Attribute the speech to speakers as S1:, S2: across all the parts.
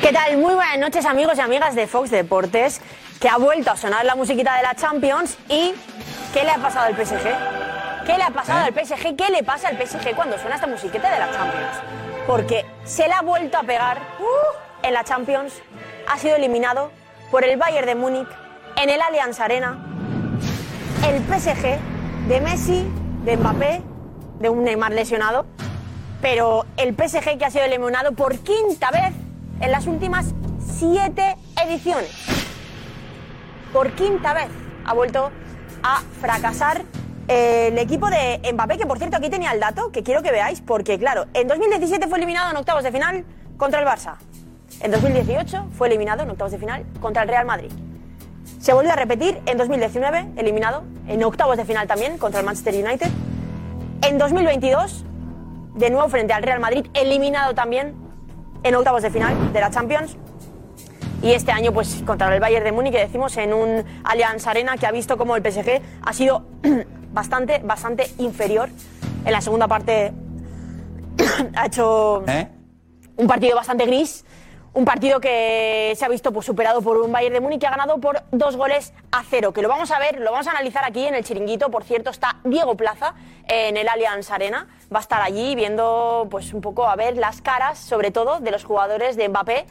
S1: ¿Qué tal? Muy buenas noches amigos y amigas de Fox Deportes, que ha vuelto a sonar la musiquita de la Champions y ¿qué le ha pasado al PSG? ¿Qué le ha pasado al PSG? ¿Qué le pasa al PSG cuando suena esta musiquita de la Champions? Porque se la ha vuelto a pegar uh, en la Champions, ha sido eliminado por el Bayern de Múnich en el Allianz Arena, el PSG de Messi, de Mbappé, de un Neymar lesionado, pero el PSG que ha sido eliminado por quinta vez en las últimas siete ediciones. Por quinta vez ha vuelto a fracasar eh, el equipo de Mbappé, que por cierto aquí tenía el dato que quiero que veáis, porque claro, en 2017 fue eliminado en octavos de final contra el Barça. En 2018 fue eliminado en octavos de final contra el Real Madrid. Se volvió a repetir en 2019, eliminado en octavos de final también contra el Manchester United. En 2022, de nuevo frente al Real Madrid, eliminado también en octavos de final de la Champions. Y este año, pues contra el Bayern de Múnich, que decimos en un Allianz Arena que ha visto como el PSG ha sido bastante, bastante inferior. En la segunda parte ha hecho un partido bastante gris. Un partido que se ha visto pues, superado por un Bayern de Múnich que ha ganado por dos goles a cero. Que lo vamos a ver, lo vamos a analizar aquí en el chiringuito. Por cierto, está Diego Plaza eh, en el Allianz Arena. Va a estar allí viendo pues, un poco a ver las caras, sobre todo, de los jugadores de Mbappé,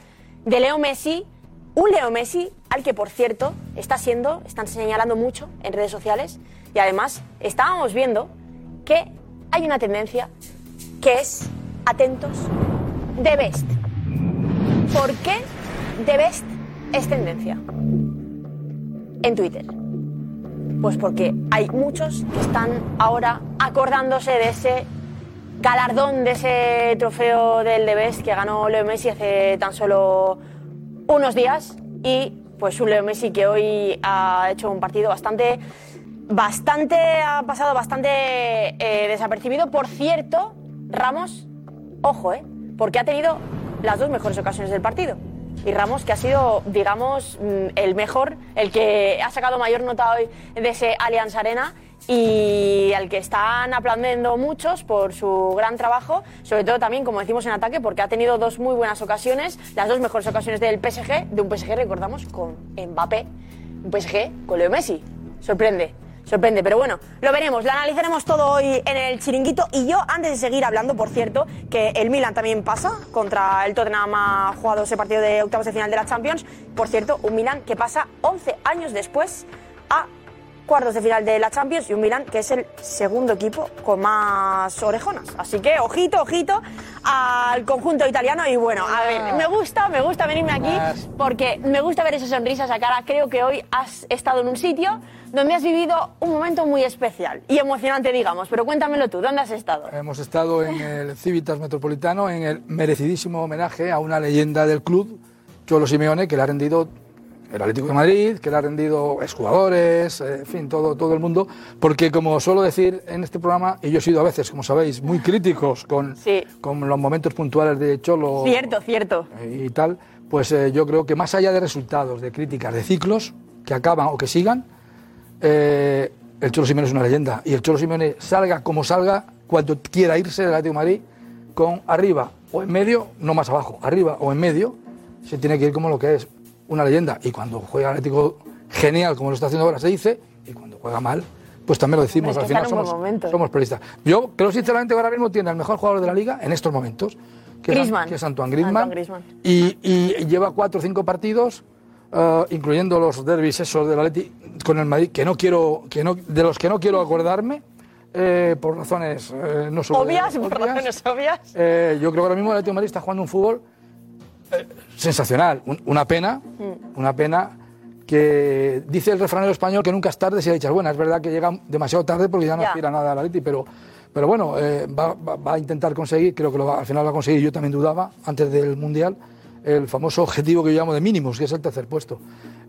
S1: de Leo Messi. Un Leo Messi al que, por cierto, está siendo, están señalando mucho en redes sociales. Y además, estábamos viendo que hay una tendencia que es atentos de Best. ¿Por qué The Best es tendencia? En Twitter. Pues porque hay muchos que están ahora acordándose de ese galardón, de ese trofeo del The Best que ganó Leo Messi hace tan solo unos días. Y pues un Leo Messi que hoy ha hecho un partido bastante. Bastante. ha pasado bastante eh, desapercibido. Por cierto, Ramos, ojo, ¿eh? Porque ha tenido las dos mejores ocasiones del partido. Y Ramos, que ha sido, digamos, mm, el mejor, el que ha sacado mayor nota hoy de ese Allianz Arena y al que están aplaudiendo muchos por su gran trabajo, sobre todo también, como decimos, en ataque, porque ha tenido dos muy buenas ocasiones, las dos mejores ocasiones del PSG, de un PSG, recordamos, con Mbappé, un PSG Pues con Leo Messi. Sorprende. Sorprende, pero bueno, lo veremos, lo analizaremos todo hoy en el chiringuito. Y yo, antes de seguir hablando, por cierto, que el Milan también pasa contra el Tottenham, ha jugado ese partido de octavos de final de la Champions. Por cierto, un Milan que pasa 11 años después a cuartos de final de la Champions y un Milan que es el segundo equipo con más orejonas. Así que ojito, ojito al conjunto italiano y bueno, a
S2: Ah.
S1: ver, me gusta, me gusta venirme aquí porque me gusta ver esa sonrisa, esa cara. Creo que hoy has estado en un sitio donde has vivido un momento muy especial y emocionante, digamos, pero cuéntamelo tú, ¿dónde has estado?
S2: Hemos estado en el Civitas Metropolitano en el merecidísimo homenaje a una leyenda del club, Cholo Simeone, que le ha rendido el Atlético de Madrid, que le ha rendido exjugadores, eh, en fin, todo, todo el mundo, porque como suelo decir en este programa, y yo he sido a veces, como sabéis, muy críticos con, con los momentos puntuales de Cholo
S1: Cierto, cierto.
S2: y tal, pues eh, yo creo que más allá de resultados, de críticas, de ciclos que acaban o que sigan, eh, el Cholo Simeone es una leyenda. Y el Cholo Simeone salga como salga, cuando quiera irse del Atlético de Madrid, con arriba o en medio, no más abajo, arriba o en medio, se tiene que ir como lo que es, una leyenda. Y cuando juega el Atlético genial, como lo está haciendo ahora, se dice, y cuando juega mal, pues también lo decimos.
S1: Hombre,
S2: Al final
S1: es que está en un
S2: somos,
S1: buen momento.
S2: somos periodistas. Yo creo sinceramente que ahora mismo tiene al mejor jugador de la liga en estos momentos, que, es-
S1: Griezmann.
S2: que es Antoine Griezmann.
S1: Antoine Griezmann.
S2: Y, y lleva cuatro o cinco partidos, eh, incluyendo los derbis esos del Atleti con el Madrid, que no quiero, que no, de los que no quiero acordarme, eh, por razones eh, no solo de-
S1: Obvias, por razones obvias.
S2: Eh, yo creo que ahora mismo el Atlético de Madrid está jugando un fútbol eh, sensacional. Un- una pena, una pena que dice el refranero español que nunca es tarde si la dicha es buena. Es verdad que llega demasiado tarde porque ya no
S3: Ya.
S2: aspira nada al Atleti, pero, pero bueno, eh, va, va- va a intentar conseguir, creo que lo va- al final va a conseguir, yo también dudaba, antes del Mundial, el famoso objetivo que yo llamo de mínimos, que es el tercer puesto,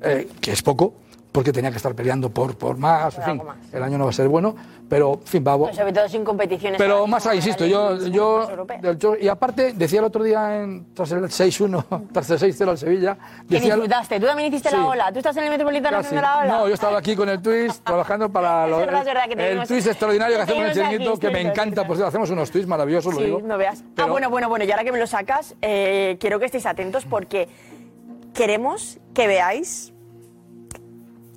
S2: eh, que es poco, porque tenía que estar peleando por, por más, en
S1: Por
S2: fin,
S1: algo más.
S2: el año no va a ser bueno, pero, en fin, va,
S1: Pues sobre todo sin competiciones.
S2: pero
S1: ahora
S2: más
S1: mismo,
S2: allá, insisto,
S1: en
S2: yo,
S1: las
S2: yo,
S1: Copas Europeas.
S2: del Cholo- y aparte decía el otro día en, tras el 6-1, tras el 6-0 al Sevilla,
S1: Que
S2: decía,
S1: disfrutaste, tú también hiciste
S2: Sí.
S1: la ola, tú estás en el Metropolitano
S2: Casi.
S1: haciendo la ola.
S2: No, yo estaba aquí con el twist trabajando para lo-
S1: Es verdad, es verdad que
S2: el
S1: tenemos-
S2: twist extraordinario que hacemos en el
S1: tenemos aquí
S2: chiringuito, que me
S1: expertos,
S2: encanta, por cierto, hacemos unos twists maravillosos, lo
S1: Sí,
S2: digo.
S1: no veas. Ah,
S2: Pero-
S1: bueno, bueno, bueno, y ahora que me lo sacas, eh, quiero que estéis atentos porque queremos que veáis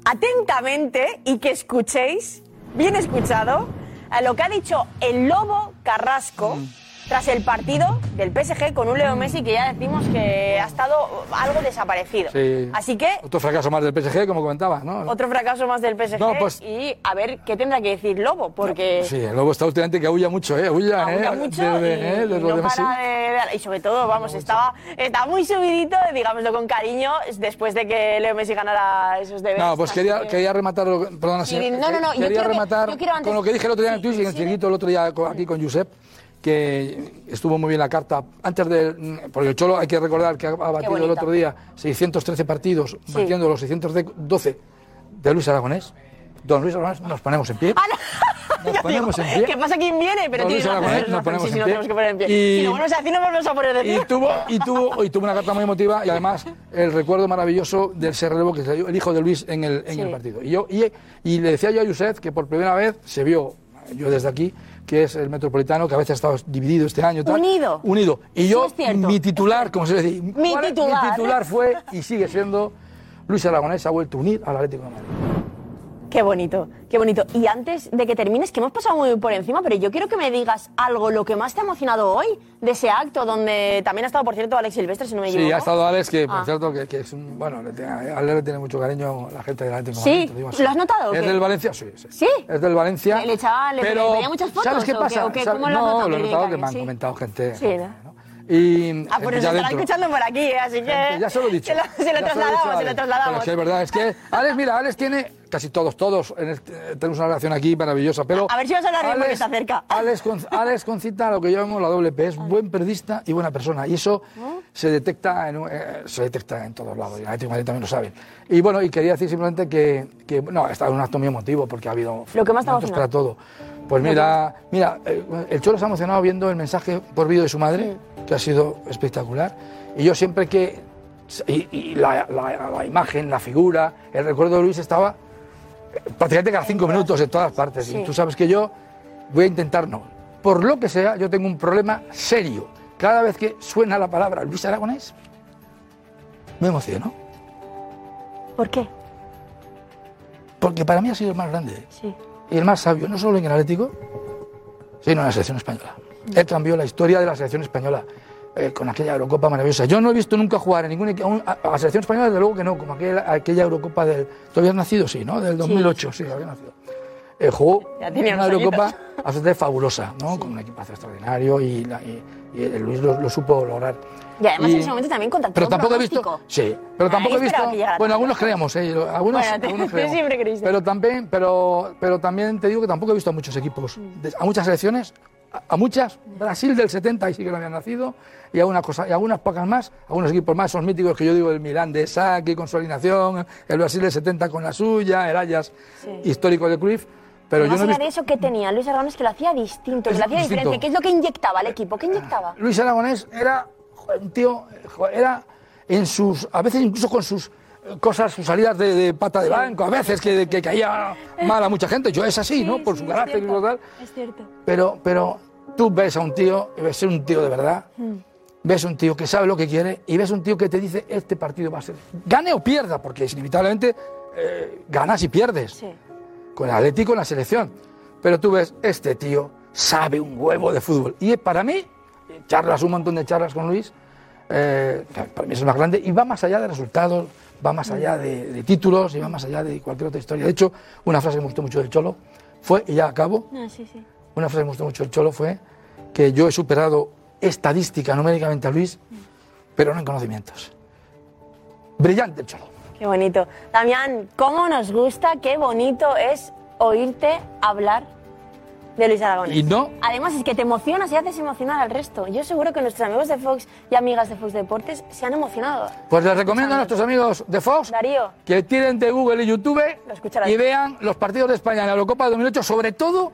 S1: atentamente y que escuchéis, bien escuchado, a lo que ha dicho el Lobo Carrasco
S2: Mm.
S1: tras el partido del PSG con un Leo Messi que ya decimos que ha estado algo desaparecido.
S2: Sí.
S1: Así que
S2: Otro fracaso más del PSG, como comentabas, ¿no?
S1: otro fracaso más del PSG
S2: No, pues-
S1: y a ver qué tendrá que decir Lobo, porque...
S2: Sí, el Lobo está últimamente que huya mucho, ¿eh? Huya,
S1: Aúlla
S2: ¿eh?
S1: Ah, mucho
S2: Desde-
S1: y,
S2: ¿eh? Desde
S1: y
S2: lo
S1: no
S2: de Messi.
S1: para de- de- y sobre todo, vamos, estaba, estaba muy subidito, digámoslo con cariño, después de que Leo Messi ganara esos deberes.
S2: No, pues
S1: así
S2: quería,
S1: que-
S2: quería rematar, lo que- perdona,
S1: Sí,
S2: señor,
S1: no, no, no, yo
S2: quería
S1: quiero que-
S2: rematar
S1: yo quiero antes-
S2: con lo que dije el otro día en el
S1: Sí,
S2: Twitch y en el
S1: sí.
S2: Chiringuito el otro día co- aquí con Josep, que estuvo muy bien la carta antes de, mm, porque el Cholo hay que recordar que ha batido el
S1: bonito.
S2: otro día 613 partidos, batiendo los 612 de Luis Aragonés. Don Luis Aragonés, nos ponemos en pie.
S1: Ah,
S2: Nos ponemos en pie.
S1: ¿Qué pasa? ¿Quién viene? Pero
S2: No, Luis
S1: tienes razón,
S2: Aragonés, nos
S1: tienes razón,
S2: ponemos
S1: sí, sí,
S2: en
S1: nos
S2: pie.
S1: tenemos que poner en pie.
S2: Y-
S1: Si lo vuelves a decir, no volvemos a poner de pie.
S2: Y tuvo, y, tuvo, y tuvo una carta muy emotiva y además el recuerdo maravilloso del ese relevo que se dio el hijo de Luis en el, en
S1: Sí.
S2: el partido. Y, yo, y, y le decía yo a Yusef que por primera vez se vio, yo desde aquí, que es el metropolitano que a veces ha estado dividido este año. Tal,
S1: Unido.
S2: Unido. Y
S1: Sí,
S2: yo,
S1: es cierto.
S2: mi titular, como se dice,
S1: Mi titular.
S2: mi titular fue y sigue siendo Luis Aragonés, ha vuelto a unir al Atlético de Madrid.
S1: Qué bonito, qué bonito. Y antes de que termines, que hemos pasado muy por encima, pero yo quiero que me digas algo, lo que más te ha emocionado hoy de ese acto, donde también ha estado, por cierto, Alex Silvestre, si no me equivoco.
S2: Sí, ha estado Alex, que por
S1: Ah.
S2: cierto, que, que es un. Bueno, le tiene, a Alex le tiene mucho cariño la gente del Atlético. de
S1: Sí,
S2: Madrid, te digo así.
S1: ¿lo has notado o
S2: Es
S1: qué?
S2: del Valencia, sí, sí.
S1: ¿Sí?
S2: Es del Valencia.
S1: Le- le echaba- le-
S2: pero,
S1: le ponía muchas fotos,
S2: ¿Sabes qué
S1: o qué-
S2: pasa?
S1: o qué?
S2: ¿Sabes?
S1: ¿Cómo lo has
S2: no,
S1: notado?
S2: lo he
S1: Que le
S2: notado que
S1: cae,
S2: me han
S1: sí.
S2: comentado gente.
S1: Sí, ¿no?
S2: Y
S1: Ah, pues
S2: gente
S1: nos
S2: ya
S1: estará
S2: dentro.
S1: escuchando por aquí, ¿eh? así que...
S2: Gente, Ya se lo he dicho.
S1: Se lo, se lo
S2: Ya he dicho a
S1: trasladamos, se
S2: Alex.
S1: lo trasladamos.
S2: Pero es que es verdad, es que Alex, mira, Alex tiene casi todos, todos. en este- eh, tenemos una relación aquí maravillosa, pero.
S1: A- a ver si vas a hablar bien,
S2: Alex-
S1: porque está cerca.
S2: Alex, con- Alex concita lo que yo llamo la doble P, es buen periodista y buena persona. Y eso se detecta en, un- eh, se detecta en todos lados, y el Atlético de Madrid también lo saben. Y bueno, y quería decir simplemente que, que no, está un acto muy emotivo porque ha habido
S1: Lo que más te ha
S2: momentos para
S1: emocionado.
S2: todo. Pues mira, mira, eh, el Cholo se ha emocionado viendo el mensaje por vídeo de su madre, que ha sido espectacular. Y yo siempre que. Y, y la, la- la imagen, la figura, el recuerdo de Luis estaba eh, prácticamente cada cinco minutos en todas partes.
S1: Sí.
S2: Y tú sabes que yo voy a intentar no. Por lo que sea, yo tengo un problema serio. Cada vez que suena la palabra Luis Aragonés, me emociono.
S1: ¿Por qué?
S2: Porque para mí ha sido el más grande.
S1: Sí.
S2: y el más sabio, no solo en el Atlético, sino en la selección española. Él cambió la historia de la selección española eh, con aquella Eurocopa maravillosa. Yo no he visto nunca jugar en ningún equi- a un- a, a la selección española, desde luego que no, como aquel- aquella Eurocopa del. ¿Tú habías nacido? Sí, ¿no? Del 2008, sí, había nacido. Eh, jugó
S1: Ya tenía
S2: una
S1: unos añitos.
S2: Eurocopa absolutamente fabulosa, ¿no? Con un equipazo extraordinario y, la- y- y el Luis lo, lo supo lograr.
S1: Y además en ese momento también contra todo
S2: Pero tampoco he visto.
S1: pronóstico.
S2: Sí, pero tampoco he
S1: Nadie esperaba
S2: visto.
S1: que llegara
S2: Bueno,
S1: tanto.
S2: algunos creíamos, ¿eh? Algunos,
S1: Bueno, tú-
S2: algunos
S1: tú
S2: creíamos.
S1: siempre creíste.
S2: Pero también, pero, pero también te digo que tampoco he visto a muchos equipos,
S1: Mm.
S2: de- a muchas selecciones, a, a muchas. Brasil del 70 ahí sí que no habían nacido y algunas cosa, y algunas pocas más, algunos equipos más, son míticos que yo digo, el Milán de Saki con su alineación, el Brasil del 70 con la suya, el Ayas histórico de Cruyff, pero yo
S1: Más
S2: no he
S1: allá
S2: visto...
S1: de eso que tenía Luis Aragonés que lo hacía distinto, que
S2: Es
S1: lo hacía
S2: distinto.
S1: diferente, que es lo que inyectaba al equipo, ¿qué inyectaba?
S2: Luis Aragonés era joder, un tío, joder, era en sus, a veces incluso con sus eh, cosas, sus salidas de, de pata de banco, a veces que, que caía mal a mucha gente, yo es así, ¿no? Por su carácter y por tal.
S1: Es cierto.
S2: Pero, pero tú ves a un tío, y ves a un tío de verdad, ves a un tío que sabe lo que quiere y ves a un tío que te dice este partido va a ser, gane o pierda, porque es inevitablemente eh, ganas y pierdes
S1: Sí.
S2: con el Atlético en la selección. Pero tú ves, este tío sabe un huevo de fútbol. Y es para mí, charlas, un montón de charlas con Luis, eh, para mí es el más grande y va más allá de resultados, va más allá de, de títulos y va más allá de cualquier otra historia. De hecho, una frase que me gustó mucho del Cholo fue, y ya acabo, una frase que me gustó mucho del Cholo fue que yo he superado estadística numéricamente a Luis, pero no en conocimientos. Brillante el Cholo.
S1: Qué bonito. Damián, ¿cómo nos gusta? Qué bonito es oírte hablar de Luis Aragonés.
S2: Y no.
S1: Además, es que te emocionas y haces emocionar al resto. Yo seguro que nuestros amigos de Fox y amigas de Fox Deportes se han emocionado.
S2: Pues les recomiendo a nuestros amigos de Fox
S1: Darío.
S2: que tiren de Google y YouTube
S1: Lo escucharás.
S2: y vean los partidos de España en la Eurocopa de 2008, sobre todo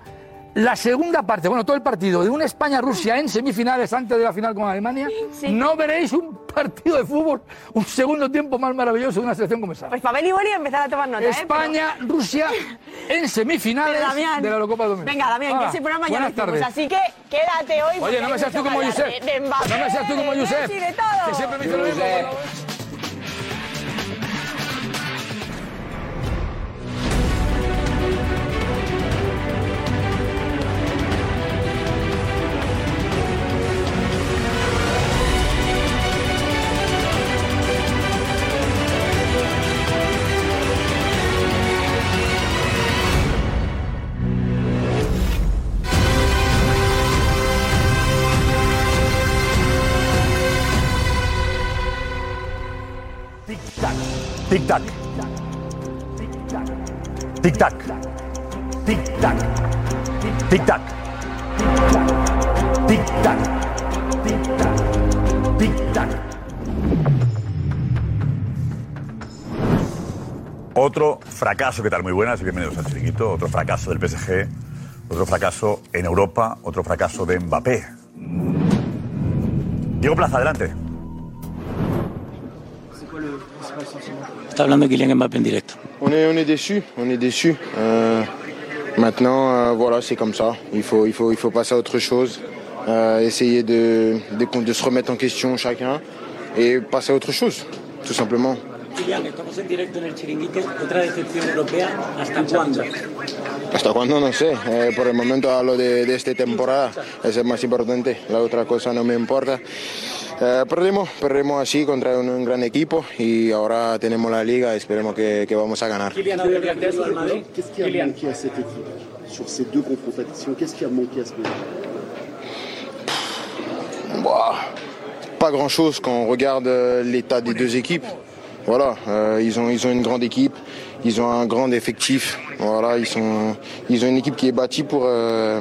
S2: la segunda parte, bueno, todo el partido de una España-Rusia en semifinales antes de la final con Alemania. No veréis un partido de fútbol, un segundo tiempo más maravilloso de una selección como esa.
S1: Pues Pavel y Boni empezar a tomar nota, ¿eh?
S2: España-Rusia en semifinales
S1: Pero, Damián.
S2: de la Eurocopa de 2008.
S1: Venga, Damián, que
S2: Ahora,
S1: ese programa ya lo
S2: Ah, buenas
S1: hicimos,
S2: tardes.
S1: así que quédate hoy. porque
S2: Oye, no
S1: hay
S2: me seas tú
S1: mucho
S2: como
S1: que hablar
S2: Josep.
S1: de- de Mbappé,
S2: No me seas tú como
S1: de
S2: Josep.
S1: Messi, de todo.
S2: Que siempre me dice lo mismo.
S3: Tic-tac. Tic-tac. Tic-tac. Tic-tac. Tic-tac. Tic-tac. Tic-tac. Tic-tac. Otro fracaso, ¿qué tal? Muy buenas y bienvenidos al Chiringuito. Otro fracaso del PSG, otro fracaso en Europa, otro fracaso de Mbappé. Diego Plaza, adelante.
S4: Está hablando Kylian Mbappé en directo.
S5: On est, on est déçus, on est déçus. Euh, maintenant, euh, voilà, c'est comme ça. Il faut, il, faut, il faut passer à autre chose. Euh, essayer de, de, de se remettre en question chacun et passer à autre chose, tout simplement.
S4: Kylian, estamos en directo en el Chiringuito. Otra decepción europea. ¿Hasta cuándo?
S5: Hasta cuándo no sé, Eh, por el momento hablo de, de esta temporada, es el más importante, la otra cosa no me importa. Eh, perdimos, perdimos así contra un, un gran equipo y ahora tenemos la liga, esperemos que, que vamos a ganar.
S6: Qu'est-ce qui a manqué à cette équipe sur ces deux confrontations Qu'est-ce qui a manqué à ce moment
S5: Bah, pas grand chose quand on regarde euh, l'état des deux équipes. Voilà, euh, ils, ont, ils ont une grande équipe, ils ont un grand effectif. Voilà, ils, sont, ils ont une équipe qui est bâtie pour, euh,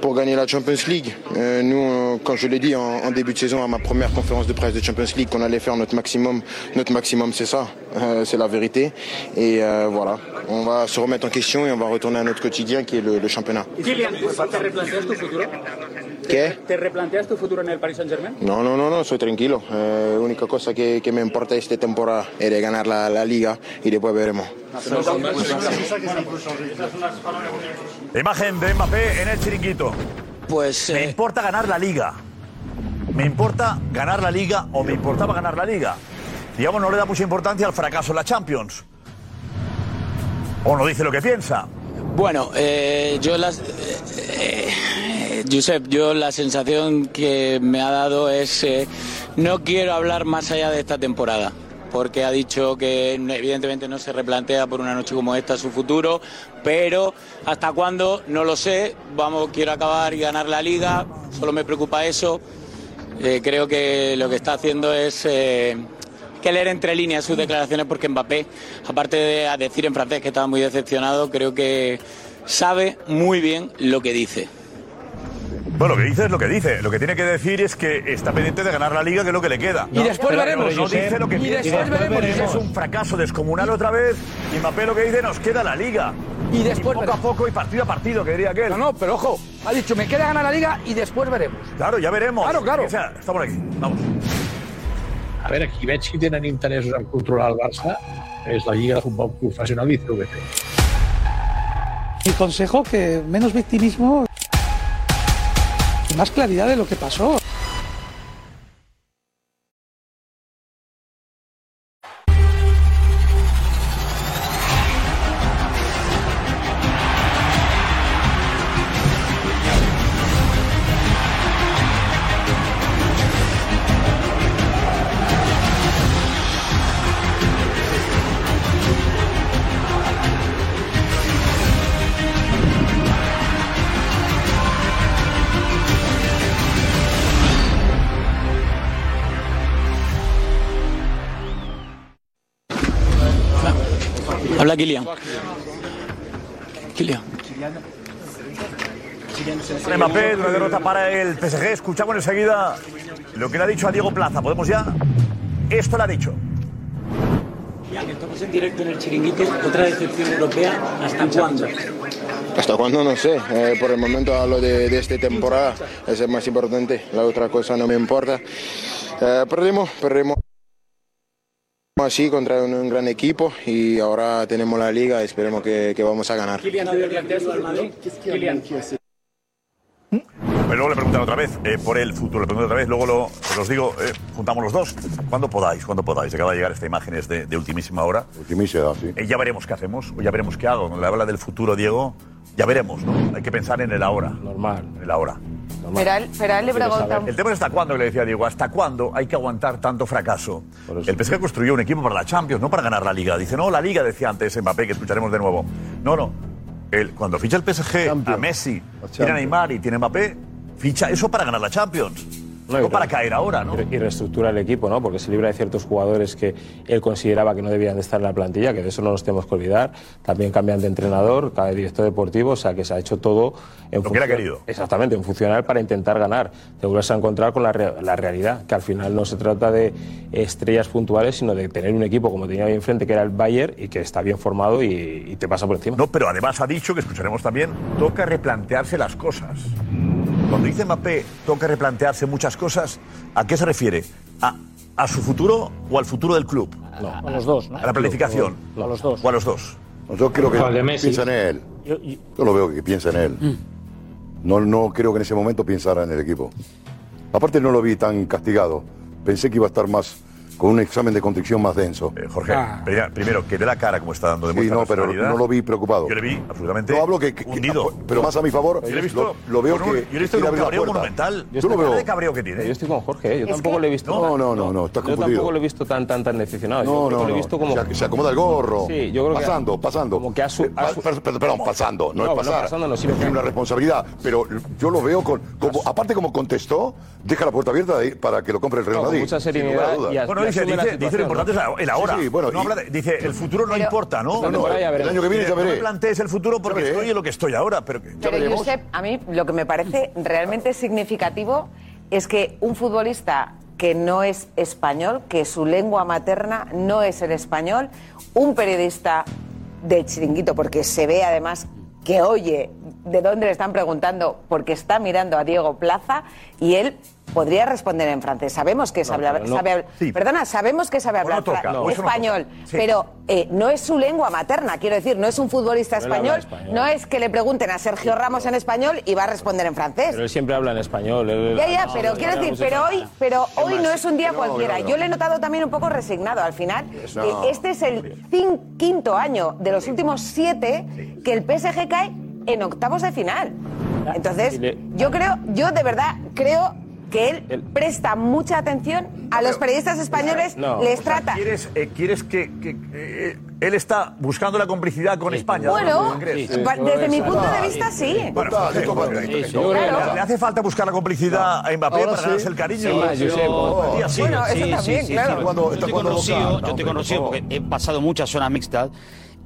S5: pour gagner la Champions League. Euh, nous, on- quand je l'ai dit en, en début de saison à ma première conférence de presse de Champions League, qu'on allait faire notre maximum, notre maximum c'est ça, Euh, c'est la vérité. Et euh, voilà, on va se remettre en question et on va retourner à notre quotidien qui est le, le championnat.
S7: Kylian, ¿tú te replanteas tu futuro?
S5: ¿Qué
S7: ¿Te replanteas tu futuro en el Paris Saint-Germain?
S5: No, no, no, no, soy tranquilo. La única cosa que, que me importa esta temporada es de ganar la, la liga y después veremos.
S3: Imagen de Mbappé en el chiringuito.
S4: Pues.
S3: Me importa ganar la liga. Me importa ganar la liga o me importaba ganar la liga. Digamos, no le da mucha importancia al fracaso en la Champions. O no dice lo que piensa.
S4: Bueno, eh, yo las. eh, eh, Josep, yo la sensación que me ha dado es. eh, no quiero hablar más allá de esta temporada. Porque ha dicho que no- evidentemente no se replantea por una noche como esta su futuro, pero hasta cuándo no lo sé. Vamos, quiero acabar y ganar la liga. Solo me preocupa eso. Eh, creo que lo que está haciendo es eh, que leer entre líneas sus declaraciones porque Mbappé, aparte de a decir en francés que estaba muy decepcionado, creo que sabe muy bien lo que dice.
S3: Bueno, lo que dice es lo que dice. Lo que tiene que decir es que está pendiente de ganar la liga, que es lo que le queda.
S2: Y después
S3: Pero
S2: veremos,
S3: No
S2: Josep.
S3: dice lo que
S2: Y
S3: piensa.
S2: después veremos.
S3: Es un fracaso descomunal otra vez. Y Mbappé lo que dice, nos queda la liga.
S2: Y después
S3: poco a poco y partido a partido, que diría aquel.
S2: No, no, pero ojo, ha dicho, me queda ganar la liga y después veremos.
S3: Claro, ya veremos.
S2: Claro, claro.
S3: O sea, estamos aquí. Vamos.
S8: A veure, qui veig que tenen interessos en controlar el Barça és la Lliga de Futbol Professional i CVC.
S9: Mi consejo que menos victimismo y más claridad de lo que pasó.
S4: Habla Kilian. Kilian.
S3: Mbappé, una derrota para el PSG. Escuchamos enseguida lo que le ha dicho a Diego Plaza. ¿Podemos ya? Esto lo ha dicho.
S10: Estamos en directo en el chiringuito, otra decepción europea, ¿hasta cuándo?
S5: Hasta cuándo no sé, eh, por el momento hablo de, de esta temporada, es el más importante, la otra cosa no me importa. Eh, perdimos, perdimos así contra un, un gran equipo y ahora tenemos la liga, esperemos que, que vamos a ganar.
S7: Kylian, ¿te planteas tú al Madrid? Kylian.
S3: Pero luego le preguntan otra vez eh, por el futuro, le preguntan otra vez, luego lo, se los digo, eh, juntamos los dos, cuando podáis, cuando podáis. Acaba de llegar esta imagen, es de, de ultimísima hora.
S8: Ultimísima, sí.
S3: Eh, ya veremos qué hacemos, o ya veremos qué hago. Cuando le habla del futuro, Diego, ya veremos, ¿no? Hay que pensar en el ahora. Normal. En el ahora.
S11: Feral, Feral le pregunta.
S3: El tema es hasta cuándo, que le decía Diego, hasta cuándo hay que aguantar tanto fracaso. El PSG construyó un equipo para la Champions, no para ganar la Liga. Dice, no, la Liga, decía antes Mbappé, que escucharemos de nuevo. No, no. El- cuando ficha el PSG a Messi, tiene a Neymar y tiene a Mbappé, ficha eso para ganar la Champions. No, para caer ahora, ¿no?
S12: Y reestructura el equipo, ¿no? Porque se libra de ciertos jugadores que él consideraba que no debían de estar en la plantilla, que de eso no nos tenemos que olvidar. También cambian de entrenador, cada director deportivo, o sea que se ha hecho todo en
S3: Lo que era
S12: función-
S3: querido.
S12: Exactamente, en funcional para intentar ganar. Te vuelves a encontrar con la, re- la realidad, que al final no se trata de estrellas puntuales, sino de tener un equipo como tenía ahí enfrente, que era el Bayern, y que está bien formado y, y te pasa por encima.
S3: No, pero además ha dicho que escucharemos también, toca replantearse las cosas. Cuando dice Mbappé, toca replantearse muchas cosas, ¿a qué se refiere? ¿A, a su futuro o al futuro del club?
S13: A los dos, ¿no?
S3: A la planificación.
S13: A los dos.
S3: ¿O a los dos?
S8: Yo creo que
S13: Al de Messi.
S8: piensa en él.
S13: Yo- yo-
S8: Yo lo veo que piensa en él. No, no creo que en ese momento pensara en el equipo. Aparte no lo vi tan castigado. Pensé que iba a estar más con un examen de contrición más denso.
S3: Jorge,
S13: ah.
S8: Ah.
S3: primera- primero, que dé la cara como está dando de
S8: Sí, no, pero no lo vi preocupado.
S3: Yo le vi absolutamente
S8: No hablo que, que- que-
S3: hundido.
S8: pero más a mi favor.
S3: Yo le he visto,
S8: lo, lo veo
S3: con un-
S8: que
S3: yo le he visto
S8: quiere
S3: un
S8: abrir la
S3: cabreo
S8: puerta.
S3: monumental.
S8: Yo lo
S3: Cara
S8: veo.
S3: de cabreo que tiene.
S12: Yo estoy con Jorge, ¿eh? yo
S8: Es
S12: tampoco
S8: que-
S12: le he visto.
S8: No, no, no, no, estás
S12: yo
S8: confundido.
S12: tampoco le he visto tan, tan, tan decepcionado.
S8: No,
S12: yo creo que
S8: no,
S12: lo he
S8: no.
S12: visto como.
S8: Se- se acomoda el gorro.
S12: Sí, yo creo que-
S8: Pasando, pasando.
S12: Como que ha su-
S8: Eh,
S12: ha
S8: pa-
S12: su-
S8: per- per- perdón, pasando, no,
S12: No,
S8: es
S12: no,
S8: pasar.
S12: pasando no, sino que-
S8: Tiene una responsabilidad, pero yo lo veo con, como- aparte como contestó, deja la puerta abierta ahí para que lo compre el Real
S12: No, con
S8: Madrid.
S12: mucha
S8: sin
S12: seriedad
S8: lugar a dudas.
S12: y a-
S3: Bueno, dice, dice, dice lo importante es el ahora.
S8: Sí, sí, bueno,
S3: no
S8: y-
S3: habla de- dice, el futuro no
S11: Pero-
S3: importa, ¿no?
S8: No, no,
S3: Dice,
S8: el año que viene ya
S3: No
S8: veré.
S3: me plantees el futuro porque estoy en lo que estoy ahora. Pero, que-
S11: Pero Josep, a mí lo que me parece realmente significativo es que un futbolista que no es español, que su lengua materna no es el español, un periodista del chiringuito, porque se ve además que oye de dónde le están preguntando, porque está mirando a Diego Plaza y él podría responder en francés. Sabemos que sabe,
S12: pero no-
S11: sabe hablar-
S12: Sí. Pues
S11: perdona, sabemos que sabe
S12: no
S11: hablar
S12: toca,
S11: fra-
S12: no, eso no
S11: español,
S12: toca. Sí.
S11: pero eh, no es su lengua materna. Quiero decir, no es un futbolista
S12: Pero él habla
S11: español,
S12: español.
S11: no es que le pregunten a Sergio Ramos en español y va a responder en francés.
S12: Pero él siempre habla en español. él-
S11: Ya, ya,
S12: no,
S11: pero
S12: no,
S11: quiero
S12: no,
S11: decir,
S12: no,
S11: pero
S12: no,
S11: hoy, pero hoy no es un día
S12: No,
S11: cualquiera.
S12: no, no.
S11: Yo le he notado también un poco resignado al final.
S12: No.
S11: Eh, Este es el cin- quinto año de los últimos siete que el PSG cae en octavos de final. Entonces,
S12: Y le-
S11: yo creo, yo de verdad creo que él presta mucha atención a los periodistas españoles,
S3: No.
S11: les
S3: O sea,
S11: trata.
S3: ¿Quieres, eh, quieres que, que- que, eh, él está buscando la complicidad con España?
S11: Bueno,
S3: ¿no? ¿Crees?
S11: sí, pa- sí, desde sí, mi sí. punto de vista, sí.
S3: Bueno,
S8: Total,
S3: Jorge,
S8: esto va-
S3: Jorge,
S8: sí,
S3: Jorge,
S8: sí, yo creo
S3: Jorge,
S8: que-
S3: ¿Le hace falta buscar la complicidad a Mbappé
S8: Ahora
S3: para
S8: sí.
S3: ganarse el cariño?
S8: Sí, más, yo sé, como-
S3: Tía, sí.
S11: Bueno, eso también, claro.
S8: Cuando-
S14: yo estoy con
S8: cuando
S14: Rocío,
S8: Boca-
S14: yo estoy con
S8: no,
S14: Rocío
S8: por
S14: porque he pasado muchas zonas mixtas.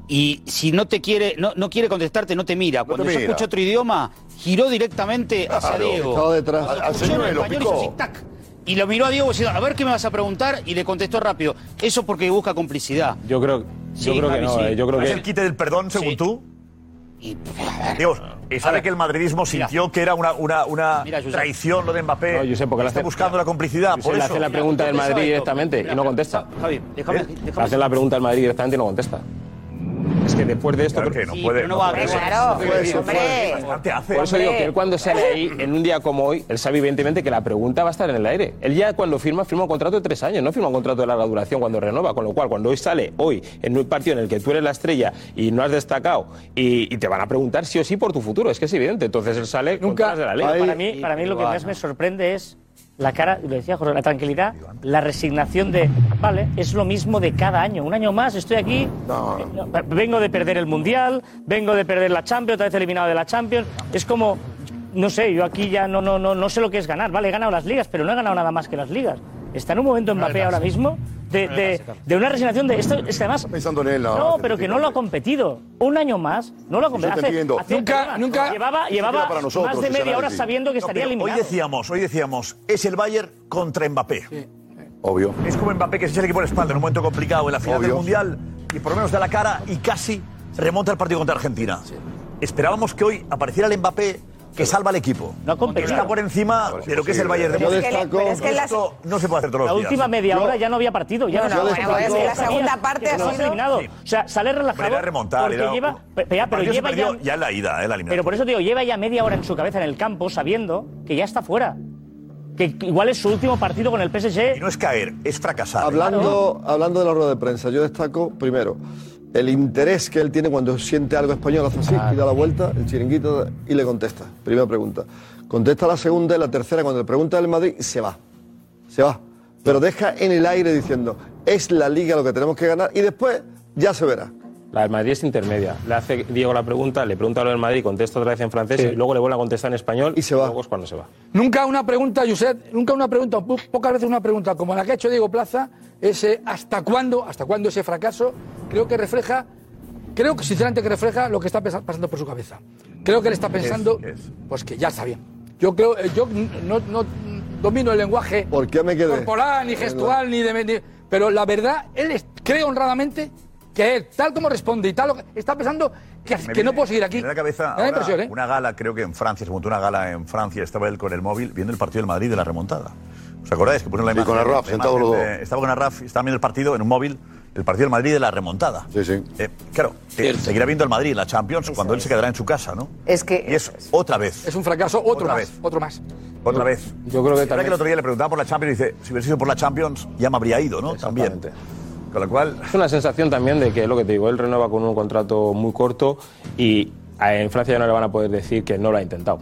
S14: Y si no te quiere, no, no quiere contestarte, no te mira. Cuando yo
S8: mira.
S14: escuché otro idioma, giró directamente hacia
S8: Claro,
S14: Diego.
S8: estaba detrás.
S14: Escuchó
S8: Al señor
S14: en
S8: lo
S14: español y
S8: picó.
S14: hizo así, tac. Y lo miró a Diego diciendo, a ver qué me vas a preguntar, y le contestó rápido. Eso porque busca complicidad.
S12: Yo creo, yo
S14: Sí,
S12: creo que
S14: Javi,
S12: no,
S14: sí.
S12: eh, yo creo
S14: ¿Es
S12: que...
S14: el
S3: quite del perdón, según tú? Dios, y
S14: pues, A
S3: sabe
S14: ver.
S3: que el madridismo sintió que era una, una, una traición lo de Mbappé.
S12: No, Josep, porque le
S3: está
S12: hace-
S3: buscando la complicidad,
S12: Josep
S3: por
S12: le
S3: eso.
S12: hace la pregunta del Madrid directamente y no contesta. ¿Eh?
S14: Javi, déjame, déjame-
S12: Le hace la pregunta del Madrid directamente y no contesta. Es que después de esto... creo-
S14: Sí, pero no va a haber-
S11: Claro, hombre.
S12: Por eso
S11: Hombre.
S12: digo que él cuando sale ahí, en un día como hoy, él sabe evidentemente que la pregunta va a estar en el aire. Él ya cuando firma, firma un contrato de tres años, no firma un contrato de larga duración cuando renova. Con lo cual, cuando hoy sale, hoy, en un partido en el que tú eres la estrella y no has destacado, y, y te van a preguntar sí o sí por tu futuro, es que es evidente. Entonces él sale Nunca, de la ley.
S13: Para mí, para mí lo que más me sorprende es la cara, lo decía Jorge, la tranquilidad, la resignación de, vale, es lo mismo de cada año. Un año más, estoy aquí, eh, no, vengo de perder el Mundial, vengo de perder la Champions, otra vez eliminado de la Champions. Es como, no sé, yo aquí ya no, no, no, no sé lo que es ganar. Vale, he ganado las ligas, pero no he ganado nada más que las ligas. Está en un momento en Mbappé ahora mismo de, de- de una resignación de esto. Es que además.
S8: Pensando en él, nada
S13: No,
S8: más,
S13: pero que no lo ha competido. Un año más, no lo ha competido.
S8: te
S13: Hace-
S8: entiendo.
S13: hace-
S8: Nunca-
S13: perdona,
S8: nunca-
S13: Llevaba,
S8: Ni siquiera
S13: llevaba
S8: para nosotros,
S13: más de
S8: ese
S13: media hora
S8: análisis.
S13: sabiendo que
S3: No,
S13: estaría
S3: pero
S13: eliminado.
S3: Hoy decíamos, hoy decíamos, es el Bayern contra Mbappé.
S8: Obvio.
S3: Es como Mbappé que se echa el equipo a la espalda en un momento complicado en la final del
S8: Obvio.
S3: Mundial y por lo menos da la cara y casi remonta el partido contra Argentina. Esperábamos que hoy apareciera el Mbappé que salva al equipo.
S13: No competido.
S3: Está por encima de lo que es el Bayern de
S11: Yo
S3: Múnich.
S11: destaco- Pero es que la-
S3: Esto no se puede hacer todos
S13: La
S3: los días.
S13: última media
S3: Yo-
S13: hora ya no había partido. Ya
S11: No,
S13: no,
S11: no,
S13: había
S11: bueno,
S13: partido.
S11: es que la segunda parte
S13: Que
S11: ha
S13: no has
S11: sido-
S13: eliminado.
S11: Sí.
S13: O sea, sale relajado.
S3: Hombre, era remontar,
S13: porque
S3: era un-
S13: lleva, pe- pe- ya, pero
S3: el partido se
S13: lleva ya-
S3: perdió en la ida, eh, la eliminatoria.
S13: Pero por eso te digo, lleva ya media hora en su cabeza, en el campo, sabiendo que ya está fuera. Que que igual es su último partido con el PSG. Y
S3: no es caer, es fracasar.
S15: Hablando, hablando de la rueda de prensa, yo destaco primero el interés que él tiene cuando siente algo español, hace así y da la vuelta, el chiringuito y le contesta. Primera pregunta. Contesta la segunda y la tercera, cuando le pregunta el Madrid, se va. Se va. Pero deja en el aire diciendo, es la liga lo que tenemos que ganar y después ya se verá.
S12: La del Madrid es intermedia. Le hace Diego la pregunta, le pregunta lo del Madrid, contesta otra vez en francés y luego le vuelve a contestar en español y se va. luego es cuando se va.
S2: Nunca una pregunta, Josep, nunca una pregunta, po- pocas veces una pregunta como la que ha hecho Diego Plaza, ese hasta cuándo, hasta cuándo ese fracaso, creo que refleja, creo que sinceramente que refleja lo que está pesa- pasando por su cabeza. Creo que él está pensando, pues que ya está bien. Yo creo, eh, yo n- no, no domino el lenguaje
S15: ¿Por qué me quedé?
S2: corporal, ni gestual, ni de... ni- pero la verdad, él es- creo honradamente que él, tal como responde y tal, lo que- está pensando que,
S3: Me
S2: que no
S3: viene-
S2: puedo seguir aquí.
S3: Me da la cabeza
S2: Me da
S3: ahora
S2: impresión, ¿eh?
S3: una gala, creo que en Francia, se montó una gala en Francia, estaba él con el móvil viendo el partido del Madrid de la remontada. ¿Os acordáis que pusieron la
S8: Sí,
S3: imagen?
S8: con Arraf,
S3: la
S8: sentados los
S3: imagen
S8: dos.
S3: de- Estaba con Arraf, estaba viendo el partido en un móvil, el partido del Madrid de la remontada. Sí, sí. claro, eh, seguirá viendo el Madrid en la Champions cuando él se quedará en su casa, ¿no?
S11: Es que
S3: Y es otra vez.
S2: Es un fracaso, otro
S3: Otra
S2: más,
S3: vez.
S2: otro más.
S3: Otra vez. Yo creo que también. que el otro día le preguntaba por la Champions y dice, si hubiese sido por la Champions, ya me habría ido, ¿no? También. Con lo cual,
S12: Es una sensación también de que, lo que te digo, él renueva con un contrato muy corto y a- en Francia ya no le van a poder decir que no lo ha intentado.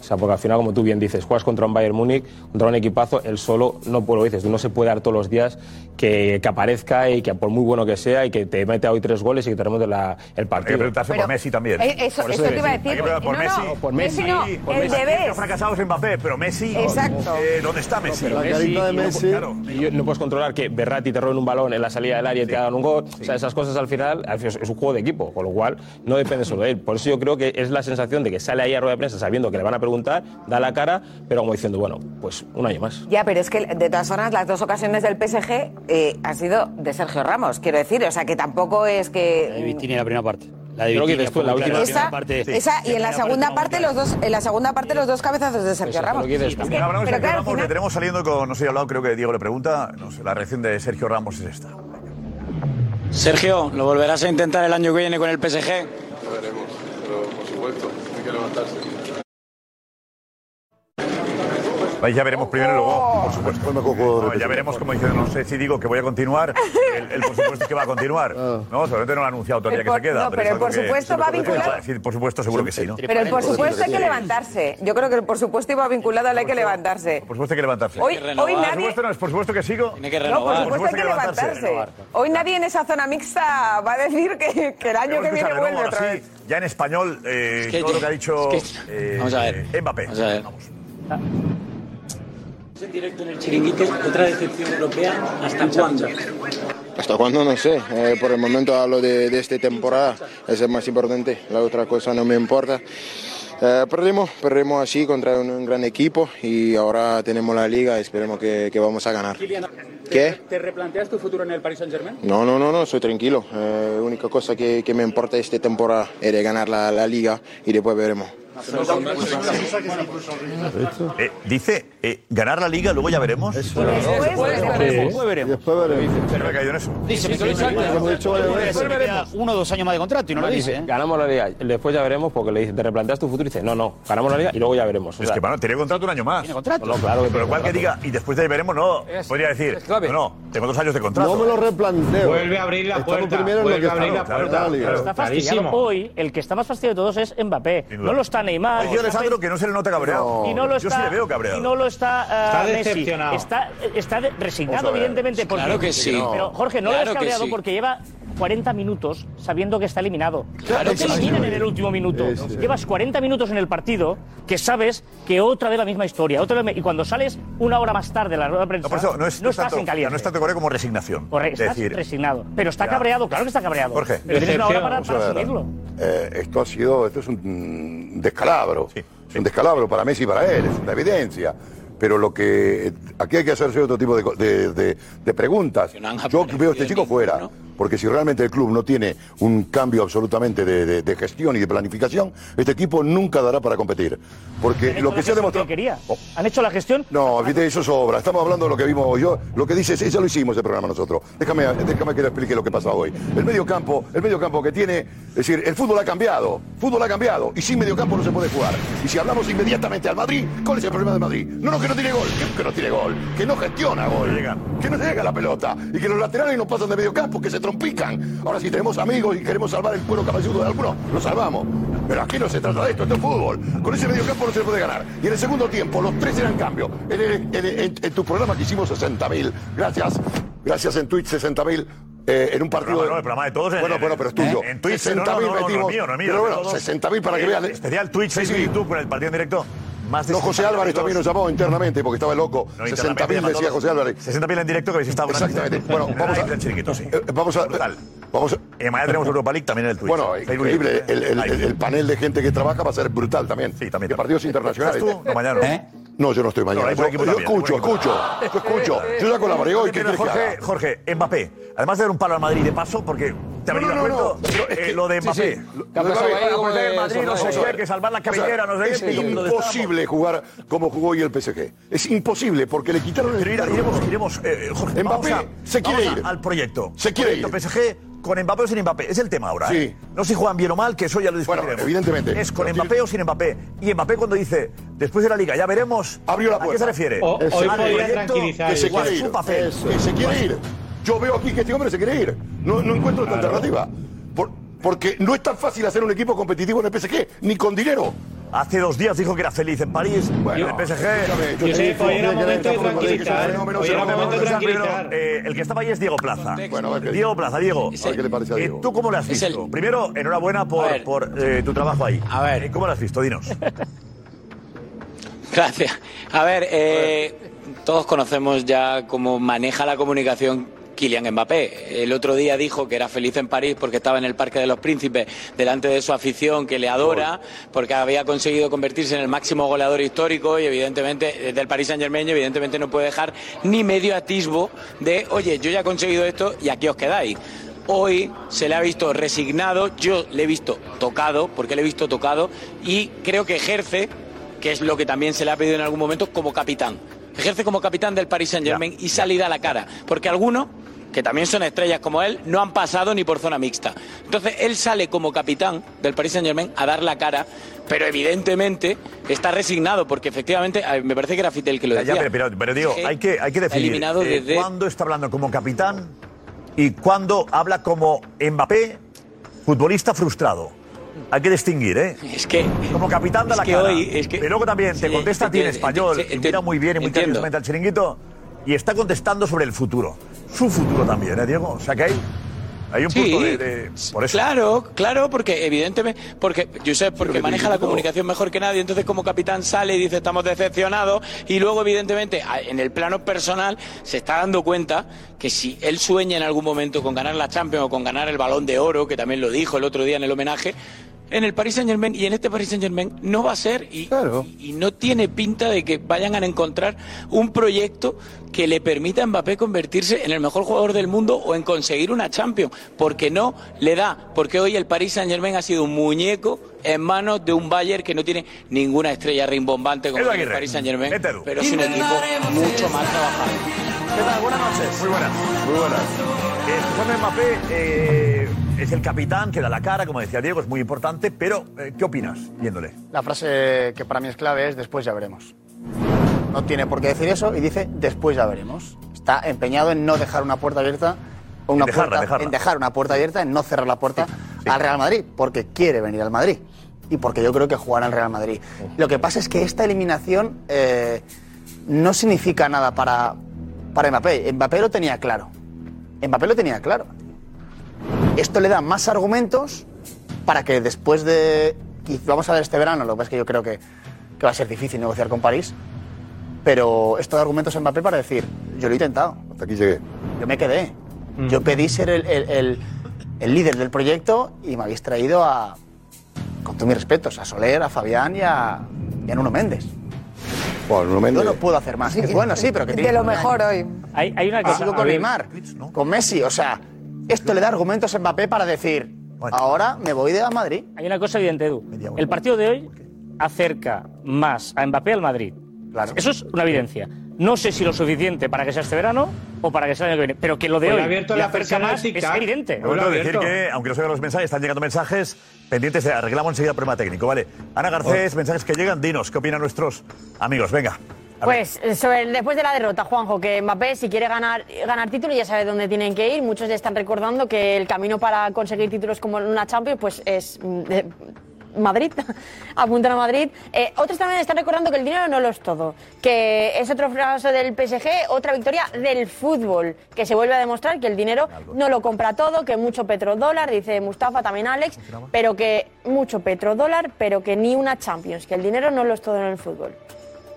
S12: O sea, porque al final, como tú bien dices, juegas contra un Bayern Múnich, contra un equipazo, él solo no puede, lo dices, tú no se puede dar todos los días que, que aparezca y que por muy bueno que sea y que te mete hoy tres goles y que te remonte la- el partido. Hay que
S3: preguntarse por Pero- Messi también.
S11: Eh, eso-
S3: Por
S11: eso
S3: te
S11: te iba a decir.
S3: Hay que hablar por
S11: No,
S3: Messi.
S11: no, Por Messi Messi no,
S3: por
S11: el
S3: Messi.
S11: de Bes.
S3: Aquí ha fracasado es Mbappé, pero Messi.
S11: Exacto.
S3: eh, ¿Dónde está Messi?
S12: Pero Messi, y no- claro, y yo- no puedes controlar que Berratti te roben un balón en la salida del área y te hagan un gol. O sea, esas cosas al final al fin, es es un juego de equipo, con lo cual no depende solo de él. Por eso yo creo que es la sensación de que sale ahí a rueda de prensa sabiendo que le van a preguntar, da la cara, pero como diciendo, bueno, pues un año más.
S11: Ya, pero es que de todas formas las dos ocasiones del PSG eh, han sido de Sergio Ramos, quiero decir, o sea que tampoco es que
S7: Vitini en la primera parte. La de
S12: Creo que
S7: Vitinha
S12: dices tú, en la
S7: fue muy clara,
S12: última-
S7: primera
S11: esa,
S7: parte.
S11: esa
S7: Sí,
S11: y en la
S7: primera
S11: segunda
S7: fue muy
S11: parte los dos en la segunda parte los dos cabezazos de Sergio Ramos. Es que-
S3: No, hablamos de
S11: pero
S3: Sergio
S11: claro, al
S3: Ramos,
S11: final-
S3: que tenemos saliendo con, no sé, he hablado, creo que Diego le pregunta, no sé, la reacción de Sergio Ramos es esta.
S16: Sergio, ¿lo volverás a intentar el año que viene con el PSG?
S17: Lo veremos, pero por supuesto, hay que levantarse.
S3: Ahí ya veremos primero y luego,
S11: Oh.
S3: por supuesto. No, ya veremos como dice, no sé si digo que voy a continuar, el, el por supuesto es que va a continuar. No, seguramente no lo ha anunciado todavía
S11: El
S3: que
S11: por-
S3: se queda.
S11: no, pero
S3: es
S11: el
S3: algo
S11: por
S3: que-
S11: supuesto va vinculado-
S3: Sí, por supuesto, seguro que sí, ¿no?
S11: Pero el por supuesto hay que levantarse. Yo creo que el por supuesto iba vinculado al hay que levantarse.
S3: Por supuesto hay que levantarse.
S11: Hoy- Tiene que hoy renovar.
S3: Por supuesto, no, es por supuesto que sigo. Tiene que
S11: No, por supuesto hay que levantarse. Hoy nadie en esa zona mixta va a decir que, que el año que viene vuelve otra vez.
S3: Ya en español, eh,
S16: Es que
S3: todo
S16: ya-
S3: lo que ha dicho
S16: es
S3: eh,
S16: Vamos a ver.
S3: Mbappé.
S16: Vamos a ver.
S10: En directo en el chiringuito, otra decepción europea, ¿hasta cuándo?
S5: ¿Hasta cuándo? No sé. Eh, por el momento hablo de, de esta temporada. Es el más importante. La otra cosa no me importa. Eh, perdimos, perdimos así contra un, un gran equipo y ahora tenemos la liga. Esperemos que, que vamos a ganar.
S7: Kylian, ¿te-
S5: ¿Qué?
S7: ¿Te replanteas tu futuro en el Paris Saint-Germain?
S5: No, no, no, no, soy tranquilo. La única cosa que, que me importa esta temporada es de ganar la, la liga y después veremos.
S3: Eh, dice, eh, ganar la liga, luego ya veremos.
S11: Después
S14: Después veremos.
S15: Después veremos.
S3: Pero me he caído en eso.
S14: Dice, pero dice, se le queda uno o dos años más de contrato y no lo dice. ¿eh?
S12: Ganamos la liga, después ya veremos, porque le dice, te replanteas tu futuro y dice, no, no, ganamos la liga y luego ya veremos.
S3: Es que, bueno, tiene contrato un año más. Tiene
S12: contrato. No, claro que
S3: Pero
S12: tiene
S3: cual que
S12: contrato.
S3: diga, y después de ahí veremos, no. Podría decir, no, no, tengo dos años de contrato.
S15: No me lo replanteo.
S13: Vuelve
S15: a abrir
S13: la
S3: puerta,
S15: Primero en lo
S3: vuelve
S15: que
S3: a abrir
S15: estamos.
S3: la puerta.
S15: Claro, claro.
S3: Está
S13: Fastidiado hoy, el que está más fastidiado de todos es Mbappé.
S3: duda.
S13: No lo está Neymar.
S3: Oye, yo, Alessandro, que no se le nota cabreado.
S13: Y no lo
S3: Yo
S13: está-
S3: sí le veo cabreado.
S13: Y no lo está,
S3: Está
S13: eh, Messi.
S3: decepcionado.
S13: Está, está de-
S3: Vamos
S13: resignado,
S3: a ver.
S13: evidentemente. Porque,
S3: Claro que sí.
S13: Pero Jorge, no lo
S3: Claro
S13: has
S3: que
S13: cabreado
S3: sí.
S13: porque lleva 40 minutos sabiendo que está eliminado.
S18: Claro,
S13: Claro que
S18: sí,
S13: eliminan
S18: sí.
S13: en el último minuto.
S18: Sí, sí.
S13: Llevas 40 minutos en el partido que sabes que otra vez la misma historia. Otra vez, y cuando sales una hora más tarde a la rueda de prensa,
S3: No, por eso, no es, no es
S13: estás
S3: tanto,
S13: en caliente.
S3: no es tanto coreo como resignación.
S13: Corre- estás
S3: Es decir,
S13: resignado. Pero está
S3: ya.
S13: cabreado, claro que está cabreado.
S8: Jorge.
S13: Pero tienes una hora para,
S8: Vamos a
S13: para
S8: ver.
S13: asumirlo.
S8: Eh, esto ha sido, esto es un mm, descalabro. Es un descalabro para Messi y para él, es una evidencia. Pero lo que. Aquí hay que hacerse otro tipo de, co- de- de- de preguntas. Yo veo a este chico fuera. Porque si realmente el club no tiene un cambio absolutamente de, de- de gestión y de planificación, este equipo nunca dará para competir. Porque lo que se ha demostrado.
S13: ¿Han hecho la gestión?
S8: Oh. No, de eso sobra. Estamos hablando de lo que vimos yo. Lo que dices, ya lo hicimos el programa nosotros. Déjame, déjame que te explique lo que pasa hoy. El mediocampo, el mediocampo que tiene, es decir, el fútbol ha cambiado. Fútbol ha cambiado. Y sin mediocampo no se puede jugar. Y si hablamos inmediatamente al Madrid, ¿cuál es el problema del Madrid? No, no, que no tiene gol, que, que no tiene gol, que no gestiona gol, que no llega la pelota. Y que los laterales no pasan de mediocampo, que se trompican. Ahora, si tenemos amigos y queremos salvar el cuero cabelludo de alguno, lo salvamos. Pero aquí no se trata de esto, esto es fútbol. Con ese mediocampo no se puede ganar. Y en el segundo tiempo, los tres eran cambio. En, el- en- en- en tu programa que hicimos 60.000, gracias. Gracias en Twitch 60.000. eh, en un partido.
S3: programa no, el programa de todos en-
S8: Bueno, bueno, pero es tuyo.
S3: ¿Eh? En Twitch,
S8: 60.000
S3: no, no, no, no, no,
S8: metimos.
S3: mío, no, mío,
S8: pero bueno,
S3: todos.
S8: 60.000 para que
S3: Eh,
S8: vean.
S3: especial Twitch,
S8: Sí,
S3: Facebook,
S8: sí.
S3: YouTube con el partido en directo. Más de
S8: No, José
S3: 60.000
S8: Álvarez también nos llamó internamente porque estaba el loco.
S3: No,
S8: 60.000 decía José Álvarez.
S3: 60.000 en directo que habéis estado.
S8: Exactamente. Bueno, Eh,
S3: vamos a. Chiringuito, sí.
S8: Vamos a. Vamos a.
S3: Eh, mañana tenemos Europa League también en el Twitch.
S8: Bueno,
S3: Facebook
S8: increíble.
S3: Live.
S8: El, el-
S3: Ahí.
S8: el- el panel de gente que trabaja va a ser brutal también. Sí, también. De partidos internacionales.
S3: ¿Estás tú? No, mañana no. ¿Eh?
S8: No, yo no estoy
S3: No,
S8: mañana.
S3: hay por
S8: Yo-
S3: equipo
S8: yo,
S3: también, hay por
S8: escucho,
S3: equipo
S8: escucho.
S3: también.
S8: Yo escucho. Yo ya colaboré hoy. ¿Qué
S3: Mira,
S8: quieres que
S3: Jorge,
S8: haga?
S3: Jorge, Mbappé. Además de dar un palo al Madrid de paso, porque te ha venido
S8: No, no,
S3: a
S8: no,
S3: cuento
S8: no, pero es
S3: eh,
S8: que-
S3: lo de
S8: sí,
S3: Mbappé.
S8: sí.
S3: Lo-
S8: Lo de
S3: Lo de
S8: Mbappé,
S3: Mbappé,
S8: como
S3: proteger
S8: de-
S3: el Madrid, no sé
S8: Vamos a
S3: qué,
S8: ver.
S3: que salvar la
S8: O sea,
S3: cabellera, no sé qué.
S8: Es imposible jugar como jugó hoy el PSG. Es imposible porque le quitaron el.
S3: Pero iremos, iremos. eh, Jorge,
S8: Mbappé
S3: vamos a-
S8: se quiere
S3: vamos a-
S8: ir.
S3: al proyecto.
S8: Se quiere
S3: Proyecto PSG con Mbappé o sin Mbappé. Es el tema ahora.
S8: Sí.
S3: ¿eh? No si juegan bien o mal, que eso ya lo discutiremos.
S8: evidentemente.
S3: Es con
S8: Pero
S3: Mbappé o sin Mbappé. Y Mbappé cuando dice, después de la Liga, ya veremos.
S8: Abrió la
S3: ¿A qué
S8: puerta.
S3: se refiere?
S8: O-
S3: Al
S8: hoy podría
S3: proyecto
S8: tranquilizar
S3: Que se
S8: el juego.
S3: quiere ir. Su papel.
S8: Eso. Que se quiere ir. Yo veo aquí que este hombre se quiere ir. No, no encuentro otra alternativa. Por- porque no es tan fácil hacer un equipo competitivo en el PSG, ni con dinero.
S3: Hace dos días dijo que era feliz en París, en el PSG.
S8: yo Josep, te- hoy era momento de tranquilizar,
S3: No, no,
S8: hoy era
S3: no, no,
S8: momento de
S3: no, no, primero,
S8: tranquilizar.
S3: eh, el que estaba ahí es Diego Plaza.
S8: Bueno, a ver qué-
S3: Diego Plaza, Diego.
S8: A ver qué le parece a
S3: eh,
S8: Diego.
S3: ¿Tú cómo lo has
S8: Es
S3: visto? Primero, enhorabuena por, por, eh, tu trabajo ahí. A ver. ¿Cómo lo has visto? Dinos.
S4: Gracias. A ver, eh, todos conocemos ya cómo maneja la comunicación Kylian Mbappé. El otro día dijo que era feliz en París porque estaba en el Parque de los Príncipes delante de su afición que le adora, porque había conseguido convertirse en el máximo goleador histórico y evidentemente eh, del París Saint Germain y evidentemente no puede dejar ni medio atisbo de, oye, yo ya he conseguido esto y aquí os quedáis. Hoy se le ha visto resignado, yo le he visto tocado, porque le he visto tocado y creo que ejerce que es lo que también se le ha pedido en algún momento como capitán. Ejerce como capitán del Paris Saint Germain y salida a la cara, porque algunos que también son estrellas como él, no han pasado ni por zona mixta. Entonces, él sale como capitán del Paris Saint-Germain a dar la cara, pero evidentemente está resignado, porque efectivamente, a- me parece que era Fidel que lo
S3: Ya, ya,
S4: decía.
S3: pero, pero- pero digo,
S4: Sí,
S3: hay que, hay que
S4: está
S3: definir
S4: eliminado
S3: eh,
S4: desde-
S3: cuándo está hablando como capitán y cuándo habla como Mbappé, futbolista frustrado. Hay que distinguir, ¿eh?
S4: Es que.
S3: Como capitán de
S4: es
S3: la
S4: que
S3: cara.
S4: hoy- es que-
S3: Pero luego también te
S4: Sí,
S3: contesta a ti en
S4: entiendo,
S3: español,
S4: entiendo,
S3: y mira muy bien y muy
S4: entiendo.
S3: cariñosamente al chiringuito, y está contestando sobre el futuro. Su futuro también, ¿eh, Diego? O sea que hay, hay un
S4: Sí.
S3: punto de- de por eso.
S4: Claro, claro, porque evidentemente, porque Josep, porque maneja la comunicación mejor que nadie, entonces como capitán sale y dice estamos decepcionados y luego evidentemente a- en el plano personal se está dando cuenta que si él sueña en algún momento con ganar la Champions o con ganar el Balón de Oro, que también lo dijo el otro día en el homenaje, en el Paris Saint Germain y en este Paris Saint Germain no va a ser y, y- y no tiene pinta de que vayan a encontrar un proyecto que le permita a Mbappé convertirse en el mejor jugador del mundo o en conseguir una Champions, porque no le da, porque hoy el Paris Saint Germain ha sido un muñeco en manos de un Bayern que no tiene ninguna estrella rimbombante como
S3: Edu
S4: tiene el
S3: Aguirre.
S4: Paris Saint Germain,
S3: Vete, Edu.
S4: pero es un equipo mucho más trabajado.
S3: ¿Qué tal? Buenas noches. Muy buenas. Muy buenas. Eh, Juan Mbappé eh, es el capitán que da la cara, como decía Diego, es muy importante, pero eh, ¿qué opinas viéndole?
S19: La frase que para mí es clave es después ya veremos. No tiene por qué decir eso y dice después ya veremos. Está empeñado en no dejar una puerta abierta, o una
S3: En dejarla,
S19: puerta-
S3: dejarla.
S19: en dejar una puerta abierta, en no cerrar la puerta al Real Madrid, porque quiere venir al Madrid y porque yo creo que jugará al Real Madrid. Lo que pasa es que esta eliminación eh, no significa nada para, para Mbappé. Mbappé lo tenía claro. Mbappé lo tenía claro. Esto le da más argumentos para que después de. y vamos a ver este verano, lo que pasa es que yo creo que, que va a ser difícil negociar con París. Pero esto da argumentos en Mbappé para decir: Yo lo he intentado.
S8: Hasta aquí llegué.
S19: Yo me quedé. Yo pedí ser el, el- el- el líder del proyecto y me habéis traído a. Con todos mis respetos, a Soler, a Fabián y a, y a Nuno Méndez.
S8: Bueno, Nuno
S19: Yo no puedo hacer más. bueno, sí, pero que
S11: De
S19: tiene-
S11: lo mejor hoy.
S13: Hay, hay una
S19: Ah, sigo con Neymar, con Messi, o sea, esto le da argumentos a Mbappé para decir, ahora me voy de a Madrid.
S13: Hay una cosa evidente, Edu. El partido de hoy acerca más a Mbappé al Madrid. Eso es una evidencia. No sé si lo suficiente para que sea este verano o para que sea el año que viene, pero que lo de
S3: Hoy
S13: hoy
S3: ha abierto
S13: le
S3: la
S13: acerca
S3: persiana
S13: más
S3: del
S13: es
S3: tic-tac.
S13: evidente.
S3: Me vuelvo a decir que, aunque no se vean los mensajes, están llegando mensajes pendientes de arreglamos enseguida problema técnico, ¿vale? Ana Garcés, mensajes que llegan, dinos, ¿qué opinan nuestros amigos? Venga.
S1: Pues eh, sobre el- después de la derrota, Juanjo, que Mbappé si quiere ganar, ganar título ya sabe dónde tienen que ir. Muchos le están recordando que el camino para conseguir títulos como una Champions pues es mm, eh, Madrid, apuntan a Madrid. Eh, otros también están recordando que el dinero no lo es todo, que es otro fracaso del PSG, otra victoria del fútbol, que se vuelve a demostrar que el dinero no lo compra todo, que mucho petrodólar, dice Mustafa, también Alex, pero que mucho petrodólar, pero que ni una Champions, que el dinero no lo es todo en el fútbol.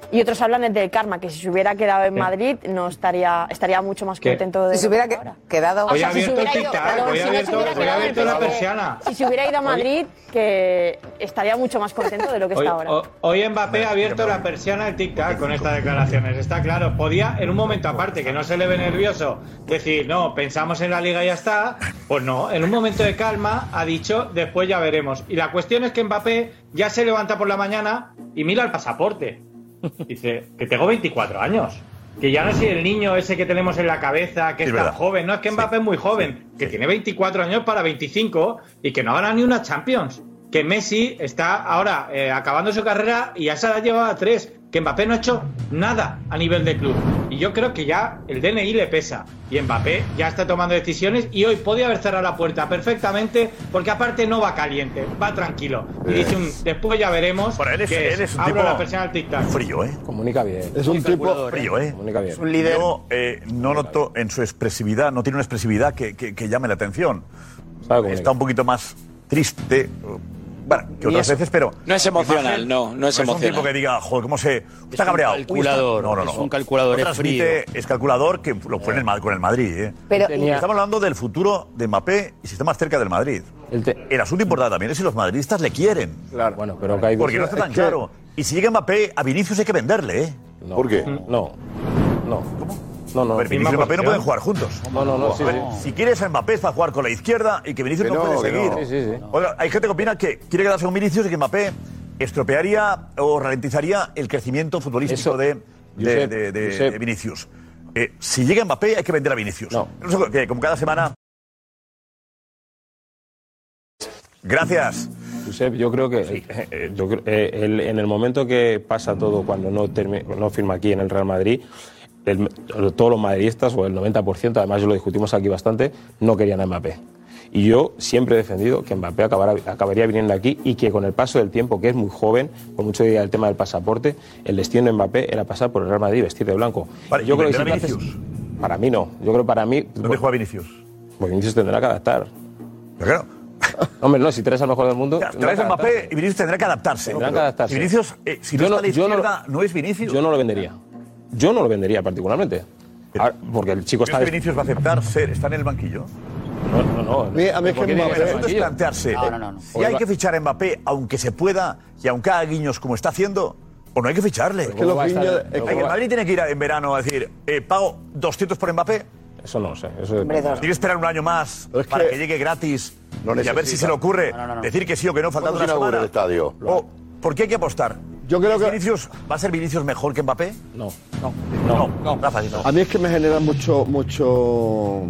S1: Y otros hablan del karma, que si se hubiera quedado en
S20: ¿Qué?
S1: Madrid no estaría, estaría mucho más
S20: ¿Qué?
S1: contento de
S11: Si se hubiera que- quedado.
S1: O
S20: Hoy
S1: sea,
S20: ha
S1: si se
S20: abierto el
S1: hubiera ido,
S20: tic-tac,
S1: perdón,
S20: hoy
S1: si
S20: ha
S1: no se
S20: abierto,
S1: hubiera
S20: hoy ha
S1: quedado
S20: abierto
S1: en
S20: la
S1: PSG,
S20: persiana.
S1: Si se hubiera ido a Madrid, que estaría mucho más contento de lo que
S20: Hoy,
S1: está ahora.
S20: ho- hoy Mbappé ha abierto la persiana del tic-tac con estas declaraciones, está claro. Podía, en un momento aparte, que no se le ve nervioso, decir, no, pensamos en la liga y ya está. Pues no, en un momento de calma ha dicho, después ya veremos. Y la cuestión es que Mbappé ya se levanta por la mañana y mira el pasaporte. Dice, que tengo 24 años. Que ya no soy el niño ese que tenemos en la cabeza, que
S3: Sí,
S20: es tan
S3: verdad.
S20: joven. No, es que Mbappé es muy joven, que tiene 24 años para 25 y que no gana ni una Champions. Que Messi está ahora eh, acabando su carrera y ya se la ha llevado a tres. Que Mbappé no ha hecho nada a nivel de club. Y yo creo que ya el DNI le pesa. Y Mbappé ya está tomando decisiones y hoy podía haber cerrado la puerta perfectamente porque aparte no va caliente, va tranquilo. Y dice un, después ya veremos. Para
S3: Eh. él es- él es un
S20: Abro
S3: tipo
S20: la persiana al tic-tac.
S3: Frío, ¿eh?
S12: Comunica bien.
S3: Es un tipo
S20: calculador, ¿eh?
S3: frío, ¿eh?
S12: Comunica bien.
S20: Es un líder.
S3: Yo eh, no noto en su expresividad, no tiene una expresividad que, que- que llame la atención. Está un poquito más triste o- bueno, que
S16: Ni
S3: otras
S16: eso.
S3: veces, pero...
S16: No es emocional, no, no es
S3: Es un tipo
S16: emocional.
S3: que diga, joder, cómo se... Está
S16: un
S3: cabreado. uy, está-
S16: calculador,
S3: No, no, no.
S16: es un calculador,
S3: No
S16: es
S3: transmite- Es calculador que lo ponen mal con el Madrid, ¿eh?
S11: Pero- Tenía-
S3: Estamos hablando del futuro de Mbappé y si está más cerca del Madrid. El, asunto importante también es si los madridistas le quieren.
S12: Claro. Bueno, pero que hay
S3: Porque no
S12: dos-
S3: está tan
S12: es que-
S3: claro. Y si llega Mbappé, a Vinicius hay que venderle, ¿eh?
S12: ¿Por
S8: qué?
S12: No. No. No, no.
S3: A ver, Vinicius y Mbappé no pueden jugar juntos.
S12: No, no, no,
S3: A
S12: sí,
S3: ver,
S12: sí.
S3: Si quieres a Mbappé es para jugar con la izquierda y que Vinicius
S12: Que
S3: no,
S12: no,
S3: puede
S12: que
S3: seguir.
S12: no. Sí, sí, sí.
S3: Otra- hay gente que opina que quiere quedarse con Vinicius y que Mbappé estropearía o ralentizaría el crecimiento futbolístico de, de-
S12: Josep,
S3: de- de-
S12: Josep.
S3: de Vinicius. Eh, si llega Mbappé hay que vender a Vinicius. No sé, que como cada semana... Gracias.
S12: Josep, yo creo que eh, eh, yo creo- eh, el- en el momento que pasa todo cuando no, termi- no firma aquí en el Real Madrid, el- todos los madridistas, o el 90%, además yo lo discutimos aquí bastante, no querían a Mbappé. Y yo siempre he defendido que Mbappé acabara- acabaría viniendo aquí y que con el paso del tiempo, que es muy joven, por mucho que diga el tema del pasaporte, el destino de Mbappé era pasar por el Real Madrid y vestir de blanco.
S3: Vale, ¿y vender a
S12: si te haces- Para mí no. Yo creo para mí.
S3: ¿Dónde juega Vinicius?
S12: Pues Vinicius tendrá que adaptar.
S3: Claro.
S12: Hombre, no, si traes al mejor del mundo. tendrá
S3: Traes
S12: que
S3: a Mbappé
S12: adaptarse.
S3: y Vinicius tendrá que adaptarse.
S12: Tendrá que adaptarse.
S3: Y Vinicius, eh, si no,
S12: Yo no-
S3: está a la
S12: yo no-
S3: izquierda, no, es Vinicius.
S12: Yo no lo vendería. Yo no lo vendería particularmente. Ahora, porque el chico está.
S3: ¿Crees que Vinicius va a aceptar ser? ¿Está en el banquillo?
S12: No, no, no. ¿Por qué
S3: El
S12: no?
S3: asunto es plantearse.
S12: No, no, no, no.
S3: Si hay que fichar a Mbappé, aunque se pueda y aunque haga guiños como está haciendo, o no hay que ficharle.
S12: Es que los guiños- es que-
S3: Hay que- Madrid tiene que ir a- en verano a decir, eh, pago 200 por Mbappé.
S12: Eso no sé. Eso
S3: Tiene que esperar un año más para que, llegue gratis
S8: No
S3: y a ver si
S8: necesita.
S3: se le ocurre
S8: No, no, no.
S3: decir que sí o que no faltando una
S8: ¿Cuándo se inaugura
S3: semana.
S8: el estadio?
S3: O, ¿Por qué hay que apostar?
S15: Yo creo que...
S3: Vinicius, ¿Va a ser Vinicius mejor que Mbappé?
S12: No.
S3: No. No. Rafa, sí, no.
S15: A mí es que me genera mucho, mucho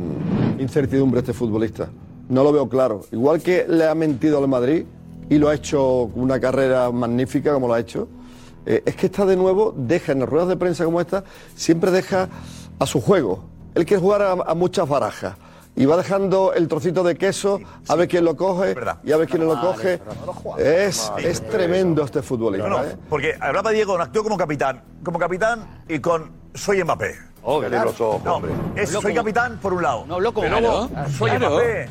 S15: incertidumbre este futbolista. No lo veo claro. Igual que le ha mentido al Madrid y lo ha hecho una carrera magnífica como lo ha hecho, eh, es que está de nuevo, deja en las ruedas de prensa como esta, siempre deja a su juego. Él quiere jugar a, a muchas barajas. Y va dejando el trocito de queso a ver quién lo coge y a ver quién no lo coge. Es, es tremendo este futbolista.
S3: No, no,
S15: ¿eh?
S3: porque hablaba Diego, no actuó como capitán, como capitán y con soy Mbappé.
S8: Obvio. Claro. los ojos, Oh, hombre.
S3: Es- soy capitán por un lado. No,
S14: loco,
S3: pero luego
S8: Ah,
S3: soy Mbappé.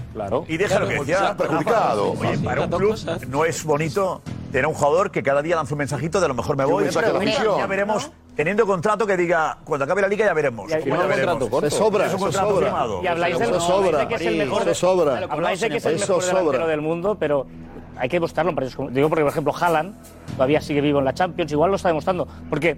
S3: Y deja lo que decía.
S8: pues Está perjudicado.
S3: Oye, para un club no es bonito tener a un jugador que cada día lanza un mensajito de a lo mejor me
S8: Y un
S3: voy.
S8: mensaje a la afición.
S3: ya veremos. Teniendo contrato que diga, cuando acabe la liga ya veremos.
S8: Ya,
S3: ¿Cómo
S8: firma
S3: ya
S8: un
S3: veremos?
S8: contrato corto. Se sobra,
S3: Es un
S8: se
S3: contrato
S8: sobra.
S3: firmado.
S8: Y habláis
S13: del-
S8: Eso
S13: no,
S8: sobra.
S13: dice que es el mejor
S8: Eso sobra.
S13: Habláis de que es el
S8: Eso
S13: mejor delantero
S8: sobra.
S13: del mundo, pero hay que demostrarlo en partidos como- Digo porque, por ejemplo, Haaland todavía sigue vivo en la Champions, igual lo está demostrando. Porque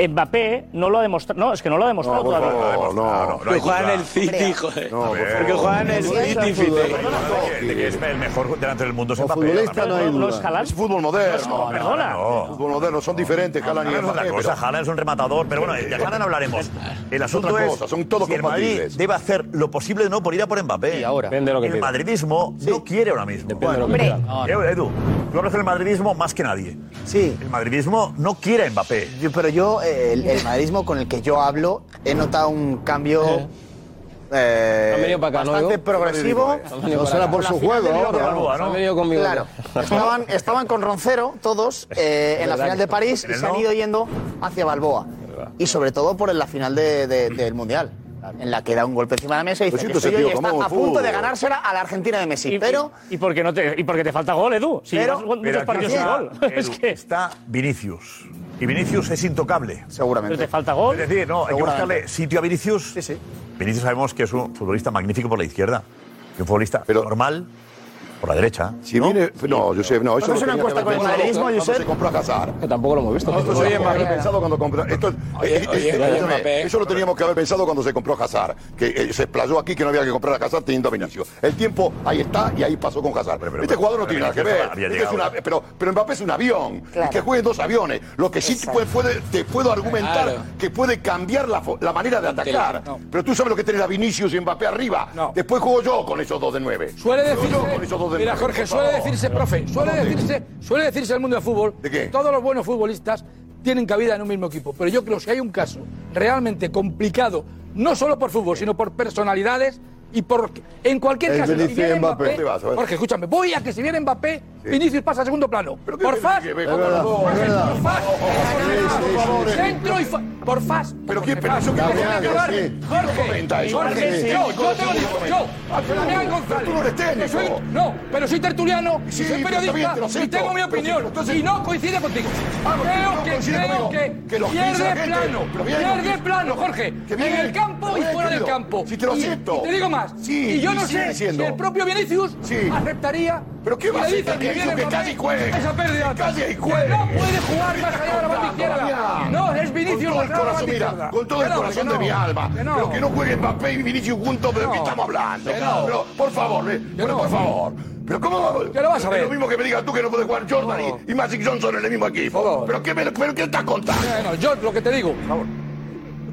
S13: Mbappé no lo ha demostrado. No, es que no lo ha demostrado
S8: por
S13: todavía.
S8: favor, no, no.
S16: Que juega en el City, joder.
S8: No, por
S16: Porque
S8: favor.
S16: juega en el
S8: Sí,
S16: City,
S8: es el
S16: Fite.
S8: fútbol.
S3: De que- de que es el mejor delantero del mundo es
S8: Como
S3: Mbappé.
S8: futbolista no hay
S3: No
S8: duda.
S3: es Haaland.
S8: Es fútbol moderno.
S3: No, perdona.
S8: Fútbol moderno, son diferentes, Haaland y
S3: Haaland es otra
S8: Mbappé,
S3: cosa,
S8: pero-
S3: Haaland es un rematador, pero bueno, de Haaland hablaremos. El asunto
S8: Otra
S3: es
S8: cosa, son todos
S3: si el Madrid
S8: compatibles.
S3: debe hacer lo posible de no por ir a por Mbappé. Y ahora.
S12: Depende de lo que
S3: el
S12: quiera.
S3: madridismo no quiere ahora mismo.
S12: de lo que Hombre. quiera.
S3: No, no. Eh, Edu, tú hablas del madridismo más que nadie.
S21: Sí.
S3: El madridismo no quiere a Mbappé.
S21: Yo- pero yo, eh, el, el madridismo con el que yo hablo, he notado un cambio eh,
S12: Han venido para acá, ¿no,
S21: bastante
S12: Edu?
S21: progresivo.
S12: Han venido No para será acá. por su
S21: La final
S12: juego
S21: de
S12: ahora,
S21: Liga,
S12: vamos, han venido conmigo
S21: Claro.
S12: ya.
S21: Estaban, estaban con Roncero todos eh,
S12: Es
S21: en la
S12: verdad
S21: final
S12: que-
S21: de París y
S12: pero
S21: se han
S12: no.
S21: ido yendo hacia Balboa. Y sobre todo por la final de- de- del Mundial. En la que da un golpe encima de la mesa y
S12: Pues
S13: Lo
S21: dice que
S13: siento, ese
S21: soy yo y
S13: tío,
S21: está
S13: ¿cómo?
S21: a punto de
S13: Fútbol.
S21: ganársela a la Argentina de Messi.
S13: Y,
S21: pero
S13: y, y porque no te, y porque te falta gol, Edu. Si
S21: Pero-
S13: llevas muchos
S3: Pero aquí
S13: partidos sin
S3: está,
S13: gol.
S3: Edu, está Vinicius. Y Vinicius es intocable.
S21: Seguramente.
S13: Pero te falta gol.
S3: Es decir, no, hay que
S13: Seguramente.
S3: buscarle sitio a Vinicius. Sí, sí. Vinicius sabemos que es un futbolista magnífico por la izquierda. Y un futbolista normal por la derecha.
S8: Si viene, no, Josep, no, eso
S3: Vamos a
S8: lo
S3: una
S8: tenía que
S3: encuesta
S8: haber
S3: con el
S8: pensado
S3: madridismo,
S8: cuando
S3: Josep.
S8: se compró a Hazard.
S12: Que tampoco lo hemos visto. Oye,
S8: Eso lo teníamos que haber
S12: Mbappé.
S8: pensado cuando compró. Esto, eh, eh,
S12: oye,
S8: escúchame,
S12: Mbappé.
S8: eso lo teníamos que haber pensado cuando se compró Hazard. Que eh, se explayó aquí que no había que comprar a Hazard teniendo a Vinicius. El tiempo ahí está y ahí pasó con Hazard. este jugador no
S3: pero
S8: tiene nada que
S3: Vinicius
S8: ver.
S3: había
S8: Este
S3: llegado.
S8: es una- pero, pero Mbappé es un avión.
S3: Claro.
S8: Y que jueguen dos aviones. Lo que sí te puede- puede- te puedo argumentar
S12: Claro.
S8: que puede cambiar la, fo- la manera de atacar.
S12: No.
S8: Pero tú sabes lo que tenés a Vinicius y Mbappé arriba. Después juego yo con esos dos de nueve.
S2: Suele
S8: Juego yo
S2: decirse,
S8: con esos dos de
S2: mira
S8: nueve,
S2: Jorge,
S8: por
S2: suele
S8: favor.
S2: decirse, profe, suele decirse, suele decirse en el mundo del fútbol, que todos los buenos futbolistas tienen cabida en un mismo equipo, pero yo creo que si hay un caso realmente complicado, no solo por fútbol, sino por personalidades y por en cualquier
S8: Es
S2: caso, si
S8: Vinicius
S2: viene
S8: y Mbappé.
S2: Mbappé,
S8: ¿Dónde vas? A ver.
S2: Jorge, escúchame, voy a que si viene Mbappé, Vinicius pasa a segundo plano. Por faz,
S8: Es verdad,
S2: por
S8: es verdad.
S2: faz,
S8: por favor,
S2: centro y fa- por faz. Pero quién, pero eso
S8: que
S2: Jorge,
S8: tiene que ver?
S2: Jorge,
S8: comentáis?
S2: Jorge,
S8: Sí.
S2: yo, yo te lo digo, yo.
S8: Ah, pero
S2: Damián
S8: no,
S2: González.
S8: tú no eres técnico.
S2: que soy- no, pero soy tertuliano, y
S8: Sí,
S2: soy
S8: pero está bien,
S2: periodista
S8: te lo
S2: y
S8: acepto.
S2: tengo mi
S8: Pero sí,
S2: opinión.
S8: pero entonces-
S2: y no coincide contigo.
S8: Ah, porque no
S2: creo que,
S8: coincide
S2: creo
S8: conmigo.
S2: que,
S8: Que los piensa la
S2: pierde
S8: gente,
S2: plano,
S8: pero bien,
S2: pierde
S8: Luis.
S2: plano, Jorge.
S8: Que
S2: en
S8: bien,
S2: el campo
S8: que
S2: y
S8: bien,
S2: fuera del
S8: querido.
S2: campo.
S8: Si te lo
S2: Y-
S8: acepto.
S2: y te digo más,
S8: Sí,
S2: y yo no
S8: y sigue
S2: sé
S8: diciendo.
S2: si el propio Vinicius
S8: Sí.
S2: aceptaría
S8: Pero qué
S2: si
S8: va a
S2: le
S8: hacer
S2: dicen que
S8: Vinicius,
S2: viene
S8: que
S2: Mbappé,
S8: casi juega.
S2: esa pérdida de
S8: Que casi
S2: pase.
S8: juega.
S2: No puede jugar más allá de la banda izquierda.
S8: Damián.
S2: No, es
S8: Con
S2: Vinicius
S8: todo
S2: más
S8: el
S2: allá de la
S8: corazón,
S2: banda izquierda.
S8: mira, con todo el
S2: Que no,
S8: corazón
S2: que
S8: de
S2: no,
S8: mi alma.
S2: que no.
S8: Pero que no jueguen Mbappé y Vinicius juntos, ¿de qué estamos hablando?
S2: Que no.
S8: Pero, por favor, eh, pero por favor. Pero cómo vamos?
S2: Que lo vas a ver.
S8: Es lo mismo que me digas tú que no puedes jugar Jordan y, y Magic Johnson en el mismo equipo. Pero qué, me- pero qué estás contando?
S2: Bueno, yo lo que te digo.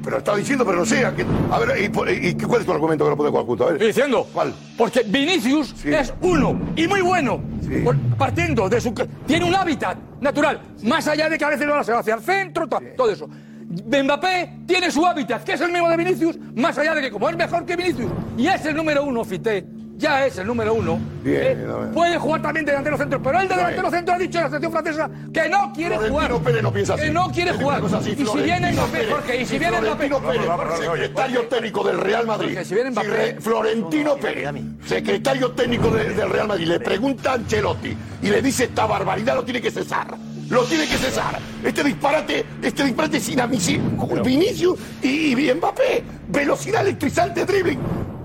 S8: Pero está diciendo, pero no sé. A, qué- a ver, y, por- y- y cuál es tu argumento que no puede jugar juntos? A ver.
S2: Estoy diciendo.
S8: ¿Cuál?
S2: Porque Vinicius es uno y muy bueno. Por- partiendo de su. Tiene un hábitat natural. Más allá de que a veces no se va hacia el centro, ta- todo eso. Mbappé tiene su hábitat, que es el mismo de Vinicius, más allá de que como es mejor que Vinicius y es el número uno, Fité, ya es el número uno.
S8: Bien,
S2: eh,
S8: a ver.
S2: puede jugar también delantero centro, pero el de delantero centro ha dicho en la selección francesa que no quiere
S8: Florentino
S2: jugar.
S8: Pérez no piensa así.
S2: que no quiere
S8: Te digo
S2: jugar.
S8: una cosa así,
S2: y si
S8: Florentino
S2: viene Mbappé,
S8: Pérez,
S2: Jorge, y si
S8: sí,
S2: viene Mbappé.
S8: Florentino Pérez,
S2: Vamos, vamos, vamos,
S8: secretario técnico del Real Madrid.
S2: Jorge, si viene Mbappé-
S8: re- Florentino Pérez, secretario técnico de- del Real Madrid, le pregunta a Ancelotti y le dice esta barbaridad, lo tiene que cesar. Lo tiene que cesar. Este disparate, este disparate sin amicidio. Vinicius y, y Mbappé. Velocidad electrizante, dribbling.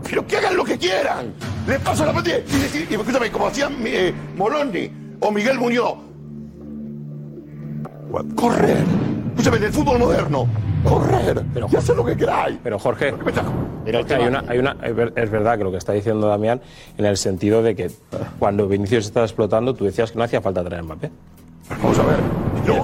S8: Pero que hagan lo que quieran. Le paso la pelota y, decir- y escúchame, como hacían eh, Moroni o Miguel Muñoz, Correr. Escúchame, en el fútbol moderno. Correr. y hacer lo que queráis.
S12: Pero Jorge, Jorge, hay una, hay una- es ver- es verdad que lo que está diciendo Damián, en el sentido de que cuando Vinicius estaba explotando, tú decías que no hacía falta traer Mbappé.
S8: Vamos a ver. Pero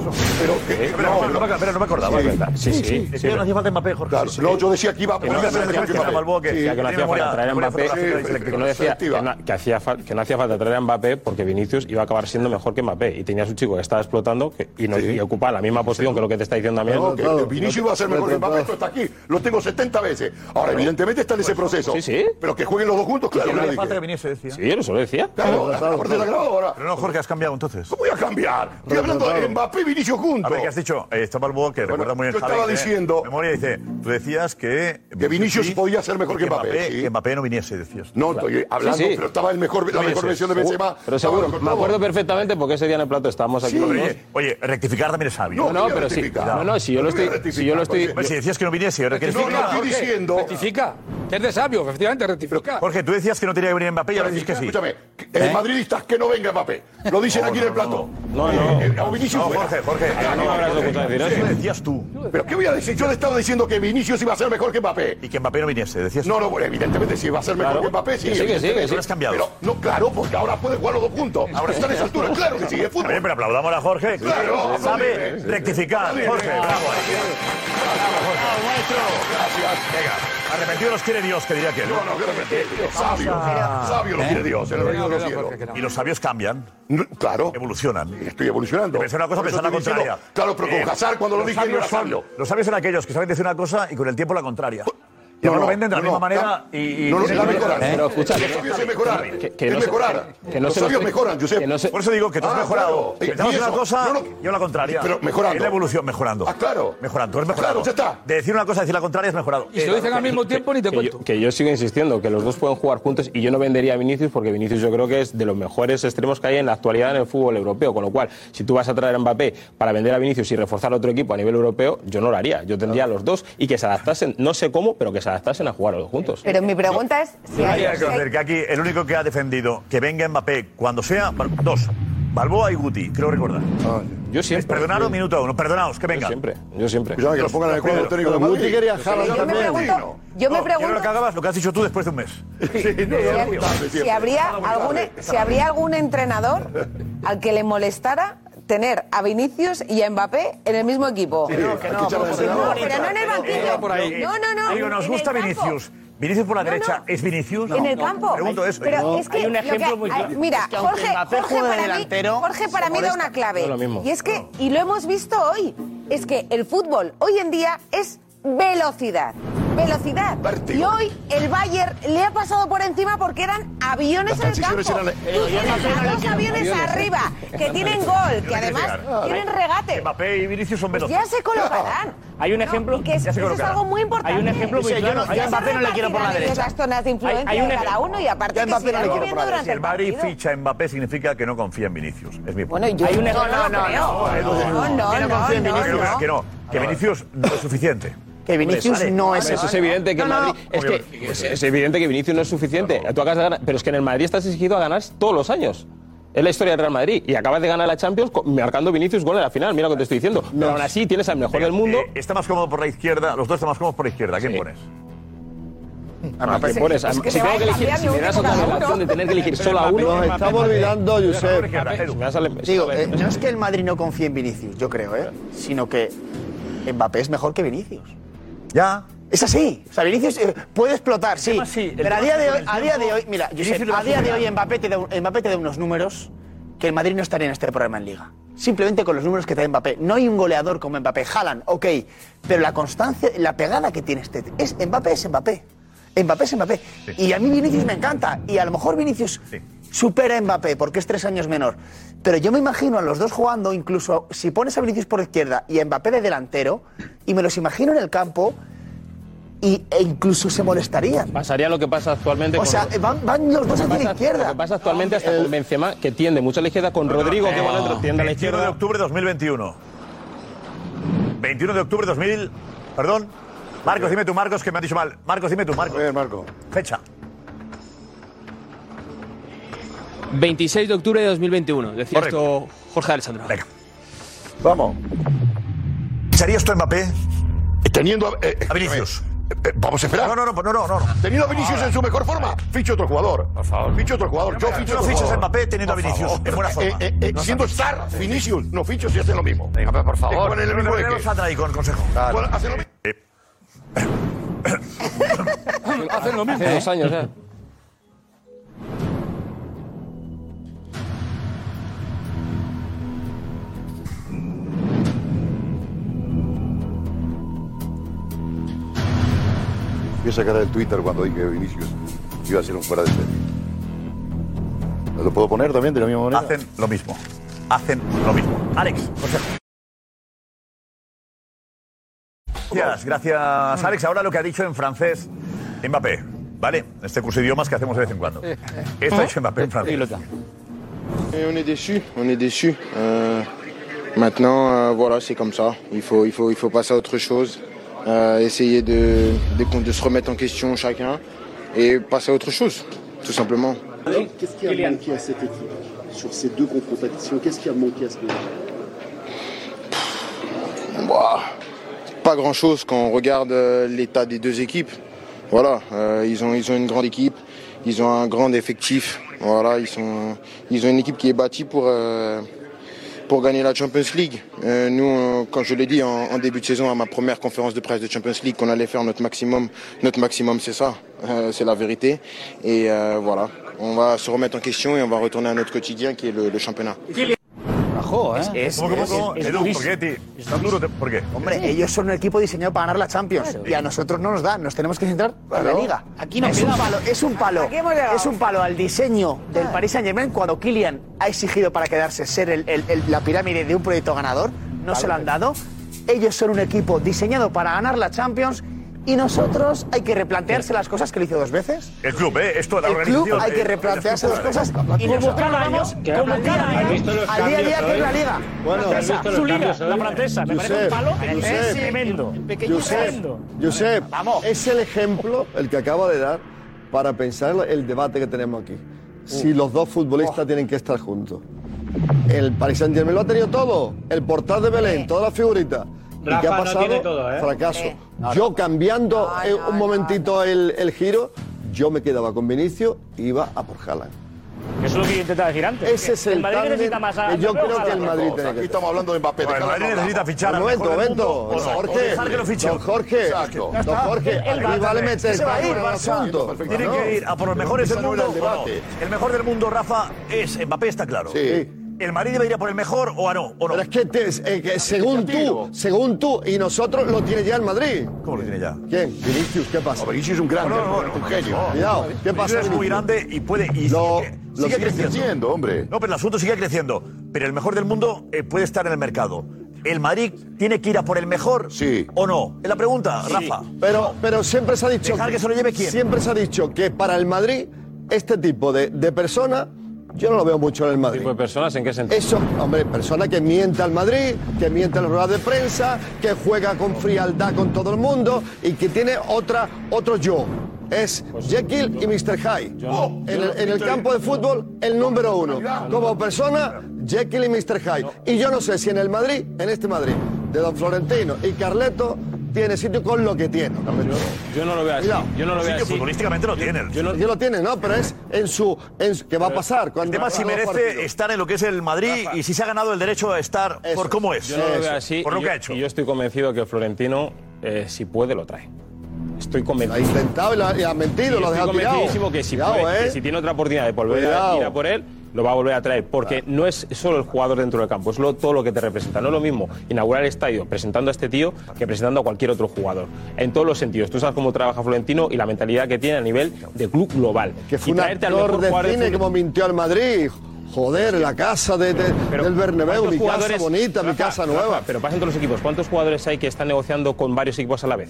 S8: que.
S3: No, no, me- pero no me acordaba.
S12: Sí, sí, sí, sí.
S3: Decía que no hacía falta Mbappé, Jorge.
S8: Claro,
S3: Sí, sí.
S8: no, yo decía que iba a
S3: Que no
S8: poner-
S3: hacía falta
S8: que
S3: traer a
S8: Mbappé.
S3: Balboa, que-
S8: Sí,
S12: decía que no
S3: tiene
S12: hacía falta
S3: memoria-
S12: traer a
S3: memoria
S12: Mbappé,
S3: fotográfica.
S12: que no decía que no- que hacía fal- que no hacía falta traer a Mbappé porque Vinicius iba a acabar siendo mejor que Mbappé y tenías un chico que estaba explotando que- y, no, y ocupaba la misma posición que lo que te está diciendo Damián.
S8: No, que, que Vinicius iba a ser mejor que Mbappé, esto está aquí. Lo tengo 70 veces. Ahora, evidentemente está en ese
S3: Pues,
S8: proceso.
S12: Sí, sí.
S8: Pero que jueguen los dos juntos, claro.
S3: Que no
S8: lo
S3: hacía
S8: dije.
S3: falta que viniese, decía.
S12: Sí, yo eso lo decía.
S8: Claro, aparte está grabado ahora.
S3: Pero no, Jorge, has cambiado entonces.
S8: ¿Cómo voy a cambiar. Estoy hablando de Mbappé y Vinicius
S3: A
S8: juntos.
S3: ver, ¿qué has dicho? Eh, está Balboa, que recuerda muy bien
S8: yo
S3: Javi,
S8: estaba
S3: que tiene
S8: diciendo-
S3: Memoria dice, tú decías que.
S8: Que Vinicius podía ser mejor
S3: y
S8: que Mbappé, sí.
S3: Que Mbappé no viniese, decías.
S8: No, estoy hablando, pero estaba el mejor- la
S3: No
S8: mejor
S3: viniese.
S8: versión de Benzema.
S12: Pero seguro,
S8: Estaba
S12: me
S8: mejor
S12: acuerdo perfectamente porque ese día en el plato estábamos aquí.
S3: Sí.
S12: los dos.
S3: Oye, oye, rectificar también es sabio.
S12: No, no, pero sí. No, no, si yo lo estoy. Si yo lo estoy.
S3: Hombre, si decías que no viniese, ahora que
S2: Rectifica,
S3: Jorge.
S2: Jorge, Rectifica. Que es de sabio, efectivamente, rectifica.
S3: Jorge, tú decías que no tenía que venir Mbappé y ahora dices que sí.
S8: Escúchame, eh, madridistas que no venga Mbappé. Lo dicen
S3: No,
S8: aquí en el
S3: no,
S8: plato.
S3: no. No,
S8: Eh,
S3: no.
S8: eh, o Vinicius
S3: No,
S8: fuera.
S3: Jorge, Jorge,
S8: Ah,
S3: no, no habrás
S8: Jorge,
S3: ocultado decir
S8: sí.
S3: eso. Eso decías tú.
S8: Pero ¿qué voy a decir? Yo le estaba diciendo que Vinicius iba a ser mejor que Mbappé.
S3: Y que Mbappé no viniese, decías.
S8: No, no, bueno, evidentemente si va a ser mejor
S3: Claro.
S8: que Mbappé, sí.
S3: Que sí, que sí,
S8: evidentemente.
S3: que sí. Lo has cambiado.
S8: Pero, no, claro, porque ahora pueden jugar los dos juntos. Ahora están a esa altura, claro que sí, es
S3: Oye,
S8: fútbol.
S3: pero aplaudamos a Jorge. que
S8: Claro,
S3: Sabe
S8: aplaudirle.
S3: rectificar.
S8: Aplaudirle.
S3: Jorge, bravo.
S8: maestro. Gracias.
S3: Venga, arrepentido los quiere Dios, que diría que
S8: No, no, que arrepentido. Sabio,
S3: Vamos a-
S8: sabio lo quiere
S3: ¿Eh?
S8: Dios, en el reino de los cielos.
S3: Y los sabios cambian.
S8: Claro.
S3: Evolucionan.
S8: Estoy evolucionando.
S3: Pensar una cosa,
S8: Por eso
S3: pensar la
S8: estoy
S3: contraria.
S8: diciendo- Claro, pero con
S3: Eh,
S8: Hazard cuando lo
S3: los
S8: dije no era
S3: sabios son-
S8: sabio. Pues,
S3: Los sabios son aquellos que saben decir una cosa y con el tiempo la contraria. Y
S8: No,
S3: ahora lo
S8: no,
S3: venden de la
S8: no,
S3: misma
S8: no,
S3: manera
S8: tam-
S3: y... y-
S8: no, no,
S3: y-
S8: es mejorar.
S3: ¿eh?
S8: Pero escucha, Los sabios es mejorar. Es
S3: se-
S8: mejorar. Los
S3: se
S8: sabios
S3: los-
S8: mejoran, Josep.
S3: Por eso digo que tú has
S8: Ah,
S3: mejorado.
S8: claro.
S3: Pensabas
S8: Y
S3: una
S8: eso,
S3: cosa
S8: no, no.
S3: y yo la contraria.
S8: Pero mejorando.
S3: Es la evolución, mejorando.
S8: Ah, claro.
S3: Mejorando, tú has
S8: Ah, claro,
S3: mejorado.
S8: ya está.
S3: De decir una cosa a decir la contraria es mejorado. Eh,
S2: Y si lo dicen al mismo tiempo, ni te
S12: Que
S2: cuento.
S12: yo, que yo sigo insistiendo que los dos pueden jugar juntos y yo no vendería a Vinicius porque Vinicius yo creo que es de los mejores extremos que hay en la actualidad en el fútbol europeo. Con lo cual, si tú vas a traer a Mbappé para vender a Vinicius y reforzar otro equipo a nivel europeo, yo no lo haría. Yo tendría a los dos y que se adaptasen, no sé cómo, pero que se adaptasen a jugar los dos juntos.
S11: Pero mi pregunta es si
S3: Hay
S11: hay,
S3: que reconocer que aquí el único que ha defendido que venga Mbappé cuando sea. Bal- Dos. Balboa y Guti, creo recordar.
S12: Yo siempre.
S3: Perdonaros, minuto uno. Perdonaos, que venga. Yo
S12: siempre, yo siempre.
S8: Escuchame, que lo pongan en el cuadro técnico de Madrid.
S11: yo me pregunto, yo me
S3: Quiero lo
S11: pregunto
S3: que hagabas, lo que has dicho tú después de un mes.
S11: si habría algún si habría algún entrenador al que le molestara tener a Vinicius y a Mbappé en el mismo equipo. pero no en el banquillo. No, no, no.
S3: Digo, nos
S11: en
S3: gusta
S11: el campo.
S3: Vinicius. Vinicius por la
S11: No,
S3: derecha.
S11: no.
S3: ¿Es Vinicius?
S11: en el
S3: No,
S11: campo.
S3: Pregunto eso.
S11: Pero
S3: No.
S11: es que lo que- ay, Mira,
S19: Es que aunque
S11: Jorge,
S19: Mbappé
S11: Jorge
S19: juegue de
S11: para mí,
S19: delantero,
S11: Jorge
S19: se
S11: para mí da
S19: molesta.
S11: una clave.
S19: No, lo mismo.
S11: Y es que, y lo hemos visto hoy, es que el fútbol hoy en día es velocidad. Velocidad. Y hoy el Bayern le ha pasado por encima porque eran
S8: Las
S11: aviones en el campo.
S8: transiciones eran- eh,
S11: Tú tienes a dos aviones arriba que tienen gol, que además tienen regate.
S3: Mbappé y Vinicius son
S11: Pues
S3: veloz.
S11: ya se colocarán.
S13: Hay un ejemplo.
S11: Que es- eso es algo muy importante.
S13: Hay un ejemplo muy
S11: Sí, yo
S13: claro.
S11: no-
S13: Hay
S11: yo a
S13: un-
S11: Mbappé no le quiero por la derecha. Las zonas de influencia
S13: Hay- hay un
S11: de cada
S13: ejemplo.
S11: uno y aparte
S13: Ya
S11: que
S13: Mbappé
S11: se
S13: no le
S11: irán
S13: quiero
S11: viendo
S13: por la derecha.
S11: durante
S3: Si el
S11: el
S3: Madrid
S11: partido.
S3: ficha a Mbappé significa que no confía en Vinicius. Es mi punto.
S11: Bueno, yo
S3: Hay
S11: no,
S3: un
S11: no,
S3: ejemplo-
S11: no, no, no, no, no, no,
S3: Que confía en
S11: no,
S3: Vinicius.
S11: no.
S3: Que no, que Vinicius no es suficiente.
S19: Que Vinicius
S12: Hombre,
S19: no
S12: vale.
S19: es
S12: Eso es evidente que el Madrid. Es, que- es- es evidente que Vinicius no es suficiente. Tú acabas de ganar- pero es que en el Madrid estás exigido a ganar todos los años. Es la historia del Real Madrid. Y acabas de ganar la Champions co- marcando Vinicius gol en la final. Mira lo que te estoy diciendo. Pero aún así tienes al mejor del mundo.
S3: Eh, está más cómodo por la izquierda, los dos están más cómodos por la izquierda. ¿Quién pones?
S11: Ah, pues
S12: ¿A quién pones?
S3: Es que
S12: Si
S3: se va
S12: tengo que
S3: a
S12: elegir,
S3: cambiar
S12: si me
S3: de
S12: das
S3: uno
S12: otra
S3: cada
S12: vez la opción
S3: uno.
S12: de tener que elegir solo a
S19: Mbappé,
S12: uno.
S19: Nos estamos olvidando, Josep.
S12: Si me das al-
S19: Digo, eh, no es que el Madrid no confíe en Vinicius, yo creo, ¿eh? Sino que Mbappé es mejor que Vinicius.
S3: Ya.
S19: Es así. O sea, Vinicius eh, puede explotar, sí.
S3: tema sí, el
S19: Pero a
S3: tema
S19: día
S3: es que
S19: de
S3: con
S19: hoy,
S3: el
S19: a día
S3: tiempo,
S19: de hoy, mira, Josep,
S3: Vinicius lo va
S19: a día de hoy
S3: superando.
S19: Mbappé te, da, un- Mbappé te da unos números que el Madrid no estaría en este programa en Liga. Simplemente con los números que te da Mbappé. No hay un goleador como Mbappé. Jalan, ok. Pero la constancia, la pegada que tiene este. Es, Mbappé es Mbappé. Mbappé es Mbappé. Y a mí Vinicius me encanta. Y a lo mejor Vinicius supera a Mbappé porque es tres años menor. Pero yo me imagino a los dos jugando, incluso si pones a Vinicius por izquierda y a Mbappé de delantero, y me los imagino en el campo y, e incluso se molestarían.
S12: Pasaría lo que pasa actualmente.
S19: O
S12: con-
S19: sea, eh, van, van los dos hacia la
S12: Lo
S19: izquierda.
S12: que pasa actualmente hasta con Benzema, que tiende mucho a la izquierda, con Rodrigo, que va al otro, tiende a eh, la
S3: 21 de
S12: izquierda.
S3: octubre de 2021. 21 de octubre de 2000. Perdón. Marcos, dime tú, Marcos, que me ha dicho mal. Marcos, dime tú, Marcos.
S8: Marco.
S3: Fecha.
S22: 26 de octubre de 2021. Decía esto Jorge Alessandro.
S8: Vamos.
S3: ¿Sería esto Mbappé?
S8: Teniendo a, eh,
S3: A Vinicius.
S8: eh, vamos a esperar.
S3: No, no, no, no, no, no.
S8: Teniendo a Vinicius en su mejor forma, ficho otro jugador. Por favor. Ficho otro jugador. Yo
S3: Tú
S8: ficho
S3: no
S8: otro
S3: fichas
S8: jugador.
S3: a Mbappé teniendo
S8: Por
S3: a Vinicius,
S8: favor.
S3: en buena forma.
S8: Eh, eh, eh,
S3: No
S8: siendo
S3: está bien.
S8: star, Vinicius, no ficho si hacen lo mismo. por
S3: favor.
S8: Ponen el mismo
S3: Pero
S8: eje.
S3: no saldrá ahí con consejo.
S8: Bueno, hacen lo mismo.
S3: Ah,
S2: Hacen lo mismo.
S12: Hace dos años, ¿eh?
S8: Voy a sacar del Twitter cuando dije Vinicius iba a ser un fuera de serie. ¿Lo puedo poner también de la misma manera?
S3: Hacen lo mismo. hacen lo mismo. Alex, consejo. Gracias, gracias, Alex. Ahora lo que ha dicho en francés Mbappé, ¿vale? Este curso de idiomas que hacemos de vez en
S5: Eh,
S3: cuando. Esto ha dicho Mbappé en francés.
S5: Et on est déçu, on est déçu. Euh, maintenant, euh, voilà, c'est comme ça. Il faut, il faut, il faut passer à autre chose. Euh, essayer de, de, de se remettre en question chacun et passer à autre chose, tout simplement.
S4: Qu'est-ce qui a manqué à cette équipe sur ces deux confrontations Qu'est-ce qui a manqué à ce moment-là
S5: Bah, pas grand chose quand on regarde euh, l'état des deux équipes. Voilà, euh, ils, ont, ils ont une grande équipe, ils ont un grand effectif. Voilà, ils, sont, ils ont une équipe qui est bâtie pour, euh, pour gagner la Champions League. Euh, nous, on- quand je l'ai dit en, en début de saison à ma première conférence de presse de Champions League, qu'on allait faire notre maximum, notre maximum c'est ça, Euh, c'est la vérité. Et euh, voilà, on va se remettre en question et on va retourner à notre quotidien qui est le- le championnat.
S14: Bajó, ¿eh?
S5: Es-
S3: Poco a poco,
S5: es- es
S3: Edu,
S5: durísimo.
S3: ¿por qué, tío? Tan duro, te- ¿por qué?
S19: Hombre, ellos son un equipo diseñado para ganar la Champions. Y a nosotros no nos dan, nos tenemos que centrar en la
S21: Claro.
S19: Liga.
S21: Aquí nos
S19: es un
S21: queda-
S19: palo, es un palo. Es un palo al diseño del Paris Saint-Germain cuando Kylian ha exigido para quedarse ser el- el- el- la pirámide de un proyecto ganador. No se lo han dado. Ellos son un equipo diseñado para ganar la Champions y nosotros hay que replantearse las cosas que lo hizo dos veces.
S3: El club, ¿eh? Esto, la
S19: El club
S3: organización.
S19: hay que
S3: eh,
S19: replantearse
S3: la
S19: las
S3: estructura,
S19: cosas
S3: eh.
S19: y como cada año, como cada año, al día a día que es la liga. Francesa,
S13: su liga, la francesa, me parece un palo tremendo.
S15: Josep, Josep, es el ejemplo el que acaba de dar para pensar el debate que tenemos aquí.
S13: Uh.
S15: Si los dos futbolistas tienen que estar juntos. El Paris Saint Germain lo ha tenido todo. El portal de Belén, todas las figuritas. ¿Y
S20: Rafa
S15: qué ha
S20: no
S15: pasado?
S20: tiene todo, ¿eh?
S15: Fracaso.
S20: Sí. No,
S15: Yo cambiando eh, un momentito el, el giro, yo me quedaba con Vinicio y iba a por Haaland.
S13: Es lo que yo intentaba decir antes.
S15: Ese es el
S13: Madrid necesita
S15: tándem
S13: más
S15: que
S13: a
S15: yo creo que el
S13: Haaland.
S15: Madrid tiene que
S8: Aquí estamos hablando de Mbappé. de
S3: Bueno, el
S8: Haaland
S3: Madrid
S8: no
S3: necesita
S8: hablamos.
S3: fichar al
S15: momento,
S3: mejor del
S15: momento.
S3: mundo, o
S15: Don
S3: no, o
S15: Jorge,
S3: dejar que lo fiche.
S15: don Jorge,
S3: Exacto.
S15: don Jorge,
S3: Él va
S15: aquí
S3: a
S15: vale
S3: tener-
S15: meter
S3: se va a ir,
S15: el
S3: Barça.
S15: asunto.
S3: Tienen
S15: Claro.
S3: que ir a por los mejores
S15: Ese
S3: del
S15: no era
S3: mundo.
S15: el
S3: o no.
S15: debate.
S3: El mejor del mundo, Rafa, es Mbappé, está claro.
S15: Sí.
S3: El Madrid debe ir a por el mejor o a no. O no.
S15: Pero es que, te- eh, que según tú, según tú, y nosotros lo tiene ya el Madrid.
S3: ¿Cómo lo tiene ya?
S15: ¿Quién? Vinicius, ¿qué pasa?
S8: Vinicius es un grande,
S3: No, no, no,
S8: un
S3: no,
S8: genio.
S3: no.
S15: Cuidado, ¿qué
S3: Vinicius
S15: pasa?
S3: Es muy
S15: Vinicius?
S3: grande y puede. Y sigue,
S15: lo sigue creciendo,
S8: hombre.
S3: No, pero el asunto sigue creciendo. Pero el mejor del mundo eh, puede estar en el mercado. ¿El Madrid tiene que ir a por el mejor o no? Es la pregunta, Rafa.
S15: Pero, pero siempre se ha dicho.
S3: Dejar que se lo lleve quién.
S15: Siempre se ha dicho que para el Madrid, este tipo de, de persona, yo no lo veo mucho en el Madrid.
S12: Tipo de personas en qué sentido.
S15: Eso, hombre, persona que miente al Madrid, que miente a las ruedas de prensa, que juega con frialdad con todo el mundo y que tiene otra, otro yo. Es Jekyll y Mr. Hyde. Oh, en, el, en el campo de fútbol, el número uno. Como persona, Jekyll y Mr. Hyde. Y yo no sé si en el Madrid, en este Madrid, de Don Florentino y Carleto, tiene sitio con lo que tiene.
S12: Yo no lo veo así.
S15: Cuidado.
S12: Yo no lo veo
S15: Sitio
S12: así.
S3: futbolísticamente lo tiene.
S15: Yo lo tiene, ¿no? Pero es en su... En su ¿Qué va a pasar?
S3: El
S15: cuando
S3: tema es si
S15: haga los
S3: merece
S15: partidos?
S3: estar en lo que es el Madrid y si se ha ganado el derecho a estar por cómo es.
S12: Yo no lo veo así.
S3: Por lo
S12: y
S3: que
S12: yo-
S3: ha hecho.
S12: Y yo estoy convencido que Florentino, eh, si puede, lo trae. Estoy convencido.
S15: Ha intentado y lo ha- y ha mentido,
S12: Y
S15: lo ha
S12: estoy
S15: dejado tirado.
S12: convencidísimo que si,
S15: Cuidado,
S12: puede-
S15: ¿eh?
S12: que si tiene otra oportunidad de volver
S15: Cuidado.
S12: a ir a por él, lo va a volver a traer. Porque no es solo el jugador dentro del campo, es lo- todo lo que te representa. No es lo mismo inaugurar el estadio presentando a este tío que presentando a cualquier otro jugador. En todos los sentidos. Tú sabes cómo trabaja Florentino y la mentalidad que tiene a nivel de club global.
S15: Que fue
S12: Y
S15: un
S12: traerte al
S15: actor
S12: mejor
S15: de
S12: jugador del
S15: cine
S12: fútbol-
S15: como mintió al Madrid. Joder, la casa de, de- del Bernabéu, mi casa bonita, mi casa nueva.
S12: pero pasan todos los equipos. ¿Cuántos jugadores hay que están negociando con varios equipos a la vez?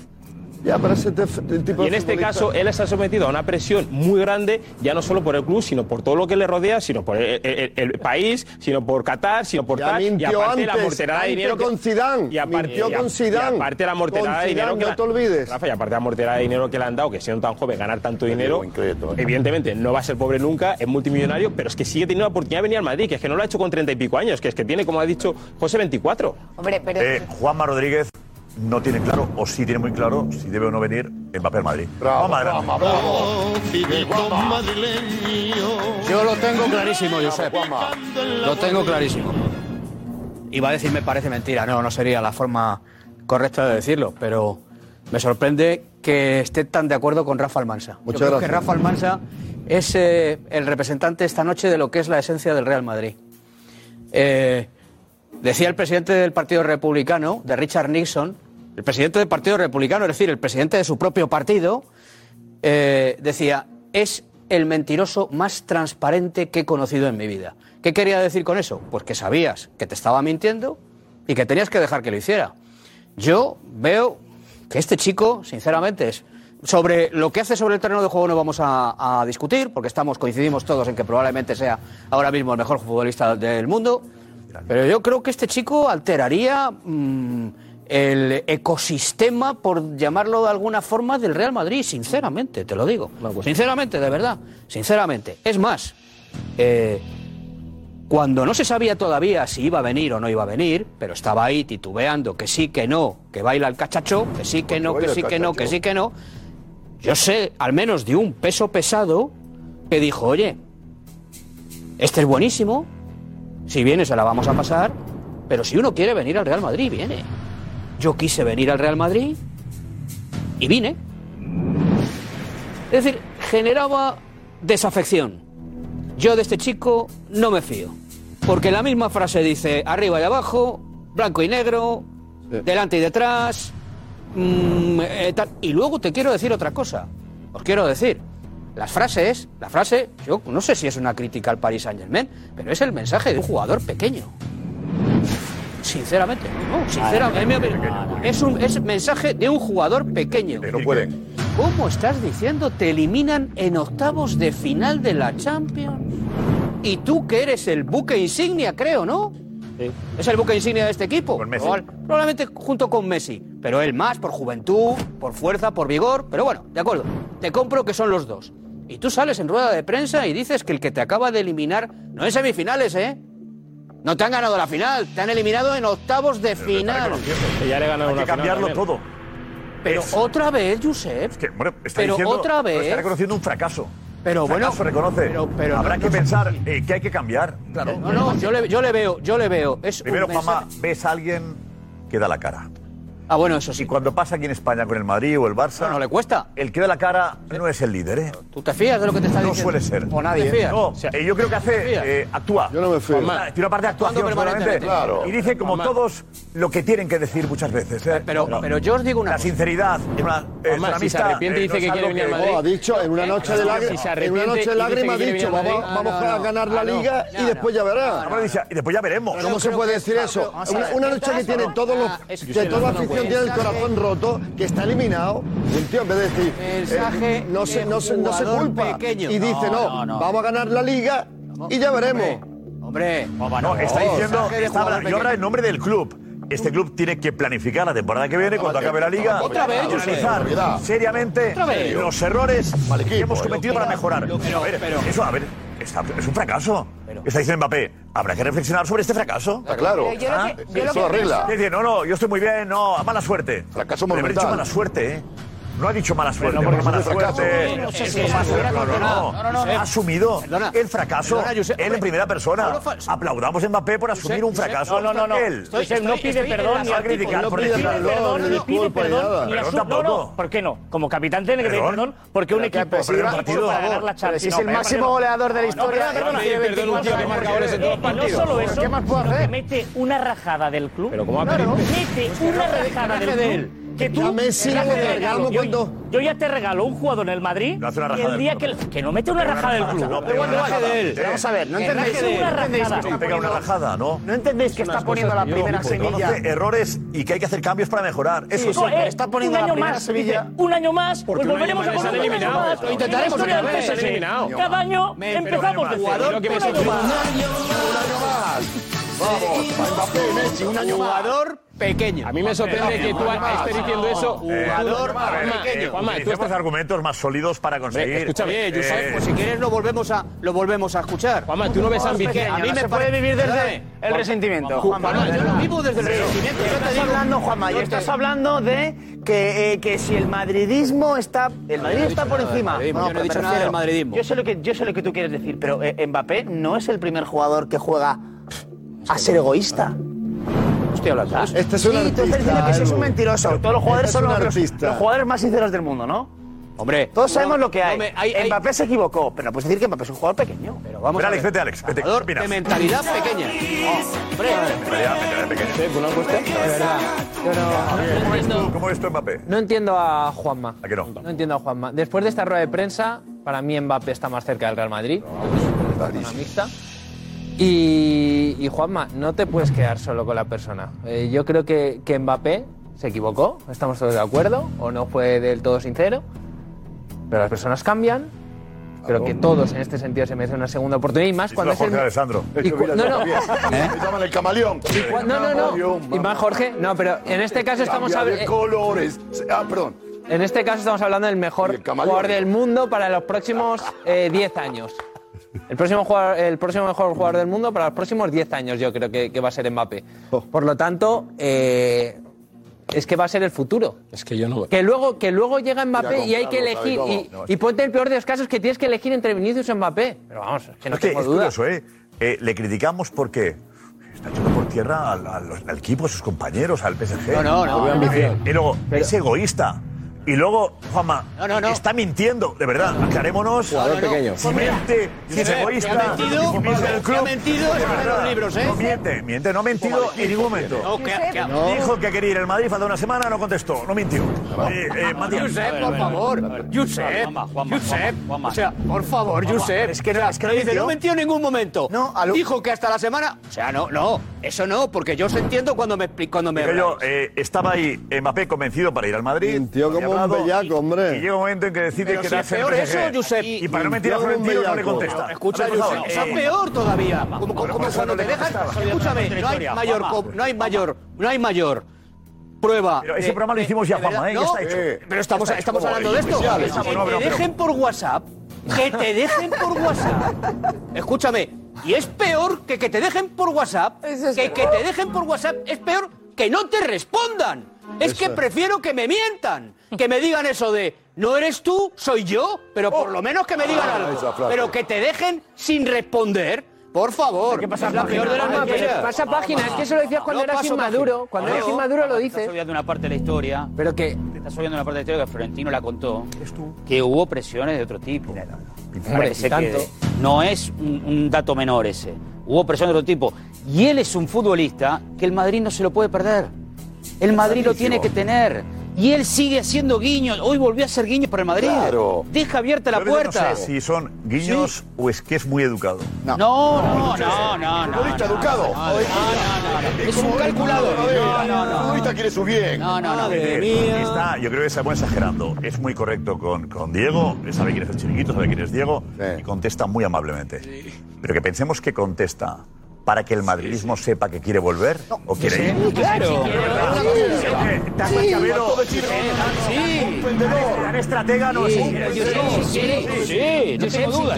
S15: Ya, pero ese tef- el tipo
S12: Y
S15: de
S12: en este
S15: futbolista-
S12: caso, él está sometido a una presión muy grande, ya no solo por el club, sino por todo lo que le rodea, sino por el, el- el país, sino por Qatar, sino por
S15: Ya
S12: tal.
S15: mintió
S12: la
S15: antes,
S12: morterada de
S15: antes
S12: dinero. que-
S15: con Zidane,
S12: y aparte,
S15: mintió
S12: y a-
S15: con Zidane,
S12: y aparte la
S15: con
S12: morterada de
S15: Zidane,
S12: dinero. que
S15: no
S12: la-
S15: te olvides.
S12: Rafa, y aparte la morterada de dinero que le han dado, que siendo tan joven, ganar tanto dinero. Evidentemente, no va a ser pobre nunca, es multimillonario, pero es que sigue teniendo la oportunidad de venir al Madrid, que es que no lo ha hecho con treinta y pico años, que es que tiene, como ha dicho José, 24.
S11: Hombre, pero
S3: Eh, Juanma Rodríguez no tiene claro, o sí tiene muy claro, si debe o no venir el papel Madrid. Juanma, adelante.
S14: Yo lo tengo clarísimo, Josep. Lo tengo clarísimo. Iba a decir, me parece mentira. No, no sería la forma correcta de decirlo, pero me sorprende que esté tan de acuerdo con Rafa Almansa.
S15: Muchas
S14: Yo creo que
S15: gracias.
S14: Rafa Almansa es eh, el representante esta noche de lo que es la esencia del Real Madrid. Eh, decía el presidente del Partido Republicano, de Richard Nixon, el presidente del Partido Republicano, es decir, el presidente de su propio partido, eh, decía, es el mentiroso más transparente que he conocido en mi vida. ¿Qué quería decir con eso? Pues que sabías que te estaba mintiendo y que tenías que dejar que lo hiciera. Yo veo que este chico, sinceramente, es sobre lo que hace sobre el terreno de juego no vamos a, a discutir, porque estamos coincidimos todos en que probablemente sea ahora mismo el mejor futbolista del mundo. Pero yo creo que este chico alteraría mm, el ecosistema, por llamarlo de alguna forma, del Real Madrid, sinceramente, te lo digo. Sinceramente, de verdad, sinceramente. Es más, eh, cuando no se sabía todavía si iba a venir o no iba a venir, pero estaba ahí titubeando que sí, que no, que baila el cachacho, que sí, que no, que
S22: baila el
S14: sí, que no, que
S22: cachacho.
S14: sí, que no, yo sé al menos de un peso pesado que dijo, oye, este es buenísimo, si viene se la vamos a pasar, pero si uno quiere venir al Real Madrid, viene. Yo quise venir al Real Madrid y vine. Es decir, generaba desafección. Yo de este chico no me fío. Porque la misma frase dice arriba y abajo, blanco y negro, delante y detrás. mm, eh, tal. Y luego te quiero decir otra cosa. Os quiero decir, las frases, la frase, yo no sé si es una crítica al Paris Saint Germain, pero es el mensaje de un jugador pequeño. Sinceramente, no, sinceramente, en mi opinión, es un es mensaje de un jugador pequeño. Pero pueden. ¿Cómo estás diciendo te eliminan en octavos de final de la Champions? Y tú que eres el buque insignia, creo, ¿no? Es el buque insignia de este equipo. Probable- Probablemente junto con Messi. Pero él más por juventud, por fuerza, por vigor. Pero bueno, de acuerdo. Te compro que son los dos. Y tú sales en rueda de prensa y dices que el que te acaba de eliminar no en semifinales, ¿eh? No te han ganado la final, te han eliminado en octavos de final.
S3: ya le
S14: ganaron
S3: Hay
S14: una
S3: que
S14: final
S3: cambiarlo
S14: también.
S3: todo.
S14: Pero otra vez, Josep.
S3: Está
S14: pero
S3: diciendo-
S14: otra
S3: pero
S14: vez.
S3: Está reconociendo un fracaso.
S14: Pero
S3: Un fracaso
S14: bueno,
S3: reconoce.
S14: pero- pero
S3: Habrá
S14: no,
S3: que
S14: no,
S3: pensar eh, que hay que cambiar. Claro.
S14: No, no, yo le, yo le veo, yo le veo. Es un
S3: Primero,
S14: mensaje-
S3: Juanma, ves a alguien que da la cara.
S14: Ah, bueno, eso sí.
S3: Y cuando pasa aquí en España con el Madrid o el Barça. No,
S14: le cuesta.
S3: El que da la cara no es el líder, ¿eh?
S14: ¿Tú te fías de lo que te está
S3: no
S14: diciendo?
S3: suele ser.
S14: O nadie, ¿Te fías?
S3: No,
S14: O sea,
S3: eh, yo creo que
S14: ¿te fías?
S3: hace. eh, actúa. Yo no me
S14: fío.
S3: Tiene una parte de
S14: Actuando
S3: actuación
S14: permanentemente.
S3: seguramente,
S14: Claro.
S3: Y dice, como
S14: Juanma.
S3: todos, lo que tienen que decir muchas veces. ¿eh?
S14: Pero, pero yo os digo una
S3: La
S14: cosa.
S3: sinceridad. Una, eh,
S14: Juanma,
S3: es una
S14: si se
S3: amistad,
S14: arrepiente
S3: eh,
S14: dice
S3: no es
S14: que quiere
S3: algo
S14: venir al
S3: que-
S14: Madrid. ¿Eh?
S15: Oh, ha dicho, en una noche de
S3: Si
S15: lágrimas,
S3: se
S15: en una
S3: arrepiente
S15: noche de
S3: y dice que
S15: lágrimas ha
S3: quiere
S15: dicho,
S3: venir al
S15: vamos,
S3: Madrid.
S15: vamos
S3: No, no,
S15: a ganar la
S3: no, no.
S15: liga y después ya verás.
S3: Ahora dice, y después ya veremos.
S15: Pero ¿Cómo se puede decir eso? Una, una noche que tiene todos
S3: Ah,
S15: los, que toda la afición tiene el corazón roto, que está eliminado, y el tío en vez de decir, eh,
S14: Mensaje
S15: no, se,
S14: de
S15: no, se, no se
S14: jugador
S15: culpa,
S14: pequeño.
S15: y dice,
S14: No,
S15: no,
S14: no, no.
S15: vamos a ganar la liga y ya veremos.
S14: Hombre,
S3: No, está diciendo,
S15: mensaje de
S3: está
S15: jugador
S3: hablando- yo hablo en nombre del club. Este club tiene que planificar la temporada que viene cuando acabe la liga.
S14: Otra vez, Josep.
S3: analizar seriamente
S14: Otra vez.
S3: los errores que hemos cometido para mejorar.
S14: Pero-
S3: a ver,
S14: pero-
S3: eso, a ver, está- es un fracaso. Está diciendo Mbappé, habrá que reflexionar sobre este fracaso. Está
S8: claro. Pero yo lo
S3: Ah,
S8: que- yo lo Eso que arregla. pienso-
S3: Es decir, no, no, yo estoy muy bien, no, mala suerte. Fracaso monumental. dicho mala suerte, ¿eh? No ha dicho mala suerte,
S8: porque
S3: mala
S8: es un fracaso.
S3: suerte.
S8: No, no, no,
S3: es
S8: sí,
S3: que
S8: sí,
S3: pasa-
S8: sí,
S3: no, no, no,
S8: no, no, no.
S3: Ha asumido
S8: Perdona.
S3: el fracaso.
S8: Perdona, Josep,
S3: él en primera persona.
S8: Pablo Fa-
S3: Aplaudamos a Mbappé por asumir un fracaso.
S13: No, no, no, no.
S3: Él.
S13: Estoy- Josep, no pide perdón ni
S3: a
S13: al
S3: criticar
S13: no
S3: por
S13: pide
S3: decirlo.
S13: perdón, ni pide perdón, ni
S3: Perdón
S13: asu- No,
S3: tampoco.
S13: no, ¿por qué no? Como capitán tiene que pedir
S3: Perdón.
S13: perdón porque un
S3: Pero que ha
S13: equipo
S3: perdido un
S13: para
S3: partido, por
S13: ganar
S3: favor.
S13: la
S3: Pero
S13: Champions.
S3: si es el
S13: No,
S3: máximo
S13: perdón.
S21: goleador de la
S13: No,
S21: historia.
S13: perdona, perdona.
S21: Tiene
S13: Tiene
S21: 24 goles en
S13: 24 goles.
S21: todos los
S13: Eh, y No
S21: partidos.
S13: solo
S21: Pero
S13: eso,
S21: ¿qué más puedo
S13: sino que
S21: hacer?
S13: mete una rajada del club.
S12: Pero ¿cómo va a
S13: Claro.
S12: pedir?
S13: Mete una rajada
S15: raje de él.
S13: del club. Que tú
S15: A Messi
S13: Ya
S15: no
S13: te
S15: le
S13: regalo,
S15: regalo
S13: yo-
S15: cuando-
S13: Yo ya te regalo un jugador en el Madrid
S3: hace una
S13: y
S3: rajada
S13: el
S3: del
S13: día
S3: club.
S13: que que no mete una
S3: Pero
S13: rajada del club.
S3: No, pero una rajada de él.
S21: Vamos a ver, no
S3: Que
S21: entendéis,
S3: raje de él.
S21: no entendéis que está
S3: Pega una
S21: poniendo-
S3: rajada, ¿no?
S21: No entendéis que está poniendo la primera semilla.
S3: Reconoce errores y que hay que hacer cambios para mejorar. Eso
S13: No,
S3: es.
S13: eh, un año más, dice, un año más,
S3: Porque
S13: pues
S3: un año
S13: volveremos
S3: más
S13: a poner
S3: han
S13: un año
S3: eliminado.
S13: más.
S3: Lo intentaremos
S13: La historia
S3: otra
S13: del
S3: vez,
S13: PSG.
S3: han eliminado.
S13: Cada año
S3: Me-
S13: empezamos de
S3: pero
S13: cero.
S3: lo que me
S13: Un año
S3: sorprende-
S13: más.
S8: Vamos, Mbappé, Messi, un año más.
S12: Jugador pequeño. A mí me sorprende que tú estés diciendo
S3: Eh,
S12: eso. Jugador pequeño. Juanma, tú
S3: Tenemos
S12: estás-
S3: argumentos más sólidos para conseguir. eh,
S12: escúchame, Josep, pues
S14: Si quieres lo volvemos a lo volvemos a escuchar.
S12: Juanma, tú no ves ambición.
S14: A mí
S21: No
S14: me
S21: se puede
S14: pare-
S21: vivir desde
S14: Perdóname.
S21: el resentimiento.
S14: Juanma,
S21: Juanma,
S14: yo lo vivo desde el
S21: Sí.
S14: resentimiento.
S21: Y
S14: Yo te
S21: Ah. Estás
S14: digo-
S21: hablando, Juanma, y
S14: yo
S21: estás
S14: te-
S21: hablando de que, eh, que si el madridismo está. El Madrid
S14: he
S21: está
S14: dicho
S21: por
S14: nada del
S21: encima.
S14: madridismo, yo no he
S21: pero
S14: dicho
S21: me
S14: nada del
S21: refiero-
S14: madridismo.
S21: Yo sé, lo que, yo sé lo que tú quieres decir, pero eh, Mbappé no es el primer jugador que juega a ser egoísta.
S14: Estoy hablando.
S21: Este es un sí, tú estás diciendo que ese es un mentiroso. Todos los jugadores
S14: Este es
S21: son
S14: un
S21: los,
S14: artista.
S21: los jugadores más sinceros del mundo, ¿no?
S14: Hombre,
S21: Todos sabemos lo que hay.
S14: no me- hay- hay-
S21: Mbappé se equivocó, pero no puedes decir que Mbappé es un jugador pequeño. Pero
S14: vamos Pero a Alex, ver. vete,
S3: Alex,
S14: vete. Jugador ¿Qué opinas? de mentalidad pequeña. eh.
S3: ¿Una apuesta? ¿Cómo ves tú- ¿Cómo ves tú, Mbappé?
S23: No entiendo a Juanma.
S3: ¿A que no?
S23: No entiendo a Juanma. Después de esta rueda de prensa,
S22: Para mí Mbappé está más cerca del Real Madrid. Una mixta. Y, y, Juanma, no te puedes quedar solo con la persona. Eh, yo creo que, que Mbappé se equivocó, estamos todos de acuerdo, o no fue del todo sincero, pero las personas cambian. Creo que todos en este sentido se merecen una segunda oportunidad y más cuando es el...
S3: Jorge Alessandro.
S22: y cu- no, ¿Eh? no.
S8: Me llaman el camaleón.
S22: Cua- No, no, no.
S8: Camaleón,
S22: Y más Jorge, no, pero en este caso estamos
S8: Cambia
S22: habl-
S8: de
S22: eh,
S8: colores. Ah, perdón.
S22: En este caso estamos hablando del mejor jugador del mundo para los próximos eh, 10 años. El próximo, jugador- el próximo mejor jugador del mundo para los próximos 10 años, yo creo que, que va a ser Mbappé. Por lo tanto, eh, es que va a ser el futuro.
S24: Es que yo no.
S22: Que luego, que luego llega Mbappé
S24: Mira,
S22: y hay que
S24: Gonzalo,
S22: elegir.
S24: ¿sabe
S22: Y,
S3: cómo?
S22: y ponte el peor de los casos que tienes que elegir entre Vinicius y Mbappé. Pero vamos, que no
S3: es que
S22: tengo
S3: es
S22: duda.
S3: curioso, ¿eh? Eh, Le criticamos porque está echando por tierra al, al- al equipo, a sus compañeros, al PSG.
S14: No, no, no,
S3: Eh,
S14: no, no.
S3: Y luego, es egoísta. Y luego, Juanma, está mintiendo, de verdad, aclarémonos.
S14: Jugador pequeño.
S3: Si miente, si es
S14: Josep, te
S3: egoísta.
S14: ha mentido,
S3: si piensa en el
S14: te ha
S3: club,
S14: mentido,
S3: es
S14: está en los
S3: verdad.
S14: libros, ¿eh?
S3: No miente, miente, no ha mentido en ningún momento.
S14: No, que- que-
S3: No. Dijo que quería ir al Madrid, falta una semana, no contestó, no mintió. Eh, eh, Matías.
S14: Josep, por favor. Josep. Josep. O sea, por favor,
S3: Juanma,
S14: Josep.
S3: es que no- es que no
S14: dice,
S3: mintió.
S14: no mentió en ningún momento. Dijo que hasta la semana. O sea, no, no. Eso no, porque yo os entiendo cuando me expli- cuando me.
S3: Digo yo,
S14: habláis.
S3: eh, estaba ahí Mbappé convencido para ir al Madrid.
S14: Mintió
S3: había
S14: como un
S3: hablado,
S14: bellaco,
S3: y-
S14: hombre.
S3: Y llega un momento en que decide
S14: Pero
S3: que
S14: si es peor eso, Josep.
S3: Y, para no mentir a
S14: Mintió como un
S3: Florentino no le
S14: bellaco.
S3: contesta.
S14: Escucha,
S3: Ahora, por
S14: Josep,
S3: favor,
S14: eso es
S3: eh,
S14: peor todavía. Como, como cuando te dejas. Escúchame, no hay mayor, co- no hay mayor, no hay mayor prueba.
S3: Pero ese
S14: de-
S3: programa lo
S14: de-
S3: hicimos ya,
S14: de verdad-
S3: Juanma, ¿eh? Ya
S14: no,
S3: está hecho.
S14: Pero estamos,
S3: Ya está
S14: estamos
S3: hecho.
S14: hablando de esto.
S3: Especial,
S14: que
S3: estamos, no,
S14: te
S3: pero-
S14: dejen por WhatsApp. Que te dejen por WhatsApp. Escúchame. Y es peor que que te dejen por WhatsApp. Que que te dejen por WhatsApp es peor que no te respondan. Es que
S23: Eso.
S14: prefiero que me mientan. Que me digan eso de. No eres tú, soy yo, pero por lo menos que me digan
S23: Ah,
S14: algo.
S23: esa frase.
S14: Pero que te dejen sin responder, por favor. ¿Qué pasa? Es la peor de las
S22: Juanma, pero
S14: mentiras.
S22: Pasa página, es que eso lo decías cuando
S14: No
S22: eras
S14: paso página.
S22: inmaduro. Cuando eras
S9: No,
S22: inmaduro lo
S9: Estás
S22: dices.
S9: olvidando una parte de la historia.
S22: Pero que.
S9: Te estás olvidando una parte de la historia que Florentino la contó. Que hubo presiones de otro tipo. Para
S22: Hombre,
S9: que se
S22: y tanto.
S9: quede. No es un, un dato menor ese. Hubo presiones de otro tipo. Y él es un futbolista que el Madrid no se lo puede perder. El Madrid lo tiene que tener. Y él sigue haciendo guiños. Hoy volvió a hacer guiños para el Madrid.
S3: Claro.
S9: Deja abierta la
S3: Yo no
S9: puerta.
S3: sé si son guiños o es que es muy educado.
S9: No, no, no, no. no, no,
S8: educado.
S9: no, no, no, no. Es un calculador. No, no, no.
S8: Ahorita quiere su bien.
S9: No, no, no.
S3: Eh, Está, yo creo que estamos exagerando. Es muy correcto con, con Diego, sabe quién es el chiringuito, sabe quién es Diego, y contesta muy amablemente. Pero que pensemos que contesta para que el madridismo sepa que quiere volver o quiere ir.
S14: Claro.
S3: Está Maquiavelo,
S14: Sí.
S3: Gran estratega no es.
S22: Josep, si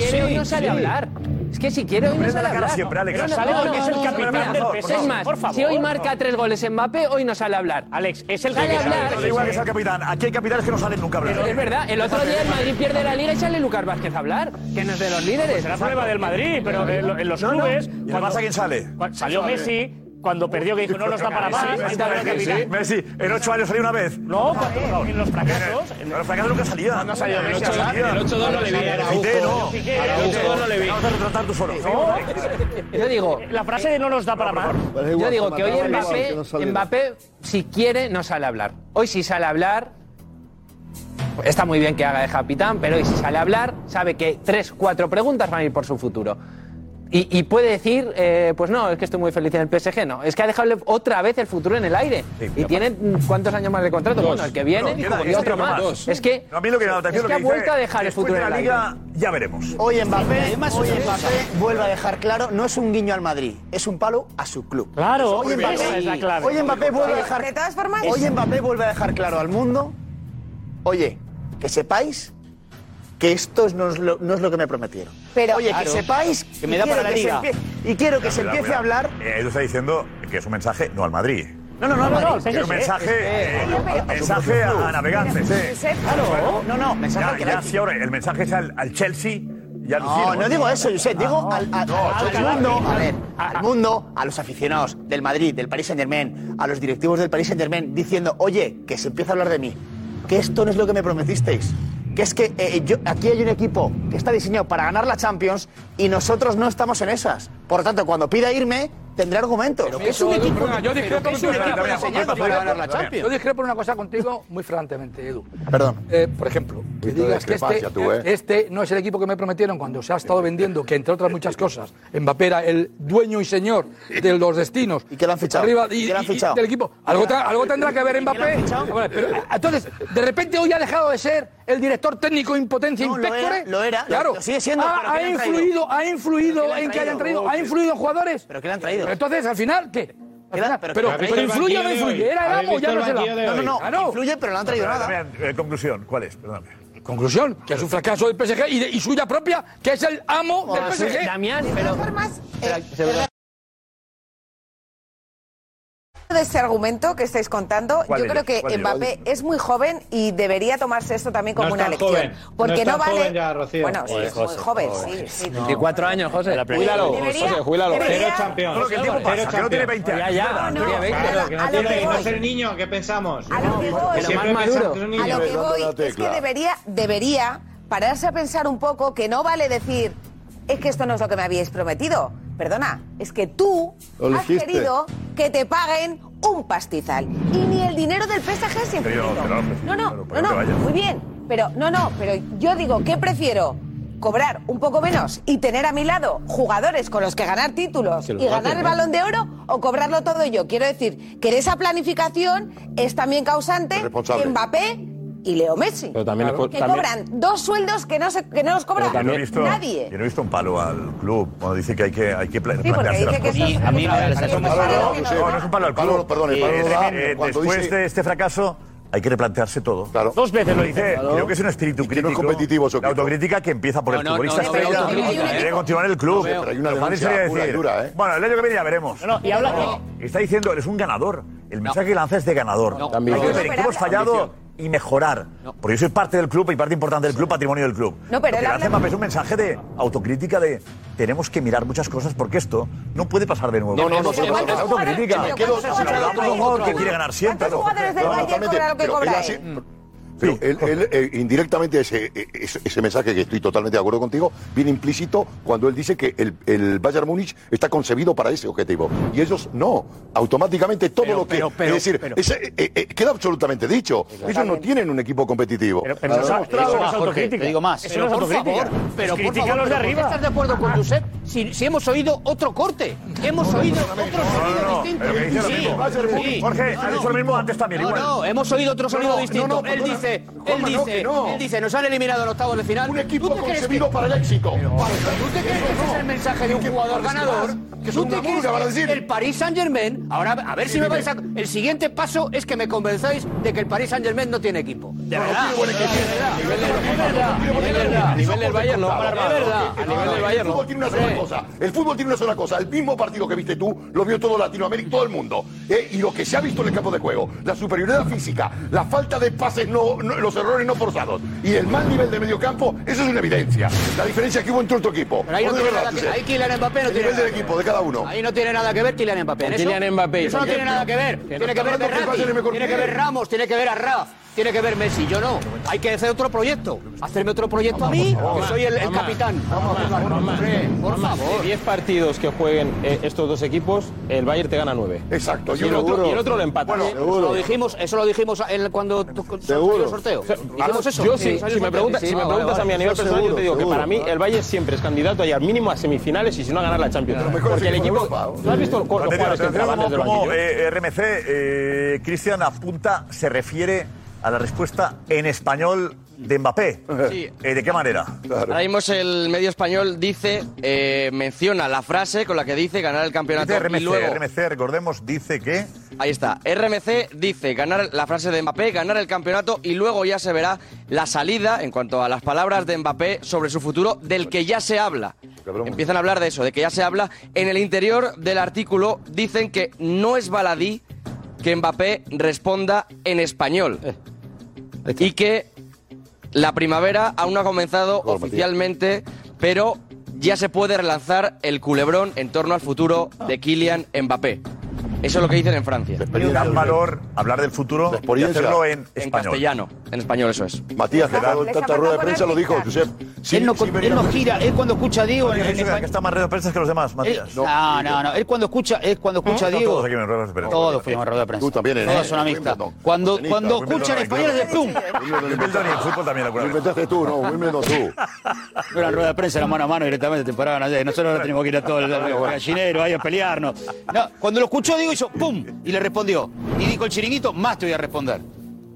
S22: quiere hoy no sale a hablar. Es que si quiere hoy no
S3: Hombre,
S22: sale
S3: da
S22: a
S3: la cara
S22: hablar.
S3: siempre, Alex.
S22: Pero no,
S3: Sale
S22: no,
S3: porque
S22: no,
S3: es el
S22: no,
S3: capitán
S22: no, no,
S3: del
S22: no,
S3: PSG.
S22: Es más,
S3: Por favor.
S22: si hoy marca tres goles Mbappé, hoy no sale a hablar.
S9: Alex, es
S22: el Sale a hablar.
S3: Da igual que sea el capitán. Aquí hay capitanes que no salen nunca a hablar.
S22: Es verdad, el otro día el Madrid pierde la liga y sale Lucas Vázquez a hablar, que no es de los líderes.
S13: Será problema del Madrid, pero en, lo- en los clubes.
S3: ¿Y el Barça quién sale?
S13: cua- salió Messi, cuando perdió, que dijo no nos da para más.
S3: Messi,
S13: entró el
S3: Messi,
S13: capitán.
S3: Messi, en ocho años salió una vez.
S13: No, cuando- en los fracasos.
S3: En los fracasos nunca salía.
S13: ¿Cuándo ha salido Messi a hablar?
S3: salía.
S13: El 8-2 no le vi, era
S3: Piqué,
S13: Araujo.
S3: no.
S13: Piqué,
S3: Araujo.
S13: el 8-2 no le vi.
S3: Vamos a retratar tú solo.
S22: Yo digo.
S13: La frase de no nos da para más.
S22: Yo digo que hoy
S13: Mbappé-
S22: Mbappé, Mbappé, si quiere, no sale a hablar. Hoy si sale a hablar, está muy bien que haga de capitán, pero hoy si sale a hablar, sabe que tres, cuatro preguntas van a ir por su futuro. Y, y puede decir, eh, pues no, es que estoy muy feliz en el PSG, no. Es que ha dejado otra vez el futuro en el aire. y tiene mm, cuántos años más de contrato.
S3: Dos.
S22: Bueno, el que viene
S3: Bueno, queda
S22: y
S3: este
S22: otro
S3: otro
S22: más.
S3: más. Dos.
S22: Es que,
S3: No, a mí lo que me da
S22: es
S3: atención
S22: que
S3: lo
S22: ha
S3: que dice,
S22: vuelto a dejar el
S3: después
S22: futuro
S3: de
S22: en
S3: la
S22: el
S3: liga,
S22: aire.
S3: ya veremos.
S19: Hoy Mbappé,
S25: Además,
S19: hoy
S25: otra
S19: Mbappé
S25: cosa.
S19: vuelve a dejar claro, no es un guiño al Madrid, es un palo a su club.
S13: Claro,
S19: hoy
S13: esa es la clave.
S19: Hoy Mbappé vuelve a
S11: De
S19: dejar,
S11: todas formas-
S19: hoy Mbappé vuelve a dejar claro al mundo, oye, que sepáis que esto no es lo, no es lo que me prometieron.
S11: Pero-
S19: oye,
S11: Claro.
S19: que sepáis
S11: Que me da
S19: quiero
S11: para la
S19: que se
S11: liga.
S19: empie- y quiero que se
S3: Cuidado,
S19: empiece a
S3: cuidado.
S19: hablar.
S3: Eh, Edu está diciendo que es un mensaje no al Madrid.
S19: No, no, no, no, no,
S3: Es un mensaje, eh, mensaje a, a navegantes. eh.
S19: Claro, no, no, mensaje
S3: Ya,
S19: al que
S3: ya, sí, ahora el mensaje es al, al Chelsea y al
S19: No, no digo eso, Josep, digo al, al- al mundo, a ver, al mundo, a los aficionados del Madrid, del Paris Saint-Germain, a los directivos del Paris Saint-Germain, diciendo, oye, que se empieza a hablar de mí, que esto no es lo que me prometisteis, que es que eh, yo- aquí hay un equipo que está diseñado para ganar la Champions y nosotros no estamos en esas. Por lo tanto, cuando pida irme,
S21: tendrá argumentos.
S2: es un equipo- yo discrepo
S21: pero es un equipo
S2: con- perdona,
S21: diseñado
S2: perdona,
S21: para
S2: perdona,
S21: ganar la Champions.
S2: Yo discrepo en una cosa contigo muy francamente, Edu.
S21: Perdón.
S2: Eh, por ejemplo, que
S8: Poquito de
S2: digas que este,
S8: discrepancia tú, ¿eh?
S2: este no es el equipo que me prometieron cuando se ha estado vendiendo, que entre otras muchas cosas, Mbappé era el dueño y señor de los destinos. Y que lo han
S21: fichado.
S2: Arriba,
S21: Y
S2: y,
S21: que lo han
S2: y-
S21: fichado.
S2: del equipo. Algo, tra- algo tendrá que ver
S21: Y que lo han
S2: Mbappé.
S21: fichado.
S2: Ah, vale, pero, eh, entonces, de repente hoy ha dejado de ser el director técnico impotencia
S21: No, lo
S2: impectore.
S21: era, lo era,
S2: Claro.
S21: lo sigue siendo,
S2: Ha-
S21: pero
S2: ha
S21: ¿qué le han traído?
S2: influido, ha
S21: ¿Pero qué
S2: influido
S21: le han
S2: en que hayan
S21: traído?
S2: traído, ha influido en jugadores.
S21: ¿Pero qué le han traído?
S2: Pero entonces, al final, ¿qué? Al final, Pero,
S21: ¿habéis
S2: pero
S21: visto el
S2: influye o no
S21: banquillo de
S2: influye,
S21: hoy?
S2: era el
S21: ¿Habéis
S2: amo, o ya
S21: visto
S2: no es
S21: el
S2: el amo.
S21: banquillo de hoy? Ah, no.
S2: influye,
S21: pero no han traído nada.
S3: eh, conclusión, ¿cuál es? Perdóname.
S2: Conclusión, que
S11: Pues,
S2: es un fracaso del PSG y, de- y suya propia, que es el amo del
S11: pues,
S10: Joder,
S2: PSG.
S11: eh,
S10: Damián,
S11: De todas formas, eh,
S2: Pero-
S11: de ese argumento que estáis contando,
S26: ¿Cuál
S11: yo
S26: de
S11: creo
S26: ellos?
S11: que
S26: ¿Cuál de
S11: Mbappé
S26: ellos?
S11: es muy joven y debería tomarse esto también como
S26: No es
S11: una
S26: tan
S11: lección.
S26: joven, no
S11: Porque
S26: es
S11: no,
S26: tan
S11: vale.
S26: joven ya, Rocío.
S11: bueno, sí,
S26: Joder,
S11: es muy
S26: José,
S11: joven,
S26: joder.
S11: sí, sí.
S26: No.
S14: 24 años, José.
S26: Júbilalo, José, júbilalo.
S20: Cero campeón.
S26: Solo que el tiempo pasa, que no tiene 20 años.
S20: Ya,
S26: No,
S20: ya,
S26: no,
S20: tiene 20.
S26: a lo-
S20: que no
S26: a lo
S20: tiene-
S26: que
S20: no
S26: voy.
S20: es el niño que pensamos.
S11: voy.
S20: Siempre
S11: Pero más
S20: pensamos
S11: maduro.
S20: que es un
S11: A
S20: niño.
S11: lo que voy es que debería, debería pararse a pensar un poco que no vale decir es que esto no es lo que me habíais prometido. Perdona, es que tú
S8: Lo
S11: has
S8: dijiste.
S11: querido que te paguen un pastizal y ni el dinero del PSG se ha
S8: Pero yo,
S11: incluido.
S8: pero no,
S11: No, no,
S8: pero no te
S11: no, no,
S8: vayas.
S11: muy bien, pero no, no, pero yo digo que prefiero cobrar un poco menos y tener a mi lado jugadores con los que ganar títulos
S26: Que los
S11: y
S26: ganen,
S11: ganar el
S26: ¿no?
S11: balón de oro o cobrarlo todo yo. Quiero decir que esa planificación es también causante
S8: Es responsable.
S11: de Mbappé y Leo Messi.
S8: Pero también es-
S11: que
S8: también-
S11: cobran dos sueldos que no, se, que no los cobra
S3: Pero también- Yo no he visto-
S11: nadie.
S3: Yo no he visto un palo al club cuando dice que hay que, hay que pla-
S11: porque
S3: plantearse
S11: dice
S3: las
S11: que
S3: cosas.
S11: esto es- A mí no me parece
S3: es un palo
S11: que es un
S3: al club.
S11: palo,
S3: No, no es un palo al club.
S8: Palo, perdón, el palo
S3: Eh,
S8: lo da
S3: eh,
S8: cuando
S3: Después
S8: dice-
S3: de este fracaso, hay que replantearse todo.
S8: Dos veces lo
S3: dice.
S8: dice. Claro.
S3: Creo que es un espíritu
S8: que no
S3: crítico.
S8: es competitivo
S3: La autocrítica que empieza por
S8: No,
S3: el
S8: no,
S3: futbolista
S8: no, no,
S3: estrella.
S8: no, no, no, no, no.
S3: Debe continuar en el club.
S8: No veo. Pero hay una
S3: Lo fácil
S8: denuncia
S3: sería
S8: pura y
S3: decir,
S8: dura, ¿eh?
S3: Bueno, el año que viene ya veremos.
S26: No, no, y habla- No.
S3: Está diciendo, eres un ganador. El mensaje que lanza es de ganador.
S26: también.
S3: Hay que
S26: No,
S3: ver
S26: no,
S3: en qué
S26: pero
S3: hemos
S26: habla-
S3: fallado y mejorar. Porque yo soy parte del club y parte importante del club, patrimonio del club. Lo
S26: No, pero
S3: que
S26: él
S3: le
S26: habla-
S3: hace Mbappé es un mensaje de autocrítica de tenemos que mirar muchas cosas porque esto no puede pasar de nuevo.
S8: No, no, no, Pero no, no, no, no,
S3: autocrítica.
S8: pero ¿cuántos
S3: Si
S8: jugadores
S3: hablamos de un jugador que quiere ganar siempre. no.
S11: jugadores del Bayern
S8: totalmente,
S11: cobran lo que
S8: pero
S11: cobra
S8: él
S11: él?
S8: hace- Pero él, él, eh, indirectamente ese, eh, ese, ese mensaje que estoy totalmente de acuerdo contigo viene implícito cuando él dice que el, el Bayern Múnich está concebido para ese objetivo y ellos no automáticamente todo lo que
S14: pero,
S8: es decir
S14: pero-
S8: ese, eh, eh, queda absolutamente dicho ellos no tienen un equipo competitivo
S14: pero
S8: Lo
S14: eso-
S8: han demostrado.
S14: eso no es autocrítica.
S8: Te digo más.
S14: Eso no es
S8: Pero, por
S14: autocrítica.
S8: favor,
S14: Pero, por
S8: critica
S14: favor,
S8: los de
S14: pero ¿por qué
S8: arriba.
S14: estás de acuerdo con Josep si, si hemos oído otro corte? Hemos oído otro sonido distinto.
S3: Pero que dice lo
S14: Sí,
S3: mismo.
S14: sí.
S3: Jorge, ha dicho lo mismo antes también.
S14: No,
S3: igual.
S14: no, hemos oído otro sonido distinto. él
S8: perdona.
S14: dice, él
S8: Juanma, no,
S14: dice,
S8: que no.
S14: él dice, nos han eliminado en octavos de final. Un equipo
S8: concebido para el éxito.
S14: ¿Tú te crees que ese es el mensaje de un jugador ganador?
S8: que
S14: ¿Tú
S8: son
S14: te
S8: una
S14: crees
S8: murga, van a decir.
S14: que el Paris Saint Germain? Ahora, a ver
S8: Sí,
S14: si me
S8: dime.
S14: vais a. El siguiente paso es que me convenzáis de que el Paris Saint Germain no tiene equipo. De verdad.
S8: A nivel del Bayern no.
S14: Es verdad.
S8: A nivel del Bayern no. El fútbol tiene una sola cosa. El fútbol tiene una sola cosa. El mismo partido que viste tú lo vio todo Latinoamérica, todo el mundo. Eh, Y lo que se ha visto en el campo de juego, la superioridad física, la falta de pases, no, no- los errores no forzados y el mal nivel de mediocampo, eso es una evidencia. La diferencia que hubo entre otro equipo.
S14: Pero ahí no
S8: Bueno,
S14: tiene
S8: de verdad,
S14: nada que-
S8: Josep.
S14: ahí Kylian Mbappé no
S8: El
S14: tiene
S8: nivel del
S14: nada que
S8: equipo de cada uno.
S14: Ahí no tiene nada que ver Kylian Mbappé. en
S8: Con
S14: eso-
S8: Kylian Mbappé,
S14: Eso no
S8: también,
S14: tiene nada que
S8: pero-
S14: ver.
S8: pero
S14: Tiene que
S8: está
S14: ver
S8: hablando que el
S14: Berratti,
S8: Bayern me
S14: tiene que ver
S8: contiene.
S14: Ramos, tiene que ver a Raf, tiene que ver Messi. Yo no. Hay que hacer otro proyecto. Hacerme otro proyecto a mí, que soy el, el capitán. Por favor.
S12: De 10 partidos que jueguen eh, estos dos equipos, el Bayern te gana 9.
S8: Exacto.
S12: Y el otro, y el otro lo empata.
S14: Eso lo dijimos, eso lo dijimos en- cuando tu- salió el sorteo. Dijimos eso.
S12: ah, Yo sí, si me
S14: Sí, salió el sorteo.
S12: preguntas,
S14: Sí,
S12: si
S14: ah,
S12: me
S14: vale,
S12: preguntas a
S14: vale.
S12: mí a nivel
S14: Eso
S12: personal, yo
S14: seguro,
S12: te digo que
S14: seguro.
S12: para mí el Bayern siempre es candidato a ir al mínimo a semifinales y si no a ganar la Champions. Porque el equipo. ¿No has visto los
S3: Atención,
S12: jugadores que
S3: atención,
S12: entraban desde el
S3: como,
S12: banquillo?
S3: eh, RMC, eh, Cristian apunta, se refiere a la respuesta en español de Mbappé.
S17: Sí.
S3: Eh, ¿De qué manera?
S17: Ahora mismo el medio español dice, eh, menciona la frase con la que dice ganar el campeonato
S3: Dice RMC,
S17: y luego...
S3: RMC, recordemos, dice que...
S17: Ahí está, RMC dice ganar la frase de Mbappé, ganar el campeonato y luego ya se verá la salida en cuanto a las palabras de Mbappé sobre su futuro del que ya se habla. Empiezan a hablar de eso, de que ya se habla. En el interior del artículo dicen que no es baladí que Mbappé responda en español y que la primavera aún no ha comenzado oficialmente, pero ya se puede relanzar el culebrón en torno al futuro de Kylian Mbappé. Eso es lo que dicen en Francia.
S3: Le dan valor hablar del futuro y
S17: experiencia.
S3: hacerlo en,
S17: En
S3: español.
S17: castellano, en español eso es.
S8: Matías,
S3: que dado en tanta rueda de prensa, lo dijo, Josep. Sí,
S17: Él no
S3: sí,
S17: con-
S3: venía-
S17: él no
S9: gira, él cuando escucha a Diego en- en
S3: Dice
S9: español-
S3: que está más rueda de prensa que los demás, Matías.
S9: No, no, no, Él cuando escucha, él cuando escucha a
S3: No,
S9: Diego.
S3: todos aquí en ruedas de prensa.
S9: Todos fuimos a rueda de prensa.
S3: Tú también ¿eh? eres.
S9: Todos son amistad. Cuando, cuando escuchan español es de plum.
S3: Wimbledon y el fútbol también alguna vez.
S8: inventaste tú, no, Wimbledon tú.
S9: No era rueda de prensa, era mano a mano directamente, te paraban allá. Y nosotros ahora tenemos que ir a todo el, el gallinero ahí a pelearnos. No, cuando lo escuchó Diego hizo ¡pum! Y le respondió. Y dijo el chiringuito, más te voy a responder.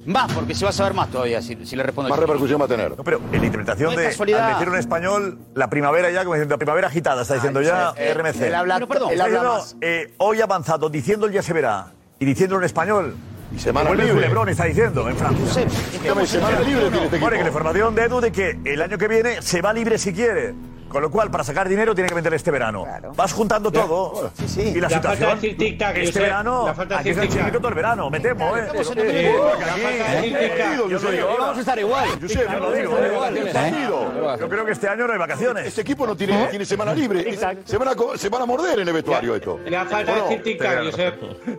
S9: Más, porque se va a saber más todavía si, si le respondo.
S8: Más
S9: el chiringuito.
S8: repercusión va a tener.
S3: No, pero en la interpretación
S9: No es
S3: de.
S9: casualidad.
S3: Al decir un español, la primavera ya, como diciendo, la primavera agitada, está diciendo
S8: Ah,
S3: ya
S8: eso es.
S3: RMC.
S8: Él habla-
S3: Pero, perdón,
S8: él habla
S3: no,
S8: más.
S3: eh, hoy avanzado, diciendo el ya se verá, y diciéndolo en español. Y
S8: semana
S3: Vuelve
S8: libre.
S3: Lebrón, está diciendo, en Francia.
S8: Escúchame, semana libre tiene este equipo.
S3: Bueno, que la información de Edu de que el año que viene se va libre si quiere. Con lo cual, para sacar dinero tiene que vender este verano. Vas juntando
S20: Ya.
S3: todo.
S20: Sí, sí.
S3: Y la,
S20: Ya falta
S3: situación.
S20: decir tic-tac,
S3: este
S20: Josep.
S3: verano.
S20: Ya falta
S3: aquí
S20: decir
S3: está el
S20: tic-tac.
S3: chiringuito todo el verano. Me temo, ¿eh?
S20: Estamos en el mismo
S3: Eh,
S20: bloque.
S3: aquí,
S20: Ya falta
S3: eh,
S20: decir tic-tac.
S3: yo soy yo.
S8: Vamos a
S9: estar igual.
S8: Josep,
S3: Yo lo digo,
S8: vamos a
S3: eh.
S8: estar igual.
S3: ¿Eh?
S8: Partido.
S3: Yo creo que este año no hay vacaciones. ¿Eh?
S8: Este equipo no
S14: ¿Eh?
S8: tiene, tiene semana libre. Se van, a, co- se van a morder en el vestuario esto. ¿O no?
S3: Este verano.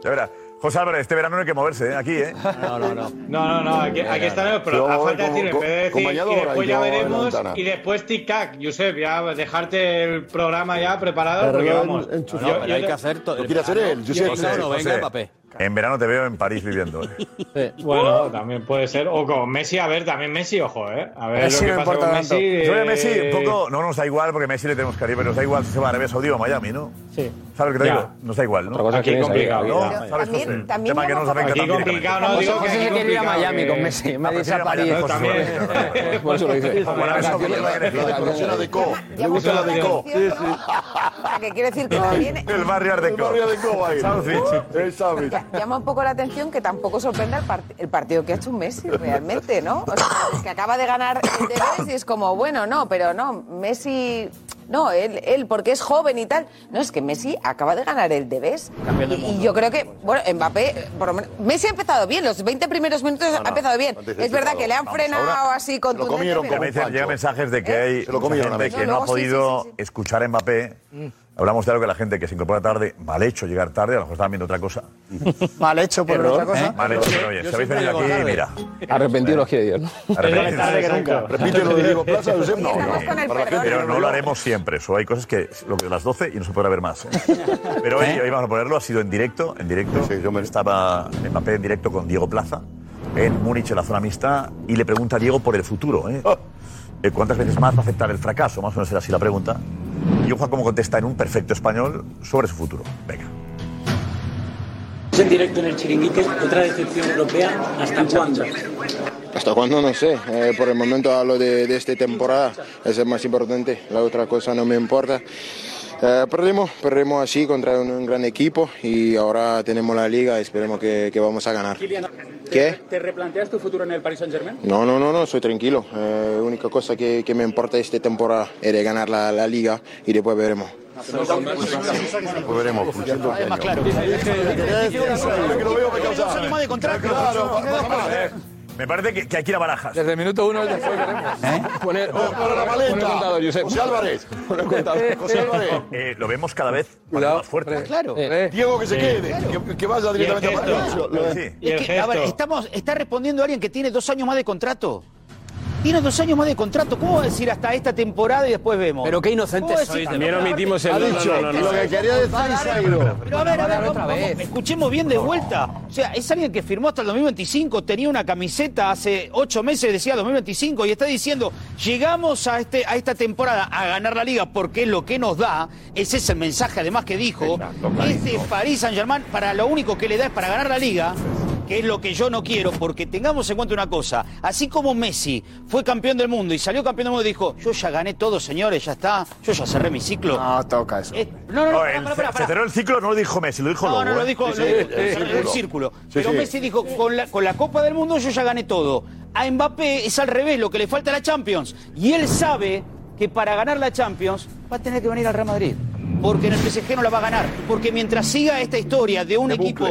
S3: Ya verás. José Álvarez, este verano no hay que moverse, ¿eh? Aquí, ¿eh?
S8: No, no, no.
S20: No, no, no, aquí, aquí está, pero
S3: Yo
S20: a
S3: voy
S20: falta de
S3: con-
S20: decir, en
S3: con-
S20: vez de decir,
S3: con
S20: y
S3: bañadora
S20: después
S3: y
S20: ya
S3: yo en la
S20: veremos,
S8: ventana.
S20: y después tic-tac, Josep, ya dejarte el programa ya preparado,
S8: Pero
S20: porque
S8: yo en-
S20: vamos.
S8: enchufado.
S20: Yo-
S8: No, pero
S20: yo
S8: hay
S20: te-
S8: que hacer to- Lo quiere
S3: Ah,
S8: hacer él, Josep.
S20: José,
S8: Venga uno, venga,
S20: José,
S8: Mbappé.
S3: En verano te veo en París viviendo. ¿eh?
S20: Bueno, también puede ser. O con Messi, a ver, también Messi, ojo, ¿eh? A ver, lo que pasa con Messi.
S3: Yo creo
S20: eh,
S3: que Messi un poco. No nos da igual porque Messi le tenemos cariño, pero nos da igual si se va a Arabia Saudí o a Miami, ¿no?
S20: Sí.
S3: ¿Sabes lo que te
S20: Ya.
S3: digo? Nos da igual, ¿no?
S20: Otra cosa es Aquí que es complicado, ahí,
S3: ¿no?
S20: ahí, ahí.
S3: ¿Sabes,
S20: También-
S3: José? Un
S20: también
S3: Tema que no nos afecta
S20: Aquí
S3: tan directamente.
S20: complicado, no, digo que aquí
S3: José se quería ir a
S20: complicado,
S3: Miami
S20: que-
S3: con Messi, me
S20: Ah, pues
S3: dice a
S20: ir a
S3: París.
S20: Miami,
S3: José
S20: también.
S3: Por eso lo dice. Por eso lo dice.
S8: La de Co. Le gusta la de Co.
S11: O sea, que quiero decir que también
S3: El barrio de
S8: El
S3: Co.
S8: barrio de Co va a ir.
S3: South Beach.
S8: El South Beach.
S11: ya- llama un poco la atención que tampoco sorprenda el, part- el partido que ha hecho Messi realmente, ¿no? O sea, es que acaba de ganar el de Messi, es como, bueno, no, pero no, Messi... No, él, él, porque es joven y tal. No, es que Messi acaba de ganar el Debes. Y, y yo creo que, bueno, Mbappé, eh, por lo menos- Messi ha empezado bien, los 20 primeros minutos ha empezado bien.
S3: Antes de
S11: Es verdad
S3: empezado.
S11: que le han
S3: Vamos,
S11: frenado
S3: ahora
S11: así con
S3: Que me dicen, llegan mensajes de que hay
S8: Se lo comieron
S3: mucha
S8: una vez.
S3: gente que
S8: No,
S3: no ha
S8: luego sí,
S3: podido escuchar a Mbappé.
S19: Mm.
S3: Hablamos de algo que la gente que se incorpora tarde, mal hecho llegar tarde, a lo mejor estaban viendo otra cosa.
S19: Mal hecho por otra cosa.
S3: ¿eh? Mal hecho, pero oye,
S19: Yo
S3: si habéis
S19: siempre
S3: venido
S19: llego
S3: aquí,
S19: tarde.
S3: mira.
S27: Arrepentidos quiere Dios, ¿no?
S3: Arrepentidos.
S8: Tarde que nunca. Repite lo de Diego Plaza, Josep, no.
S11: con el
S8: Para la gente
S3: Pero
S8: que
S3: no lo
S8: vio.
S3: haremos siempre, eso hay cosas que lo que las 12 y no se podrá ver más. ¿eh? Pero hoy, hoy vamos a ponerlo, ha sido en directo, en directo. Estaba Mbappé en directo con Diego Plaza en Múnich, en la zona mixta, y le pregunta a Diego por el futuro. ¿eh? Eh, ¿Cuántas veces más va a aceptar el fracaso? Más o menos era así la pregunta. Y ojo a cómo contesta en un perfecto español sobre su futuro. Venga.
S1: En directo en el chiringuito, otra decepción europea, ¿hasta cuándo?
S5: ¿Hasta cuándo? No sé. Eh, por el momento hablo de, de esta temporada. Es el más importante. La otra cosa no me importa. Eh, perdimos, perdimos así contra un, un gran equipo y ahora tenemos la liga. Esperemos que, que vamos a ganar. ¿Qué?
S1: ¿Te replanteas tu futuro en el Paris Saint-Germain?
S5: No, no, no, no, soy tranquilo. La única cosa que, que me importa esta temporada es de ganar la, la liga y después veremos.
S8: Pues veremos.
S5: Es más
S8: claro.
S3: Me parece que, que hay que ir a barajas. Desde
S2: el minuto uno después veremos.
S3: Poner,
S8: ¿Eh? la maleta. Poner contador, Josep. José Álvarez. Poner contador. José Álvarez.
S3: Eh, lo vemos cada vez más fuerte. Eh.
S8: Claro. Diego que se quede, que, que vaya directamente a Palacio. Lo-
S9: Es que, a ver, estamos, está respondiendo alguien que tiene dos años más de contrato. Tiene dos años más de contrato. ¿Cómo va a decir hasta esta temporada y después vemos?
S27: Pero qué
S9: ¿Cómo va a
S27: inocentes
S9: decir-
S27: sois. También omitimos el...
S9: Ha
S27: no, no,
S9: dicho
S27: no, no, no.
S9: lo que
S15: quería decir Zairo.
S9: Pero a ver, a ver, vamos, vamos, escuchemos bien de vuelta. O sea, es alguien que firmó hasta el 2025, tenía una camiseta hace ocho meses, decía 2025, y está diciendo, llegamos a, este, a esta temporada a ganar la liga porque es lo que nos da, ese es el mensaje además que dijo, este París Saint Germain para lo único que le da es para ganar la liga. Que es lo que yo no quiero, porque tengamos en cuenta una cosa, así como Messi fue campeón del mundo y salió campeón del mundo y dijo, yo ya gané todo, señores, ya está, yo ya cerré mi ciclo. No, toca eso. no, no, no, pará,
S3: el-
S9: pará, pará,
S3: Se cerró el ciclo, no lo dijo Messi, lo dijo
S9: no,
S3: Lobo.
S9: no, lo
S3: ¿eh?
S9: dijo,
S3: Sí,
S9: lo
S3: sí,
S9: dijo,
S3: sí,
S9: cerró
S3: sí,
S9: el círculo.
S3: Sí,
S9: Pero
S3: sí.
S9: Messi dijo, con la, con la Copa del Mundo yo ya gané todo. A Mbappé es al revés, lo que le falta a la Champions. Y él sabe que para ganar la Champions va a tener que venir al Real Madrid. porque en el PSG no la va a ganar. Porque mientras siga esta historia de un equipo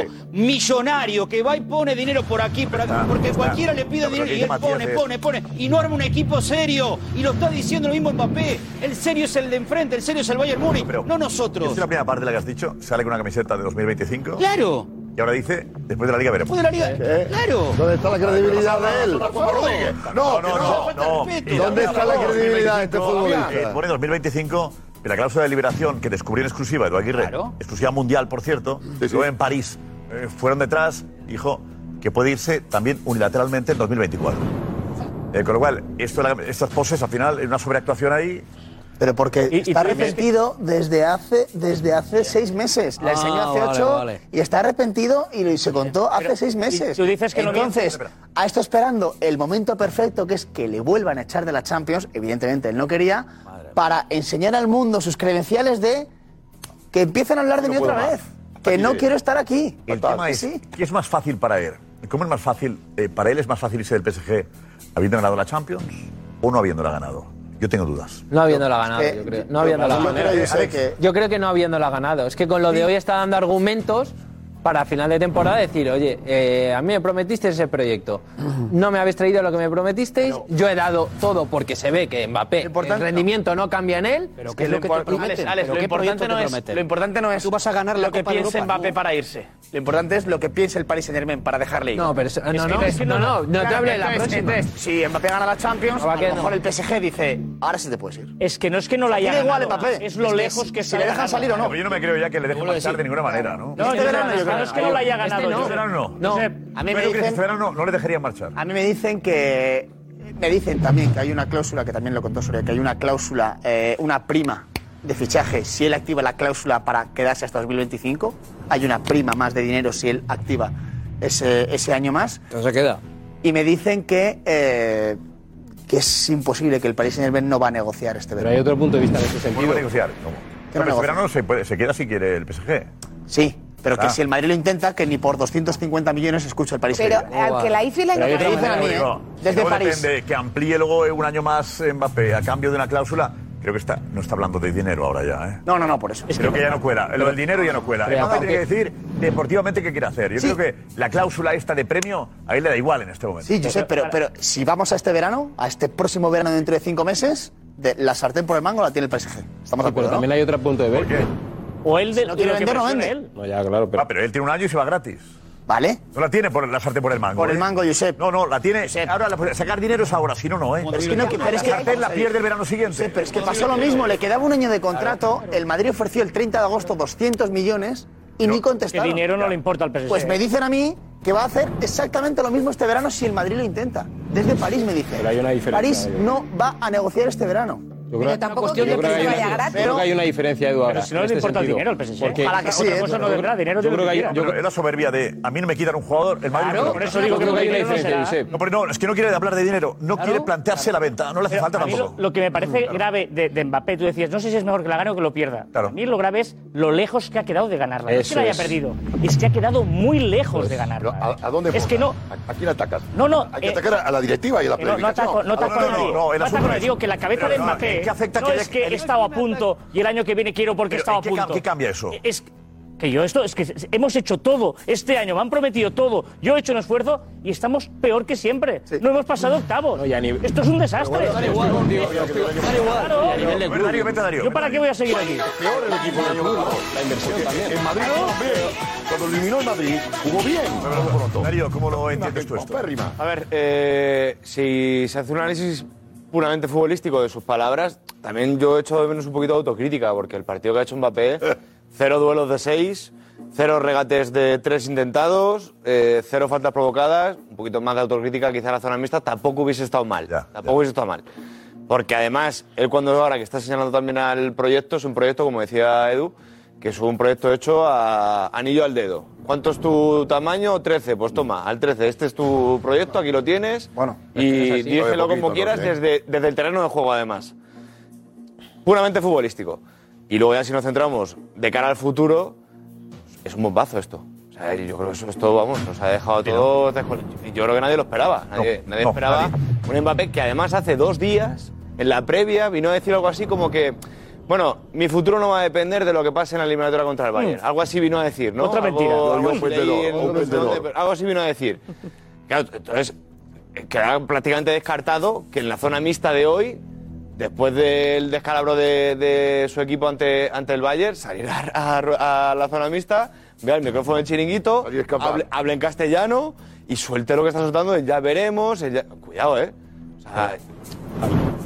S9: millonario que va y pone dinero por aquí, por acá, porque cualquiera le pide
S8: No, pero
S9: dinero y
S8: ¿qué
S9: él pone,
S8: Matías es?
S9: pone, pone, y no arma un equipo serio. Y lo está diciendo lo mismo Mbappé. El serio es el de enfrente, el serio es el Bayern Múnich, no
S3: ¿Esta es
S9: nosotros.
S3: la primera parte de la que has dicho? Sale con una camiseta de 2025.
S9: Claro.
S3: Y ahora dice, después de la liga veremos.
S9: Después de la liga, claro.
S8: ¿Dónde está la credibilidad de él?
S3: No, no, no. no.
S8: ¿Dónde está la credibilidad de este
S3: 2025,
S8: futbolista?
S3: eh, Pone 2025. en La cláusula de liberación que descubrió en exclusiva Edu Aguirre, exclusiva mundial, por cierto, luego en París, eh, fueron detrás, dijo que puede irse también unilateralmente en 2024. Eh, con lo cual, esto, de la- estas poses al final, es una sobreactuación ahí.
S19: Pero porque está
S3: repetido.
S19: arrepentido desde hace, desde hace seis meses. La enseñó
S3: Ah,
S19: hace
S3: vale,
S19: ocho
S3: vale.
S19: y está arrepentido y lo- se contó hace
S13: Pero,
S19: seis
S13: y
S19: meses.
S13: tú dices que no
S19: Entonces,
S13: miente.
S19: ha estado esperando el momento perfecto, que es que le vuelvan a echar de la Champions, evidentemente él no quería, para enseñar al mundo sus credenciales de que empiecen a hablar de
S3: No
S19: mí
S3: puedo
S19: otra
S3: más.
S19: vez.
S3: Hasta
S19: Que
S3: aquí
S19: no
S3: llegué.
S19: quiero estar aquí.
S3: El tema
S19: Que
S3: es,
S19: sí.
S3: ¿qué es más fácil para él? ¿Cómo es más fácil? eh, ¿Para él es más fácil irse del PSG habiendo ganado la Champions o no habiéndola ganado? Yo tengo dudas.
S22: No habiéndola ganado,
S3: Eh,
S22: yo creo.
S3: yo-
S22: No habiéndola
S3: yo
S22: ganado.
S3: creo, yo sé
S22: Alex,
S3: que-
S22: Yo creo que no habiéndola ganado. Es que con lo de hoy está dando argumentos para a final de temporada decir, oye, eh, a mí me prometiste ese proyecto. No me habéis traído lo que me prometisteis. Yo he dado todo porque se ve que Mbappé, el rendimiento no cambia en él. Pero
S10: que lo que te prometen, pero
S22: lo
S10: ¿qué
S22: importante
S10: proyecto
S22: no
S10: te
S22: es...
S10: prometen?
S22: lo
S19: importante no es
S10: Tú vas a ganar la
S19: lo que
S10: Copa de
S19: piense
S10: Europa.
S19: Mbappé para irse. Lo importante es lo que piense el Paris Saint-Germain para dejarle ir.
S22: No, pero eso- no,
S19: que
S22: no,
S19: entonces-
S22: no, no, no te
S19: Claro,
S22: hable de la
S19: entonces-
S22: próxima.
S19: entonces, si Mbappé gana la Champions,
S13: No va a
S19: a, lo
S13: quedar.
S19: mejor el PSG dice, ahora sí te puedes ir.
S13: Es que no es que no la
S19: Me
S13: haya
S19: da igual
S13: ganado.
S19: Mbappé.
S13: Es lo
S19: Es que
S13: lejos que
S19: si
S13: está
S19: le
S13: de
S19: dejan
S13: ganarla.
S19: salir o no.
S3: Pero yo no me creo ya que le dejen marchar de ninguna manera, ¿no?
S13: No, Este yo verano creo- yo creo- es que no la haya ganado
S19: Este no. yo.
S3: Este verano no.
S19: No.
S3: Josep,
S19: A mí
S3: ¿tú no
S19: me
S3: crees que
S19: dicen-
S3: Este verano no, no le dejarían marchar.
S19: A mí me dicen que. Me dicen también que hay una cláusula, que también lo contó Soria, que hay una cláusula, eh, una prima de fichaje. Si él activa la cláusula para quedarse hasta 2025, hay una prima más de dinero si él activa ese, ese año más.
S10: Entonces se queda.
S19: Y me dicen que, eh, que es imposible que el Paris Saint-Germain no va a negociar este verano.
S3: punto de vista en ese sentido. ¿Cómo negociar? ¿Cómo?
S19: ¿Qué
S3: Bueno,
S19: negocio?
S3: este verano se, puede- se queda si quiere el PSG.
S19: Sí, pero que
S3: Ah.
S19: si el Madrid lo intenta, que ni por 250 millones escucha el Paris
S11: Pero,
S19: Saint-Germain.
S11: aunque la hice y la
S3: Pero hay
S11: engañé.
S3: otra
S11: Me dicen a
S3: manera,
S11: mí, ¿eh?
S3: digo, si
S11: Desde
S3: luego
S11: París.
S3: depende que amplíe luego un año más Mbappé a cambio de una cláusula. Creo que está, no está hablando de dinero ahora ya, ¿eh?
S19: No, no, no, por eso.
S3: creo que, ya no cuela. Lo del dinero ya no cuela.
S19: Pero
S3: Mbappé
S19: aparte-
S3: tiene que decir deportivamente qué quiere hacer. Yo creo que la cláusula esta de premio, a él le da igual en este momento.
S19: Sí, yo sé, pero, pero si vamos a este verano, a este próximo verano dentro de cinco meses, de- la sartén por el mango la tiene el PSG. Estamos de
S12: Pero
S19: acuerdo.
S12: también hay otro punto de ver.
S19: O él
S12: de-
S19: no
S12: de
S19: quiere
S12: lo que
S19: vender, no
S12: presione
S19: vende.
S12: No, ya, claro, pero.
S3: Ah, pero él tiene un año y se va gratis.
S19: Vale.
S3: No la tiene por la sartén por el mango.
S19: Por el
S3: ¿eh?
S19: mango, Josep.
S3: No, no, la tiene. Ahora la- sacar dinero es ahora, si no, no, ¿eh?
S19: Pero es que no, que- pero es que-
S3: la sartén la pierde el verano siguiente.
S19: Pero es que pasó lo mismo, le quedaba un año de contrato, el Madrid ofreció el 30 de agosto 200 millones y ni contestaron.
S13: El dinero no le importa al PSG.
S19: Pues me dicen a mí que va a hacer exactamente lo mismo este verano si el Madrid lo intenta. Desde París me dicen.
S12: Pero hay una diferencia,
S19: París
S12: yo-
S19: no va a negociar este verano.
S12: Yo creo,
S19: tampoco
S12: yo
S19: creo
S12: creo
S19: que
S12: hay
S19: se
S12: una-
S19: vaya gratis.
S12: Yo creo que hay una diferencia, Eduardo.
S13: Pero si no le importa el dinero al PSG.
S12: Porque
S13: Ojalá que sí, Este Otra ¿eh? cosa no Yo- vendrá, dinero yo
S3: yo
S13: tiene creo que
S3: creo que
S13: que hay- quiera. yo-
S3: es la soberbia de a mí no me quitan un jugador, el Madrid
S13: Claro,
S3: me
S13: por
S3: lo quita.
S13: eso digo, Yo creo que hay una creo que diferencia, no será. Josep.
S3: No, pero no, es que no quiere hablar de dinero, no quiere plantearse la venta, no le hace
S13: Pero
S3: falta
S13: a mí
S3: tampoco.
S13: Lo, lo que me
S8: Mm,
S13: parece grave de, de Mbappé, tú decías, no sé si es mejor que la gane o que lo pierda. A mí lo grave es lo lejos que ha quedado de ganarla. No es que
S8: Eso
S13: la haya
S8: es. Pues,
S13: perdido, es que ha quedado muy lejos de ganarla. ¿eh?
S8: ¿A, a dónde
S13: Es que no.
S8: ¿A, a quién atacas?
S13: No, no.
S8: Hay que
S13: eh,
S8: atacar a la directiva y a la
S13: que no, no ataco, no ataco a nadie. No ataco a nadie. Digo que la cabeza de Mbappé no es que he estado a punto y el año que viene quiero porque he estado a punto. Eh,
S3: ¿Qué cambia eso?
S13: Es que yo esto es que hemos hecho todo este año, me han prometido todo, yo he hecho un esfuerzo y estamos peor que siempre. No hemos pasado octavos. Esto es un desastre.
S3: Darío, vete, Darío.
S13: Yo para qué voy a seguir aquí.
S8: Peor el equipo del año uno. La inversión también. En Madrid jugó bien. Cuando eliminó el Madrid, jugó bien.
S3: Darío, ¿cómo lo entiendes tú esto?
S16: A ver, eh, si se hace un análisis puramente futbolístico de sus palabras, también yo he hecho de menos un poquito de autocrítica, porque el partido que ha hecho Mbappé, cero duelos de seis, cero regates de tres intentados, eh, cero faltas provocadas, un poquito más de autocrítica quizá en la zona mixta, tampoco hubiese estado mal. tampoco hubiese estado mal. Porque además, él cuando ahora que está señalando también al proyecto, es un proyecto, como decía Edu, que es un proyecto hecho a anillo al dedo. ¿Cuánto es tu tamaño? 13. Pues toma, al 13. Este es tu proyecto, aquí lo tienes. Bueno,
S8: es
S16: y
S8: así. Lo de
S16: dígelo
S8: poquito,
S16: como
S8: ¿no?
S16: quieras
S8: Sí.
S16: desde, desde el terreno de juego, además. Puramente futbolístico. Y luego ya si nos centramos de cara al futuro, es un bombazo esto. O sea, yo creo que eso es todo, vamos, nos ha dejado todo... Yo creo que nadie lo esperaba. Nadie, nadie esperaba un Mbappé que además hace dos días, en la previa, vino a decir algo así como que Bueno, mi futuro no va a depender de lo que pase en la eliminatoria contra el Bayern.
S8: Mm.
S16: Algo así vino a decir, ¿no?
S8: Otra
S16: Algo-
S8: mentira.
S16: Algo,
S8: Un
S16: así
S8: vendedor,
S16: leí en-
S8: un vendedor.
S16: pero algo así vino a decir. Claro, entonces, queda prácticamente descartado que en la zona mixta de hoy, después del descalabro de, de su equipo ante, ante el Bayern, salir a, a- a la zona mixta, vea el micrófono del chiringuito, hable, hable en castellano y suelte lo que está soltando, el ya veremos. el ya- Cuidado, ¿eh? O sea,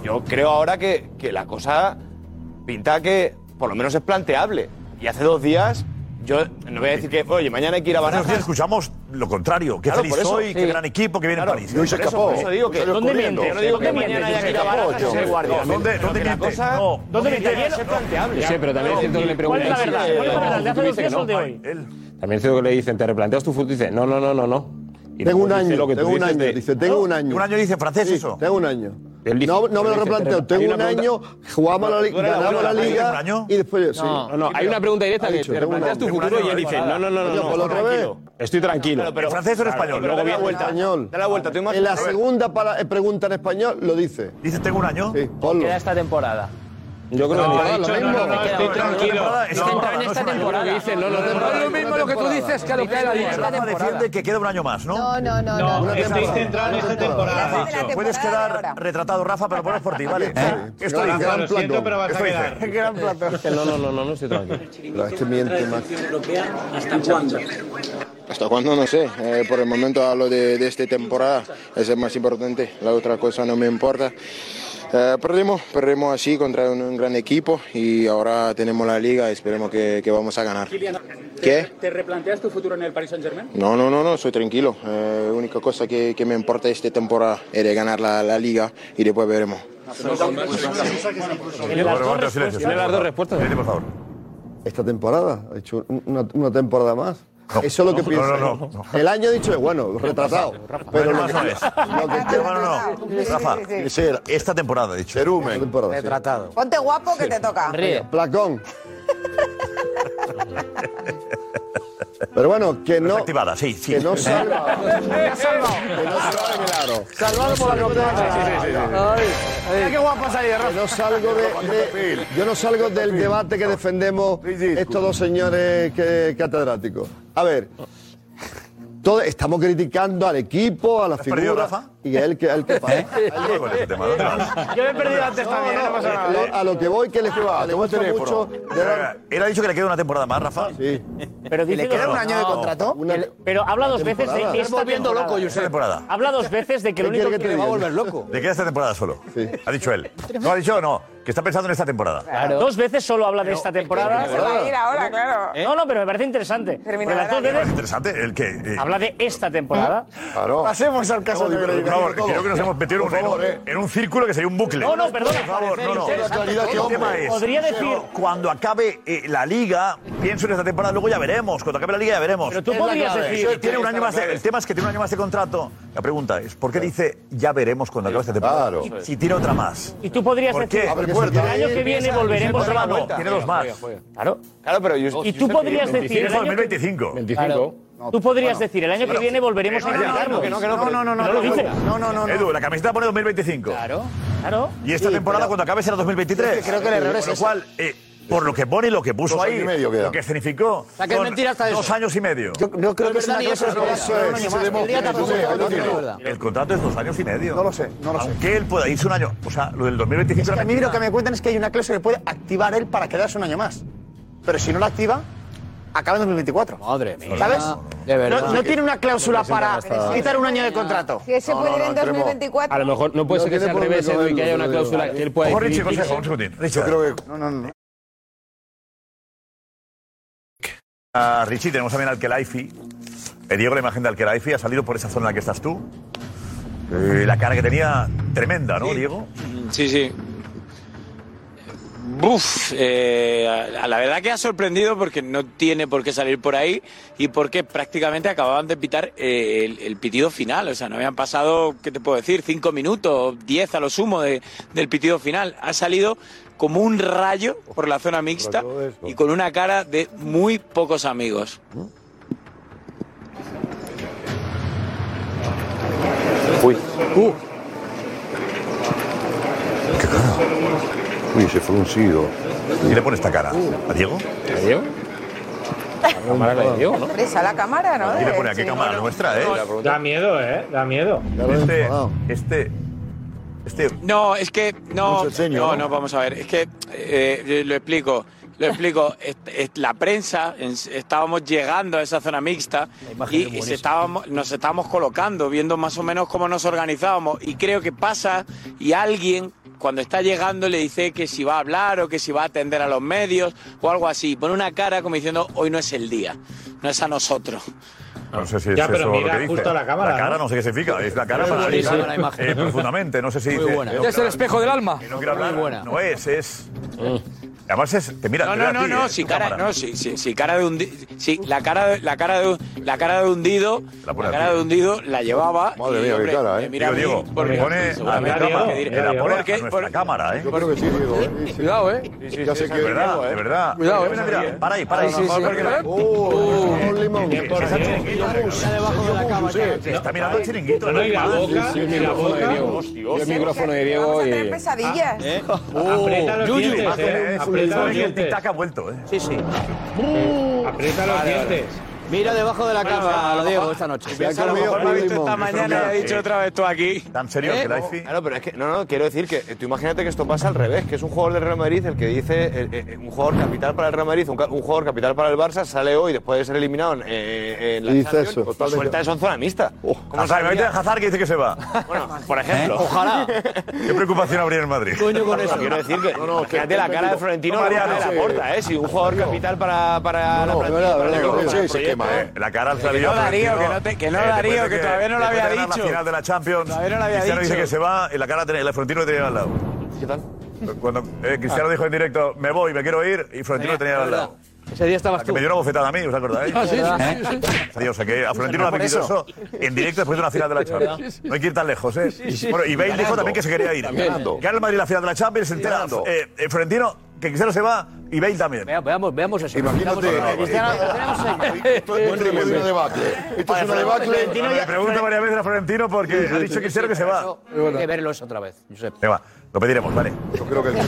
S16: yo creo ahora que, que la cosa pinta que por lo menos es planteable. Y hace dos días, yo no voy a decir que, oye, mañana hay que ir a
S3: Hace dos
S16: Barajas.
S3: días escuchamos lo contrario. Qué
S16: Claro,
S3: feliz
S16: por eso,
S3: soy, qué
S16: sí.
S3: gran equipo que viene
S16: Claro,
S3: en París.
S16: y hoy se Por eso, escapó. por eso digo que- ¿Dónde
S3: Salió
S16: miente?
S3: corriendo.
S16: Yo no digo que
S3: ¿Dónde
S16: mañana
S3: miente?
S16: haya que ir a
S3: Escapó,
S16: Barajas
S3: yo.
S16: y ser guardia.
S3: No, ¿Dónde,
S16: Pero
S3: dónde
S16: que la
S3: miente?
S16: cosa-
S3: No,
S16: ¿dónde miente?
S3: miente?
S16: Es planteable.
S12: Sí, pero también es cierto que le
S16: ¿Cuál es la
S12: preguntan. si-
S16: verdad? ¿Cuál es la
S12: eh,
S16: verdad? ¿De hace
S12: tú dices
S16: dos días
S12: que
S16: o de
S12: no.
S16: hoy?
S12: También es cierto que le dicen, te replanteas tu futuro y dice, no, no, no, no, no. Y
S15: Tengo un
S12: luego dice
S15: año,
S12: lo que tú
S15: tengo un
S12: dices
S15: año,
S12: de-
S15: dice, tengo un año.
S12: ¿Un año dice francés
S15: Sí,
S12: eso?
S15: Tengo un año.
S12: Él dice-
S15: no, no me
S12: él dice,
S15: lo replanteo,
S12: te-
S15: tengo
S12: hay
S15: un
S12: una pregunta-
S15: año, jugamos la, li-
S12: ¿Tú eres la
S15: ganamos la
S12: abuela de
S15: liga
S12: Bolaño?
S15: y después... sí.
S12: No, no, hay una pregunta directa
S15: Ha
S12: que
S15: dicho,
S12: te
S15: tengo un
S12: replanteas
S15: año.
S12: tu futuro y él dice, no, no, no, no,
S15: Oye,
S12: no,
S15: por otra
S12: estoy
S15: vez.
S12: tranquilo. Estoy tranquilo.
S15: Claro, pero-
S12: ¿En francés o en español?
S15: Pero
S12: Luego
S15: da
S12: viene-
S15: español.
S16: Da la vuelta, tú
S15: En la segunda pala- eh, pregunta en español lo dice.
S3: ¿Dice tengo un año?
S15: Sí, ponlo.
S22: Queda esta temporada.
S12: Yo
S15: creo
S12: no,
S15: que
S12: no, no, no, estoy tranquilo.
S22: en esta temporada.
S12: Dice, no, no, no, no,
S2: es lo mismo lo que tú dices que lo que él ha dicho.
S3: Rafa defiende que queda un año más, ¿no?
S2: No, no, no,
S3: No,
S2: no.
S3: estoy
S2: Una
S3: centrado en esta temporada. Rafa, Puedes quedar retratado, Rafa, pero bueno, por ti, ¿vale? Esto
S15: Gran
S3: dice,
S15: plan,
S3: lo siento,
S15: plan,
S3: pero vas a
S15: esto dice.
S3: quedar.
S15: Gran plan, plan.
S12: Dice, no, no, no, no, no estoy tranquilo.
S15: Pero este miente más.
S1: europea hasta cuándo?
S5: ¿Hasta cuándo? No sé. Eh, por el momento hablo de, de esta temporada. Esa es más importante. La otra cosa no me importa. Eh, perdimos, perdimos así contra un, un gran equipo y ahora tenemos la liga. Esperemos que, que vamos a ganar. ¿Qué?
S26: ¿Te replanteas tu futuro en el Paris Saint-Germain?
S5: No, no, no, no, soy tranquilo. La única cosa que, que me importa esta temporada es de ganar la, la liga y después veremos.
S12: Tiene las dos respuestas. Tiene las dos respuestas.
S3: por favor.
S15: Esta temporada, ha hecho un- una, una temporada más. Eso es lo que
S3: no,
S15: piensa. ¿eh?
S3: no, no, no.
S15: El año dicho es bueno, retrasado. Pero lo que,
S3: Rafa,
S15: lo que
S3: No, no, no. Rafa,
S11: Sí, sí, sí.
S3: ese era- esta temporada, de hecho. Cerumen.
S15: Retratado.
S11: Ponte guapo que te toca.
S15: Placón. Pero bueno, que no.
S3: Activada, sí, sí.
S15: Que no salva. Salvado por la campana. Mira qué guapo ha salido, Rafa. No salgo de, de- yo no salgo del debate que defendemos estos dos señores que, catedráticos. A ver, todo- estamos criticando al equipo, a la figura.
S3: perdido, Rafa? ¿Eh?
S15: Y a él que, a él que pasa.
S3: Yo me he perdido antes también, este no eh, pasa
S15: A lo, a lo que voy, que le que
S3: Ah,
S15: le gusta mucho.
S3: eh, Él ha dicho que le queda una temporada más, Rafa.
S15: Sí.
S13: Pero dice
S15: le queda
S13: dos-
S15: un año de
S13: No.
S15: contrato?
S13: Una- pero habla dos veces
S15: temporada.
S13: de
S15: Estás
S13: esta
S15: volviendo
S13: temporada.
S15: loco, Josep.
S3: temporada.
S13: Habla dos veces de que lo
S15: ¿Qué
S13: único
S15: quiere que te
S13: le va a
S15: diga?
S13: volver loco.
S3: Le queda esta temporada solo. Ha dicho él. No ha dicho no, que está pensando en esta temporada.
S13: Dos veces solo habla de esta temporada.
S3: Se va a ir
S11: ahora, claro.
S13: No, no, pero me parece interesante. Porque las dos
S3: Es
S13: veces
S3: interesante el que. eh,
S13: habla de esta temporada.
S3: Claro.
S13: Pasemos al caso
S3: Por
S13: negro y
S3: favor,
S13: blanco.
S3: creo que nos hemos metido en un- en, un, círculo que sería un bucle.
S13: eh. No, no, perdona.
S3: Por favor, no, no.
S13: Interesante.
S3: El tema es,
S13: Podría decir-
S3: Cuando acabe eh, la liga, pienso en esta temporada, luego ya veremos. Cuando acabe la liga ya veremos.
S13: Pero tú Es la podrías clave. decir-
S3: Sí, Tiene un año más de- el tema es que tiene un año más de contrato. La pregunta es, ¿por qué dice ya veremos cuando acabe esta temporada?
S13: Claro.
S3: Y- Si tiene otra más.
S13: Y tú podrías
S3: ¿Por
S13: decir,
S3: qué?
S13: el año que viene volveremos
S3: Otra
S13: a la
S3: no,
S13: vuelta.
S3: Tiene dos más.
S13: Claro.
S16: Claro, pero
S13: Y tú podrías decir... el
S3: 25
S13: año que-
S3: 2025.
S13: Claro. Tú podrías decir, el año que viene volveremos a intentarlo. lo dice.
S3: Edu, la camiseta pone 2025. Claro.
S13: Claro.
S3: Y esta temporada, cuando acabe, será 2023.
S13: Es que creo que el error es
S3: Con lo
S13: ese.
S3: cual, eh, por lo que pone y lo que puso
S8: Dos años
S3: ahí,
S8: y medio queda.
S3: lo que escenificó,
S8: O sea, que es
S3: son
S8: mentira hasta
S3: dos
S8: eso.
S3: años y medio.
S8: No creo que es una cosa
S3: El contrato es dos años y medio.
S19: No lo sé, no lo sé.
S3: Aunque él pueda irse un año, o sea, lo del 2025
S19: Es que
S3: era
S19: a mí lo
S3: mentira.
S19: que me cuentan es que hay una cláusula que puede activar él para quedarse un año más. Pero si no la activa, acaba en 2024. Madre
S12: mía.
S19: ¿Sabes?
S12: No, de verdad.
S19: No, no tiene una cláusula
S12: Representa
S19: para
S12: hasta-
S19: quitar un año de contrato.
S11: Si ese puede ir en 2024.
S12: A lo mejor no puede
S19: No
S12: ser que
S19: tiene
S12: sea al
S19: por
S12: revés,
S19: dónde
S12: Edu, y que
S19: cogerlo,
S12: haya
S19: no
S12: una
S19: lo
S12: cláusula
S19: digo.
S12: que él pueda
S3: Por favor,
S12: decidir.
S3: Richie, consejo, un segundín. Richie,
S8: Yo creo que.
S19: No, no, no.
S3: A Ah, Richie, tenemos también al Kelaifi. Eh, Diego, la imagen de Alkelaifi ha salido por esa zona en la que estás tú. Eh, la cara que tenía, tremenda, ¿no, Diego?
S4: Sí, sí. Buf, eh, a- a la verdad que ha sorprendido porque no tiene por qué salir por ahí y porque prácticamente acababan de pitar eh, el, el pitido final. O sea, no habían pasado, ¿qué te puedo decir? Cinco minutos, diez a lo sumo de- del pitido final. Ha salido como un rayo por la zona mixta y con una cara de muy pocos amigos.
S8: Uy.
S23: Oh.
S8: Uh. Qué cara. Uy, se fue fruncido.
S3: ¿Quién le pone esta cara? ¿A Diego? ¿A Diego? cámara la de Diego, ¿no?
S11: Hombre, esa la cámara, ¿no?
S3: ¿Quién le
S11: Eh,
S3: pone aquí
S11: sí.
S3: cámara nuestra, eh?
S20: Da miedo, ¿eh? Da miedo.
S3: Este, este, este
S4: No, es que no,
S3: Mucho seño,
S4: no,
S3: ¿no?
S4: no, vamos a ver, es que eh, eh, lo explico, lo explico. Est- est- la prensa en- estábamos llegando a esa zona mixta
S7: imagen es
S4: y, y se
S7: buenísima.
S4: estábamos, nos estábamos colocando, viendo más o menos cómo nos organizábamos y creo que pasa y alguien cuando está llegando le dice que si va a hablar o que si va a atender a los medios o algo así, pone una cara como diciendo hoy no es el día, no es a nosotros.
S3: No sé si
S4: Ya,
S3: es
S4: pero
S3: eso
S4: mira
S3: lo que dice.
S4: justo a la cámara,
S3: cara
S4: ¿no?
S3: no sé qué significa. Es la cara
S4: Es
S3: para
S4: buenísima
S3: analizar,
S4: la imagen.
S3: eh, profundamente. No sé si
S4: Muy
S3: dice.
S4: buena.
S3: no
S4: Es el
S3: quiero-
S4: espejo del alma.
S3: No quiero
S4: Muy
S3: hablar.
S4: buena.
S3: No es, es. Además es. Te mira,
S4: no,
S3: te ve
S4: no,
S3: a
S4: no,
S3: ti,
S4: no,
S3: eh,
S4: si
S3: tu
S4: cara,
S3: cámara.
S4: no, si, si, si cara de hundido, si la cara, de- la cara de, la cara de hundido, la,
S3: pone a
S4: cara
S3: ti.
S4: de hundido la llevaba.
S3: Madre
S4: y,
S3: mía, qué
S4: hombre,
S3: cara,
S4: me
S3: eh.
S4: mira a
S3: Digo,
S4: mí,
S3: Diego,
S4: porque-
S3: pone a la
S4: seguramente-
S3: cámara,
S4: Diego,
S3: eh, la pone a
S4: porque-
S3: nuestra
S4: porque-
S3: cámara, eh. Yo creo
S15: que sí, Diego.
S2: Cuidado, eh.
S3: Ya sé que- de verdad, de verdad.
S2: Cuidado, eh.
S3: Mira, mira, mira, para ahí, para ahí.
S2: Sí, sí, sí.
S3: Uh, Está Está mirando el chiringuito.
S20: No, y la
S3: hermano.
S20: boca,
S3: Sí, sí,
S20: y la
S3: micrófono
S20: boca.
S3: de Diego. Uh,
S12: Y el micrófono de Diego.
S11: Vamos a
S12: y-
S11: tener pesadillas.
S20: Ah, Aprieta los
S12: Ah, eh. Uh, Yuyu, Ah,
S20: dientes,
S12: hace-
S20: eh.
S12: hace-
S20: Aprieta
S12: sabe
S20: los
S12: que el
S20: dientes.
S12: tic-tac
S3: ha vuelto, eh.
S20: Sí, sí. Aprieta los
S12: Vale,
S20: dientes.
S12: Mira debajo de la
S20: Bueno,
S12: cama,
S20: a
S12: lo
S20: lo
S12: Diego,
S20: mejor-
S12: esta noche.
S20: Piensa que a lo mejor lo ha visto esta mañana y ha dicho
S4: otra vez tú aquí.
S3: Tan
S20: serio que la IFI.
S16: Claro, pero es que, no, no, quiero decir que eh, tú imagínate que esto pasa al revés, que es un jugador del Real Madrid el que dice, eh, eh, un jugador capital para el Real Madrid, un, ca- un jugador capital para el Barça, sale hoy después de ser eliminado en, eh, en la
S3: Y dice
S16: Champions,
S3: eso.
S16: pues suelta eso en zona mixta. ¿Cómo
S3: Oh. Hazard,
S16: sabía?
S3: vete a Hazard que dice que se va. ¿Eh?
S16: Por ejemplo.
S3: Ojalá. ¿Qué preocupación habría en Madrid?
S16: Coño con eso. Quiero decir que, imagínate la cara de Florentino
S3: Mariano,
S16: la cara de
S3: sí.
S16: la porta, ¿eh? Si un jugador capital para, para la plantilla, para el equipo, para el proyecto. ¿eh?
S3: ¿eh? La cara al
S16: Que no,
S3: Florentino.
S16: Darío, que no te- que no,
S3: Eh, después
S16: Darío,
S3: de
S16: que todavía no lo
S3: después de
S16: había
S3: ganar
S16: dicho.
S3: la final de la Champions.
S16: Todavía no lo había
S3: Cristiano dice
S16: dicho.
S3: que se va y la cara tenía, el Florentino tenía al lado.
S16: ¿Qué tal?
S3: Cuando eh,
S16: Ah.
S3: Cristiano dijo en directo, me voy, me quiero ir, y Florentino
S12: Eh,
S3: tenía al
S12: verdad.
S3: lado.
S12: Ese día estabas
S3: Que
S12: tú.
S3: me dio una bofetada a mí, ¿os acordáis?
S12: Ah, sí, sí,
S3: ¿Eh?
S12: sí,
S3: Sí, o sea que a Florentino le ha
S12: Por
S3: vendido
S12: eso.
S3: eso en directo después de una final de la Champions. No hay que ir tan lejos, ¿eh?
S12: sí.
S3: Bueno, y Bale dijo
S12: Ganando.
S3: también que se quería ir.
S12: También.
S3: Gana el Madrid la final de la Champions, se entera
S12: Ganando.
S3: eh, eh, Florentino que Cristiano se va y Bale también.
S12: Veamos, veamos eso.
S16: eh,
S8: Esto es una debacle. Esto es una debacle.
S3: Le pregunto varias veces a Florentino porque ha dicho Cristiano que se va.
S12: Hay que verlo eso otra vez, Josep.
S3: Venga, lo pediremos, ¿vale? Yo creo que el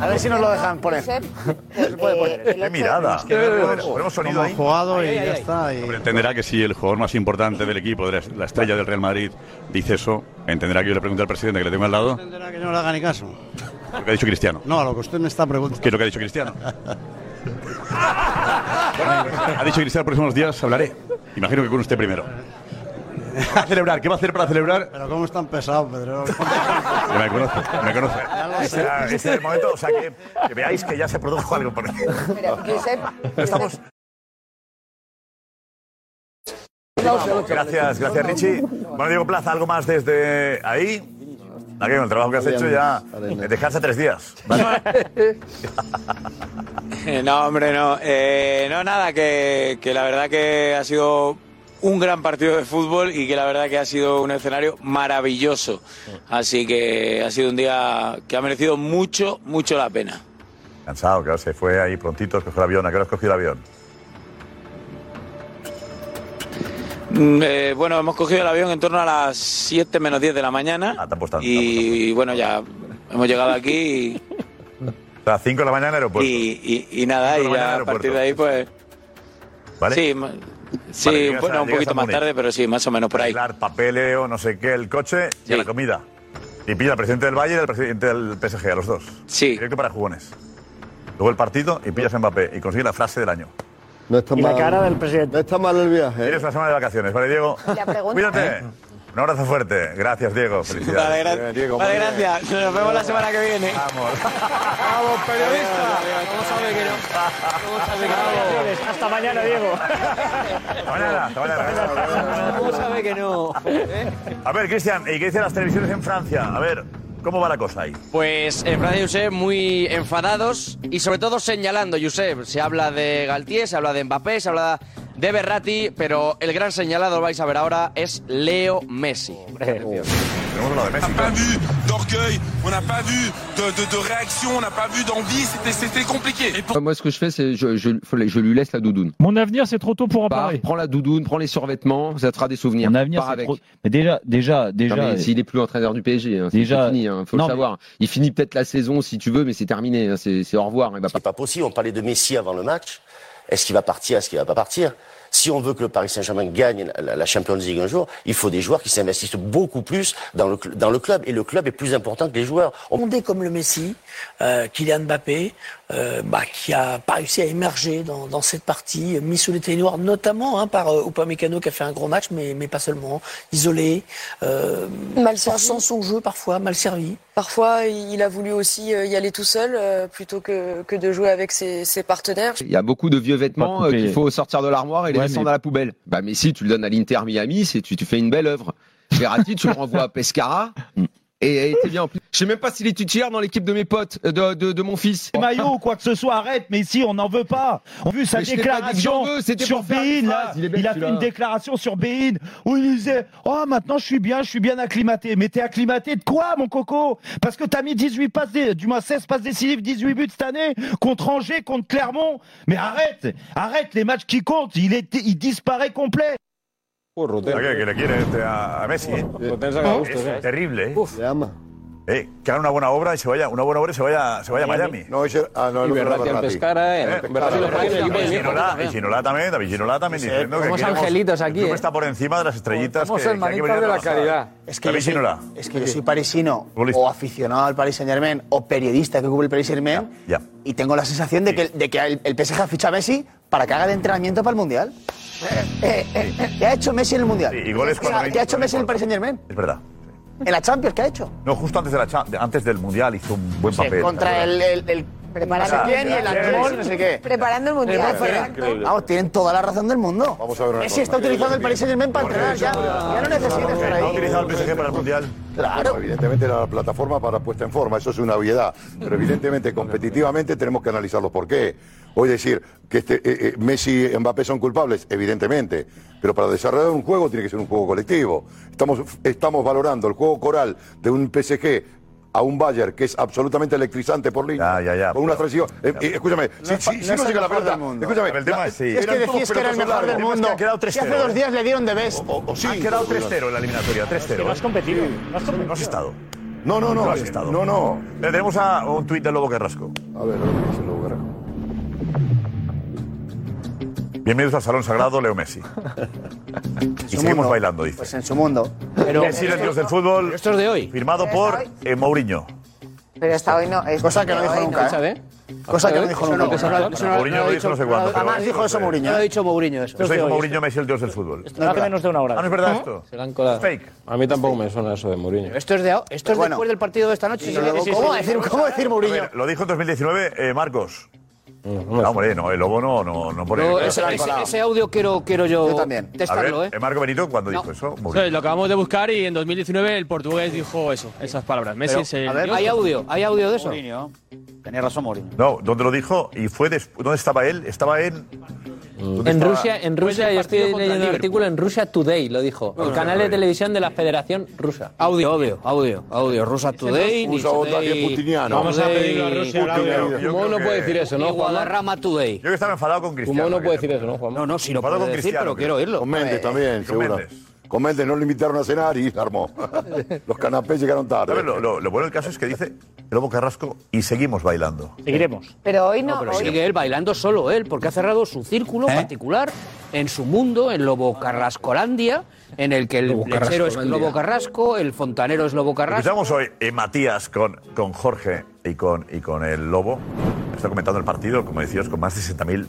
S19: A ver si nos lo dejan poner.
S11: eh,
S3: ¡Qué mirada! Ponemos sonido
S21: Como
S3: ahí.
S21: jugado y ya está. y-
S23: Entenderá que si el jugador más importante del equipo, de la- la estrella del Real Madrid, dice eso, entenderá que yo le pregunto al presidente que le tengo al lado
S21: Entenderá que no le haga ni caso.
S23: lo que ha dicho Cristiano.
S21: No, a lo que usted me está preguntando.
S23: ¿Qué es lo que ha dicho Cristiano? ha dicho Cristiano, próximos días hablaré. Imagino que con usted primero. A celebrar, ¿qué va a hacer para celebrar?
S21: Pero cómo es tan pesado, Pedro.
S23: Ya me conoce, ya me conoce.
S3: Este era- este era el momento, o sea, que, que veáis que ya se produjo algo por aquí. Estamos. Gracias, gracias Richie. Bueno, Diego Plaza, algo más desde ahí. Aquí, con el trabajo que has hecho ya. eh, Descansa tres días.
S4: No, hombre, no. Eh, no, nada, que, que la verdad que ha sido un gran partido de fútbol y que la verdad que ha sido un escenario maravilloso. Así que ha sido un día que ha merecido mucho, mucho la pena.
S3: Cansado, claro, se fue ahí prontito, escogió el avión. ¿A qué hora has cogido el avión?
S4: Mm, eh, bueno, hemos cogido el avión en torno a las 7 menos 10 de la mañana.
S3: Ah,
S4: y, bueno, ya hemos llegado aquí.
S3: A las 5 de la mañana en aeropuerto.
S4: Y, y- y nada,
S3: Cinco
S4: y
S3: de la mañana
S4: ya a
S3: aeropuerto.
S4: partir de ahí, pues.
S3: ¿Vale?
S4: Sí, ma- sí
S3: Vale, llegas
S4: bueno, un
S3: a- llegas a
S4: poquito más
S3: Múnich.
S4: tarde, pero sí, más o menos por ahí.
S3: Arreglar papeles o no sé qué, el coche y a la comida. Y pilla al presidente del Bayern y al presidente del PSG, a los dos.
S4: Sí.
S3: Directo para jugones. Luego el partido y pillas a Mbappé y consigue la frase del año.
S15: No está
S3: Y la
S15: mal.
S3: cara del
S15: No está mal el viaje. ¿eh?
S3: Tienes una semana de vacaciones, ¿vale, Diego?
S15: La pregunta-
S3: Cuídate. Un abrazo fuerte. Gracias, Diego. Felicidades.
S4: Vale, gra- vale, gracias. Nos vemos la semana que viene.
S3: Vamos.
S4: Vamos, periodista. ¿Cómo sabe que no? ¿Cómo sabe que no?
S13: Hasta mañana, Diego.
S3: ¿Cómo sabe que no? A ver, Cristian, ¿y qué dicen las televisiones en Francia? A ver, ¿cómo va la cosa ahí?
S17: Pues en Francia y Josep muy enfadados y sobre todo señalando, Josep, se habla de Galtier, se habla de Mbappé, se habla de Berratti, pero el gran señalado, lo vais a ver ahora, es Leo Messi.
S23: On n'a pas vu d'orgueil, on n'a pas vu de, de- de réaction, on n'a pas vu d'envie, c'était- c'était compliqué. Et pour-
S28: Moi, ce que je fais, c'est je, je, faut- je lui laisse la doudoune.
S27: Mon avenir, c'est trop tôt pour en
S28: Pars,
S27: parler.
S28: prends la doudoune, prends les survêtements, ça te fera des souvenirs.
S29: Mon avenir,
S28: Pars
S29: c'est
S28: avec.
S29: trop- Mais déjà, déjà, déjà.
S28: Non, mais s'il est plus entraîneur du PSG, hein, c'est
S29: Déjà-
S28: c'est fini, hein, faut
S29: Non,
S28: le
S29: mais-
S28: savoir. Il finit peut-être la saison si tu veux, mais c'est terminé, hein, c'est c'est au revoir. il va pas-
S30: C'est pas possible. On parlait de Messi avant le match. Est-ce qu'il va partir Est-ce qu'il va pas partir Si on veut que le Paris Saint-Germain gagne la la Champions League un jour, il faut des joueurs qui s'investissent beaucoup plus dans le, cl- dans le club. Et le club est plus important que les joueurs. On-
S31: Mondé comme le Messi, euh, Kylian Mbappé, euh, bah, qui a pas réussi à émerger dans, dans cette partie, mis sous les ténoirs, notamment hein, par euh, Upamecano qui a fait un gros match, mais, mais pas seulement, isolé, euh,
S32: Mal servi.
S31: forçant son jeu parfois, mal servi.
S32: Parfois, il a voulu aussi euh, y aller tout seul euh, plutôt que, que de jouer avec ses, ses partenaires.
S28: Il y a beaucoup de vieux vêtements Pas euh, couper. qu'il faut sortir de l'armoire et les Ouais, descendre mais- à la poubelle. Bah, mais si tu le donnes à l'Inter Miami, c'est tu, tu fais une belle œuvre. Verratti, tu le renvoies à Pescara. Et et t'es bien en plus. Je sais même pas s'il est titulaire dans l'équipe de mes potes, euh, de, de, de mon fils.
S27: Les maillots ou quoi que ce soit, arrête, mais ici on n'en veut pas. On a vu sa
S28: Mais je t'ai pas dit que
S27: déclaration
S28: j'en veux, c'était
S27: sur
S28: pour faire une
S27: Bein, là.
S28: phrase, il
S27: il,
S28: est bête,
S27: a fait
S28: celui-là.
S27: une déclaration sur Bein où il disait Oh, maintenant je suis bien, je suis bien acclimaté. Mais t'es acclimaté de quoi, mon coco Parce que t'as mis 18 passes, dé- du moins 16 passes décisives, 18 buts cette année contre Angers, contre Clermont. Mais arrête, arrête les matchs qui comptent, il, est, il disparaît complet.
S3: Oye, que le quiere este a, a Messi. ¿eh?
S27: saca gusto,
S3: Es
S27: ¿eh?
S3: terrible, ¿eh? Le ama. Eh, que haga una buena obra y se vaya, una buena obra y se vaya, se vaya a
S8: Miami.
S3: Miami.
S8: No, ese- ah, no, Y el otro era Berratti al Berratti. Pescara, eh, al Pescara. Berratti en el equipo del viejo,
S3: Ginola,
S8: también.
S3: y Ginola también, David Ginola también
S8: Sí,
S3: diciendo que
S8: somos
S3: queremos-
S8: angelitos
S3: el
S8: aquí,
S3: club
S8: ¿eh?
S3: está por encima de las estrellitas que,
S8: Somos
S3: que hay que
S8: hermanitos
S3: venir a
S8: de la
S3: trabajar.
S8: caridad.
S19: Es que,
S3: David
S19: yo soy,
S3: Ginola.
S19: es que yo soy parisino o aficionado al Paris Saint Germain o periodista que cubre el Paris Saint Germain
S3: Ya.
S19: y tengo la sensación de que, de que el, el PSG ficha a Messi para que haga de entrenamiento para el Mundial. Eh, eh, eh, ¿Qué ha hecho Messi en el Mundial?
S3: y goles
S19: ¿Qué,
S3: cuando
S19: ha-
S3: hay-
S19: qué ha hecho Messi en el Paris Saint Germain?
S3: Es verdad.
S19: ¿En la Champions qué ha hecho?
S3: No, justo antes, de la, cha- antes del Mundial hizo un buen papel.
S19: Contra el... el, el no sé
S11: Preparando
S19: quién y el Atlético, no sé qué.
S11: Preparando el mundial.
S19: Vamos, tienen toda la razón del mundo.
S8: Vamos a ver una
S19: Messi
S8: cosa.
S19: está utilizando el Paris Saint Germain para entrenar ya. Ya no necesita estar
S8: ¿Ha
S19: ahí.
S8: utilizado el PSG para el Mundial? Claro. evidentemente era la plataforma para puesta en forma, eso es una obviedad. Pero evidentemente, competitivamente, tenemos que analizar los por qué. Hoy decir que este, eh, eh, Messi y Mbappé son culpables, evidentemente. Pero para desarrollar un juego tiene que ser un juego colectivo. Estamos, estamos valorando el juego coral de un PSG a un Bayern que es absolutamente electrizante por línea. Con una transición. Eh, eh, escúchame, si, si- si no,
S19: no es el
S8: llega la
S19: mejor
S8: pelota.
S19: del mundo.
S8: Escúchame,
S19: Pero el tema
S8: la-
S19: es si- Es que
S8: eran todos
S19: decís que era el
S8: pelotazos
S19: mejor del
S8: largos.
S19: mundo.
S8: Ha quedado
S19: Que hace
S8: 3-0,
S19: dos
S8: ¿eh?
S19: días le dieron de best.
S8: sí,
S3: ha quedado
S8: por lo menos.
S3: 3-0 en la eliminatoria, ¿eh? 3-0.
S8: que has
S3: competido. No has estado.
S8: No, no, no.
S3: No has estado.
S8: No, no.
S3: Le tenemos a un tuit del Lobo Carrasco.
S8: A ver, lo que dice el Lobo Carrasco.
S3: Bienvenidos al Salón Sagrado, Leo Messi. y seguimos bailando, dice.
S19: Pues en su mundo.
S3: Messi, el dios del fútbol. Esto es de hoy. Firmado
S11: Pero
S3: por
S11: hoy.
S3: eh, Mourinho.
S11: Pero hasta hoy no. es-
S19: Cosa que no
S11: hoy
S19: dijo nunca, ¿eh? Cosa que no dijo
S11: Eso no,
S19: nunca.
S11: eso no,
S3: eso no, Mourinho no lo dijo no sé cuándo, pero
S19: Jamás
S3: eso
S19: dijo
S3: no
S19: eso
S3: sé.
S19: Mourinho.
S14: ¿eh?
S3: No lo ha
S19: dicho Mourinho
S3: Esto dijo Mourinho, Messi, el dios del fútbol.
S19: No hace menos de una hora.
S3: Ah, no es
S15: ¿Eh?
S12: ¿Mm?
S3: verdad esto.
S12: Se la han colado.
S3: Fake.
S12: A mí tampoco me suena eso de Mourinho.
S19: Esto es, de, esto
S12: es después
S19: del partido de esta noche. ¿Cómo va a decir, cómo va a decir
S3: A
S19: Mourinho?
S3: ver, lo dijo en 2019 eh, Marcos. No, hombre, no, el Lobo no, no, no pone.
S14: No, ese, ese- ese audio quiero, quiero yo,
S3: A ver,
S14: testarlo, ¿eh?
S3: eh, Marco Benito, cuando dijo eso? Mourinho.
S9: Lo acabamos de buscar y en 2019 el portugués dijo eso, esas palabras. Messi
S3: Pero,
S9: es el
S3: a ver,
S9: dios.
S3: ¿hay audio?
S9: ¿Hay audio de eso?
S3: Tenía razón Mourinho. No, ¿dónde lo dijo? Y fue des- ¿Dónde estaba él? Estaba en. ¿dónde
S22: En
S3: estaba?
S22: Rusia, en Rusia, yo estoy leyendo un artículo en Rusia Today, lo dijo. El canal de televisión de la Federación Rusa.
S14: Audio, audio, audio, audio. Rusa Today,
S22: Usa otra que
S14: Today,
S22: putiniano. Vamos a
S14: Today,
S22: pedirle a Rusia el
S14: Putin,
S22: audio.
S14: Yo
S22: Cumou
S14: creo
S22: no
S14: que-
S22: puede decir eso, ¿no,
S14: y
S22: Juanma?
S14: Guadarrama Today.
S3: Yo que estaba enfadado con Cristiano.
S22: Cumou no puede decir eso, ¿no, Juan?
S14: No, no, si lo
S8: Enfadado
S14: puede
S8: con
S14: decir,
S8: Cristiano,
S14: pero quiero
S8: creo.
S14: oírlo. Eh,
S8: Con Méndez también, seguro. Con Méndez no lo invitaron a cenar y se armó. Los canapés
S3: ¡Uh!
S8: llegaron tarde.
S3: A ver, lo, lo- lo bueno del caso es que dice el Lobo Carrasco y seguimos bailando.
S14: Seguiremos.
S11: Pero hoy no. ¿Eh?
S14: pero
S11: hoy-
S14: sigue él bailando solo él, porque ha cerrado su círculo particular en su mundo, en Lobo Carrascolandia, en el que el lechero es
S3: Carrascolandia.
S14: Lobo Carrasco, el fontanero es Lobo Carrasco.
S3: Empezamos hoy eh, Matías con, con Jorge y con, y con el Lobo. Está comentando el partido, como decías, con más de 60.000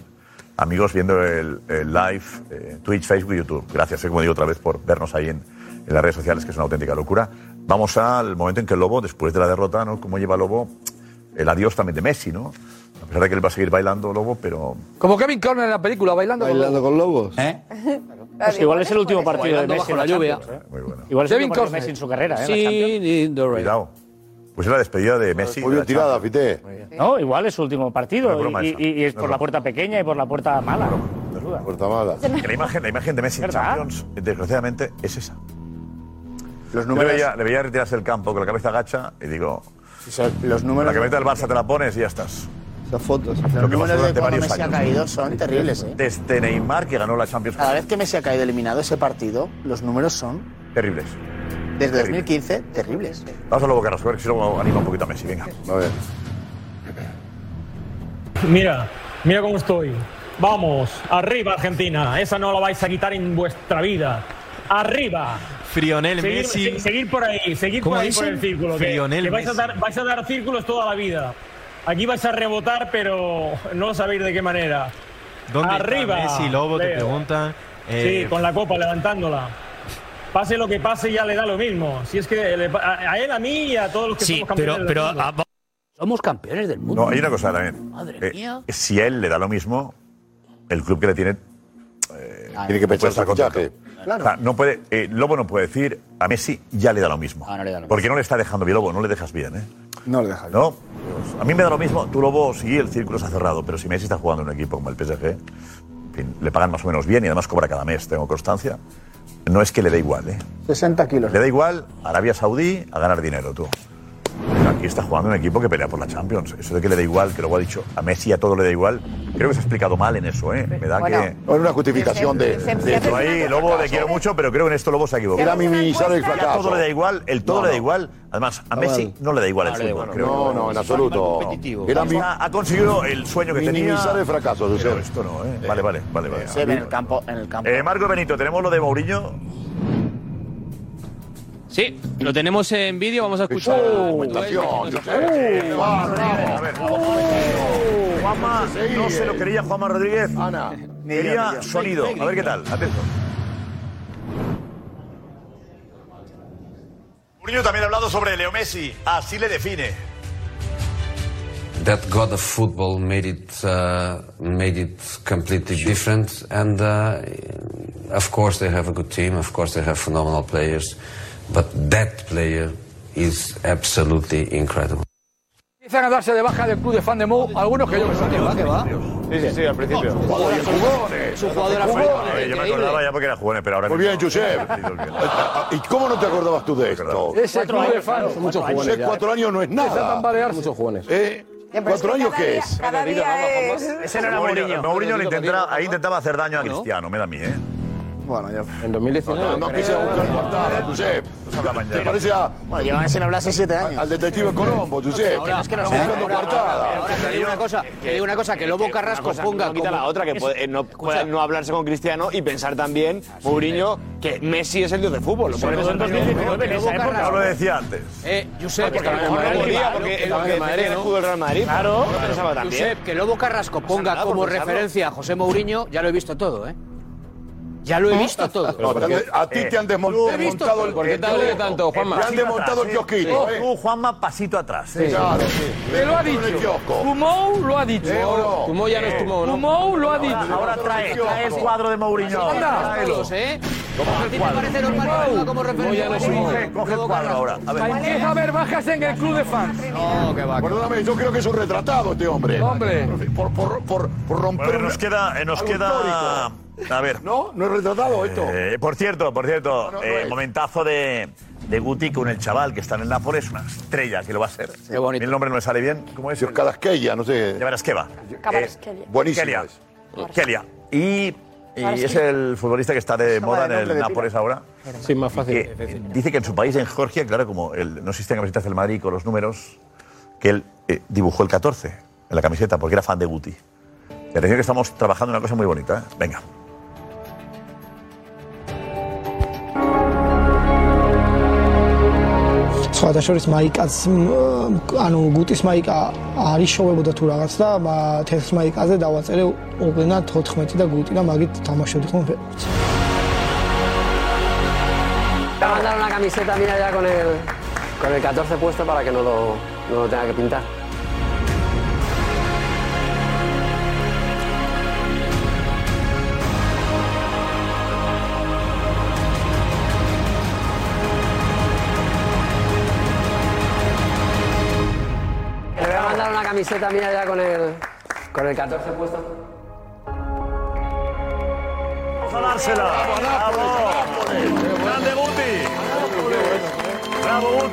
S3: amigos viendo el, el live, eh, Twitch, Facebook y YouTube. Gracias, eh, como digo otra vez, por vernos ahí en, en las redes sociales, que es una auténtica locura. Vamos al momento en que el Lobo, después de la derrota, ¿no? ¿Cómo lleva Lobo el adiós también de Messi, ¿no? A pesar de que él va a seguir bailando, Lobo, pero
S18: Como Kevin Corner en la película, bailando,
S2: Bailando
S18: con lobos.
S13: ¿Eh? Pues igual es el último partido de
S14: Bailando
S13: Messi en la
S14: bajo la lluvia.
S13: Champions, ¿eh? Igual es el último partido de
S14: Kevin Costner.
S13: Messi en su carrera, ¿eh? en la Champions.
S14: Sí,
S3: cuidado. Pues es la despedida de Messi.
S8: Muy bien tirada, Fité.
S13: No, igual es su último
S3: No es
S13: partido.
S3: broma
S13: y,
S3: esa.
S13: y- y es
S3: No es
S13: por la
S3: broma.
S13: puerta pequeña y por la puerta mala.
S3: Que La imagen, la imagen de Messi en Champions, desgraciadamente, es esa. Los
S8: números-
S3: le, veía, le veía retirarse el campo con la cabeza gacha y digo.
S19: Los números-
S3: La cabeza del Barça te la pones y ya estás.
S33: Esas fotos.
S3: Lo
S19: Los
S3: que pasó
S19: números de
S3: durante
S19: cuando
S3: varios
S19: Messi ha
S3: años.
S19: caído son terribles. ¿eh?
S3: Desde Neymar, que ganó la Champions
S19: Cada vez que Messi ha caído eliminado ese partido, los números son,
S3: Terribles.
S19: desde 2015, terribles.
S3: Vamos a lo bocarras, a ver si luego anima un poquito a Messi. Venga. A ver.
S18: Mira, mira cómo estoy. Vamos, arriba Argentina. Esa no la vais a quitar en vuestra vida. Arriba.
S16: Frionel
S18: seguir,
S16: Messi.
S18: se- seguir por ahí, seguir
S16: ¿Cómo
S18: por ahí
S16: dicen?
S18: por el círculo. que-
S16: Frionel
S18: que vais, a
S16: Messi.
S18: dar, vais a dar círculos toda la vida. Aquí vais a rebotar, pero no sabéis de qué manera.
S16: ¿Dónde
S18: arriba.
S16: está Messi? Lobo te
S18: Leo.
S16: preguntan.
S18: Sí, con la copa levantándola. Pase lo que pase, ya le da lo mismo. Si es que le pa- a, a él, a mí y a todos los que somos campeones del mundo.
S14: Somos campeones del mundo.
S3: No, hay una cosa también.
S18: Madre
S3: Eh,
S18: mía.
S3: Si a él le da lo mismo, el club que le tiene. eh, tiene que pensar estar contento. O sea, no puede, eh, Lobo no puede decir a Messi ya le da lo mismo. Porque Ah, no le está dejando bien, Lobo, no le dejas bien, ¿eh?
S19: No le dejas
S3: No. Dios, A mí me da lo mismo, tú Lobo, sí, el círculo se ha cerrado, pero si Messi está jugando en un equipo como el PSG, en fin, le pagan más o menos bien y además cobra cada mes, tengo constancia. No es que le dé igual, ¿eh?
S19: 60 kilos.
S3: Le da igual a Arabia Saudí a ganar dinero, tú. Pero aquí está jugando un equipo que pelea por la Champions. Eso de que le da igual, que luego ha dicho a Messi a todo le da igual, creo que se ha explicado mal en eso, ¿eh? Me da
S8: Bueno,
S3: que.
S8: bueno, una justificación de- se- se- se-
S3: Tú ahí, Lobo, le quiero mucho, pero creo que en esto Lobo se ha equivocado.
S8: Era minimizar el
S3: Ya
S8: fracaso.
S3: Todo le da igual, el todo
S8: No,
S3: le da
S8: no.
S3: igual. Además, a
S8: No,
S3: Messi
S8: no.
S3: no le da igual el
S8: No,
S3: fútbol,
S8: no,
S3: creo.
S8: no, no, en absoluto.
S3: competitivo.
S8: Era mi-
S3: Ha- ha conseguido el sueño que tenía.
S8: Minimizar el fracaso,
S3: Pero
S8: Josep.
S3: esto no, ¿eh? Vale, vale, vale. vale.
S19: Se ve en el campo. En el campo.
S3: Eh, Marco Benito, tenemos lo de Mourinho.
S14: Sí, lo tenemos en vídeo, vamos a escuchar.
S8: Uh,
S3: Juanma, no se lo quería Juanma Rodríguez. Ana,
S8: idea, ni
S3: quería
S8: idea.
S3: sonido. A ver qué tal. Atento. Mourinho también ha hablado sobre Leo Messi. Así le define.
S34: that god of football made it uh, made it completely different and uh, of course they have a good team of course they have phenomenal players but that player is absolutely incredible
S2: Empiezan a darse de baja del club de fan de Mou, algunos que yo me sabía. ¿Qué va?
S8: Sí, sí, sí, al principio. jugones.
S2: Su jugadora
S3: A ver, yo me
S8: Increíble.
S3: acordaba ya porque era jugones, pero ahora
S8: Muy bien, Josep. Ah, ¿Y cómo no te acordabas tú de esto?
S2: Ese club de fans.
S8: Josep, cuatro años no es nada.
S2: Muchos jóvenes.
S8: Eh, ¿Cuatro años qué es?
S19: eh, Ese no era
S3: Mourinho.
S19: Mourinho.
S3: Mourinho le intentara- ahí intentaba hacer daño a Cristiano, me da a mí, ¿eh?
S19: Bueno, yo...
S10: En 2019.
S8: No quise buscar portada, Josep. Te parece a...
S19: Bueno, llevan sin hablarse siete años.
S8: Al detective Colombo, Josep.
S19: Ahora,
S8: Estás buscando coartada.
S16: Te digo una cosa, te digo una cosa, que Lobo Carrasco ponga quita la otra, que puede, eh, no, pueda no hablarse con Cristiano y pensar también, Mourinho, que Messi es el dios de fútbol. Lo puede pensar también.
S3: No lo decía antes.
S16: Eh,
S14: Ah,
S16: Josep,
S3: Porque
S16: que a lo
S3: estaba en
S16: mejor
S3: Madrid,
S16: no podía,
S3: claro,
S16: porque
S3: que
S16: es lo
S3: estaba
S16: que
S3: en Madrid,
S16: defendía el
S3: ¿no?
S16: fútbol Real Madrid. pues,
S14: Claro.
S16: No pensaba Pues también.
S14: Josep, que Lobo Carrasco ponga
S16: por
S14: como
S16: pensarlo.
S14: referencia a José Mourinho, ya lo he visto todo, ¿eh. Ya
S3: ¿Eh?
S14: lo he visto todo.
S8: No, te han- a ti te han desmontado
S14: He visto todo.
S8: el-
S14: ¿Por qué te duele
S8: el-
S14: tanto, Juanma?
S8: Te han desmontado el
S3: Pasito atrás,
S8: kiosquito.
S3: ¿eh? Sí.
S8: ¿eh?
S3: Tú, Juanma, pasito atrás. ¿eh?
S8: Sí, claro, sí.
S2: Te lo ha
S8: En el
S2: dicho.
S8: kiosco.
S2: Tumou lo ha dicho.
S8: Eh, o no.
S2: Tumou ya no es Tumou, ¿no? Tumou lo ha dicho.
S3: Ahora trae, trae el cuadro de Mourinho.
S2: Anda.
S3: Tráelo.
S14: ¿eh?
S3: Coge el cuadro. Coge- Coge el cuadro ahora. A ver.
S2: Empieza a haber bajas en el club de fans.
S8: No, Perdóname, yo creo que es un retratado este hombre.
S2: Hombre.
S8: Por, por, por, por romper.
S3: Bueno, nos
S8: una-
S3: queda, eh, nos
S8: algo
S3: queda.
S8: histórico.
S3: A ver.
S8: No, no es retratado esto.
S3: Eh, por cierto, por cierto, eh, momentazo de, de Guti con el chaval que está en el Nápoles, una estrella que lo va a ser. Qué bonito. El nombre no me sale bien. Eh, ¿Cómo es?
S8: Cadasquella, no sé.
S3: Ya verás qué va.
S8: Kvaratskhelia. buenísimo
S3: Kelia.
S8: es.
S3: Kelia. Y, y es el futbolista que está de moda en
S10: de nombre
S3: el
S10: de
S3: Nápoles ahora.
S10: Sí, más fácil.
S3: que dice que en su país, en Georgia, claro, como el- no existen camisetas del Madrid con los números, que él eh, dibujó el 14 en la camiseta porque era fan de Guti. Atención que estamos trabajando en una cosa muy bonita. ¿eh? Venga.
S26: სხვადასხვა მაიკაც მ, ანუ გუტის მაიკა არის შოვებოდა თუ რაღაც და მა თეთრ მაიკაზე დავაწერე ოპენა 14 და გუტი და მაგით თამაშობდი ხოლმე ფეხბურთს.
S22: Te mandaron una camiseta, mira ya con el, con el 14 puesto para que no lo, no lo tenga que pintar. Te voy a mandar una camiseta, mira ya con el, con el 14 puesto.
S3: Vamos a dársela. Bravo. Grande Guti. ¡Bravo, Guti!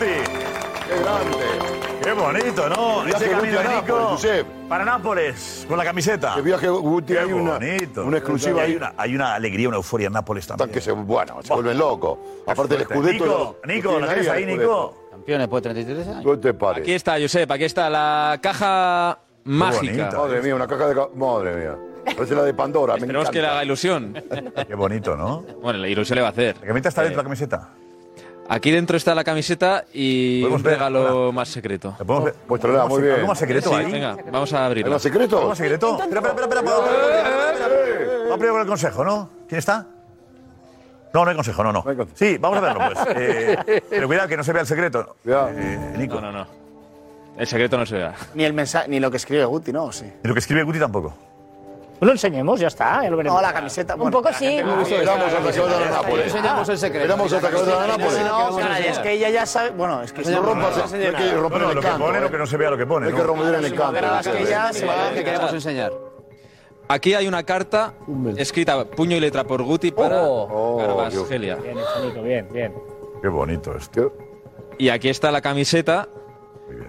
S3: ¡Qué grande! ¡Qué bonito, ¿no?
S8: Viaje
S3: Ese
S8: Guti
S3: camino
S8: a
S3: de
S8: Nápoles,
S3: Nico
S8: Josep.
S3: para Nápoles, con la camiseta.
S8: Que viaje Guti,
S3: Qué
S8: hay una-
S3: bonito.
S8: una exclusiva
S3: Y Hay
S8: ahí.
S3: una, hay una alegría, una euforia en Nápoles también.
S8: que se, bueno, se vuelven locos. Aparte el
S3: fuerte.
S8: escudeto.
S3: Nico,
S8: lo- lo
S3: Nico,
S8: tienen
S3: ¿la tienes ahí,
S8: el
S3: Nico?
S8: Scudetto.
S14: Campeón después de 33 años.
S8: ¿Qué te parece?
S22: Aquí está, Josep, aquí está la caja mágica.
S8: Madre mía, una caja de. ca- Madre mía. Parece la de Pandora. Me
S22: Esperemos
S8: encanta.
S22: que le haga ilusión.
S3: Qué bonito, ¿no?
S22: Bueno, la ilusión le va a hacer. Eh,
S3: ¿La camiseta está dentro de la camiseta?
S22: Aquí dentro está la camiseta y un regalo más secreto.
S3: Pues
S8: Muéstrala, muy bien.
S22: ¿Algo más secreto
S8: Sí,
S22: ahí? Venga, vamos a abrirlo.
S8: ¿Hay más secreto?
S3: ¿Algo más secreto? Espera, espera, espera. espera, Vamos primero con el consejo, ¿no? ¿Quién está? No, no hay consejo, no, no. Sí, vamos a verlo, pues. Eh, pero cuidado, que no se vea el secreto. Eh, Nico.
S22: No, no, no. El secreto no se vea.
S19: Ni el mensaje, ni lo que escribe Guti, ¿no? ¿O Sí.
S3: Y lo que escribe Guti tampoco.
S13: Lo enseñemos, ya está, ya lo veremos.
S19: No, la camiseta.
S13: Un poco sí.
S19: Esperamos hasta que
S13: vaya
S8: a
S13: Nápoles.
S8: Enseñamos
S19: el
S8: secreto. Esperamos hasta que vaya a Nápoles.
S19: No, caray, es que ella ya sabe. Bueno, es que
S8: No rompas, no hay que romper
S3: No,
S8: el
S3: lo que
S8: encanto,
S3: pone,
S8: ¿eh?
S3: lo que no se vea, lo que pone.
S8: Hay que romper el encanto.
S14: Te queremos enseñar.
S22: Aquí hay una carta escrita puño y letra por Guti para
S3: Oh.
S16: Oh,
S22: Carvajal.
S13: Bien, hecho, Nico, bien, bien.
S3: Qué bonito esto.
S22: Y aquí está la camiseta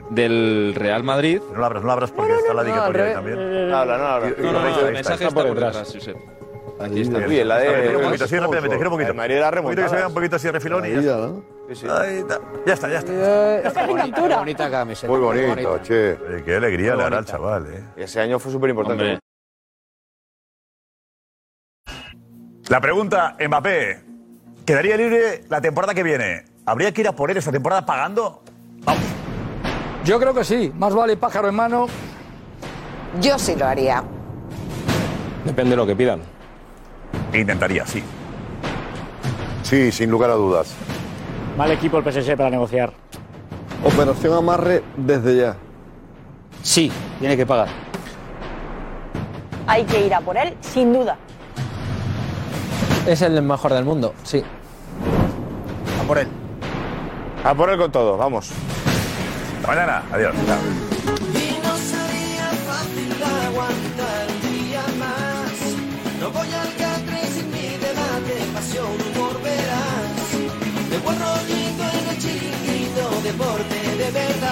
S22: del Real Madrid.
S3: No la abras, no la abras porque está la
S22: dictatoria
S3: ahí también.
S22: No, no,
S3: Y- y-
S22: no. No,
S3: ahí
S22: no, no,
S3: está,
S22: el
S3: ahí está,
S22: mensaje
S3: está
S22: está
S3: por
S22: por
S3: detrás.
S22: detrás, Josep.
S3: Ahí está.
S22: Muy bien, la de-
S3: Gira un poquito, así
S22: Ojo.
S3: rápidamente, gira un poquito.
S22: La de Madrid era
S3: Un poquito que se vea un poquito así de refilón y ya está. Ahí está. Ya está, ya está.
S14: Eh, Qué bonita camiseta.
S3: Muy
S8: bonito, che.
S3: qué alegría
S8: Muy
S3: le hará al
S8: bonita.
S3: chaval, eh.
S16: Ese año fue súper importante.
S3: La pregunta, Mbappé. ¿Quedaría libre la temporada que viene? ¿Habría que ir a por él esta temporada pagando?
S2: Yo creo que sí, más vale pájaro en mano.
S35: Yo sí lo haría.
S12: Depende de lo que pidan.
S3: Intentaría, sí.
S8: Sí, sin lugar a dudas.
S13: Mal equipo el PSG para negociar.
S15: Operación amarre desde ya.
S14: Sí, tiene que pagar.
S1: Hay que ir a por él, sin duda.
S36: Es el mejor del mundo, sí.
S16: A por él. A por él con todo, vamos.
S3: Hasta mañana, adiós.
S10: Y no sería fácil aguantar un día más. No voy al catre sin mi debate, pasión, humor verás. De buen rollito en el chiringuito, deporte de verdad.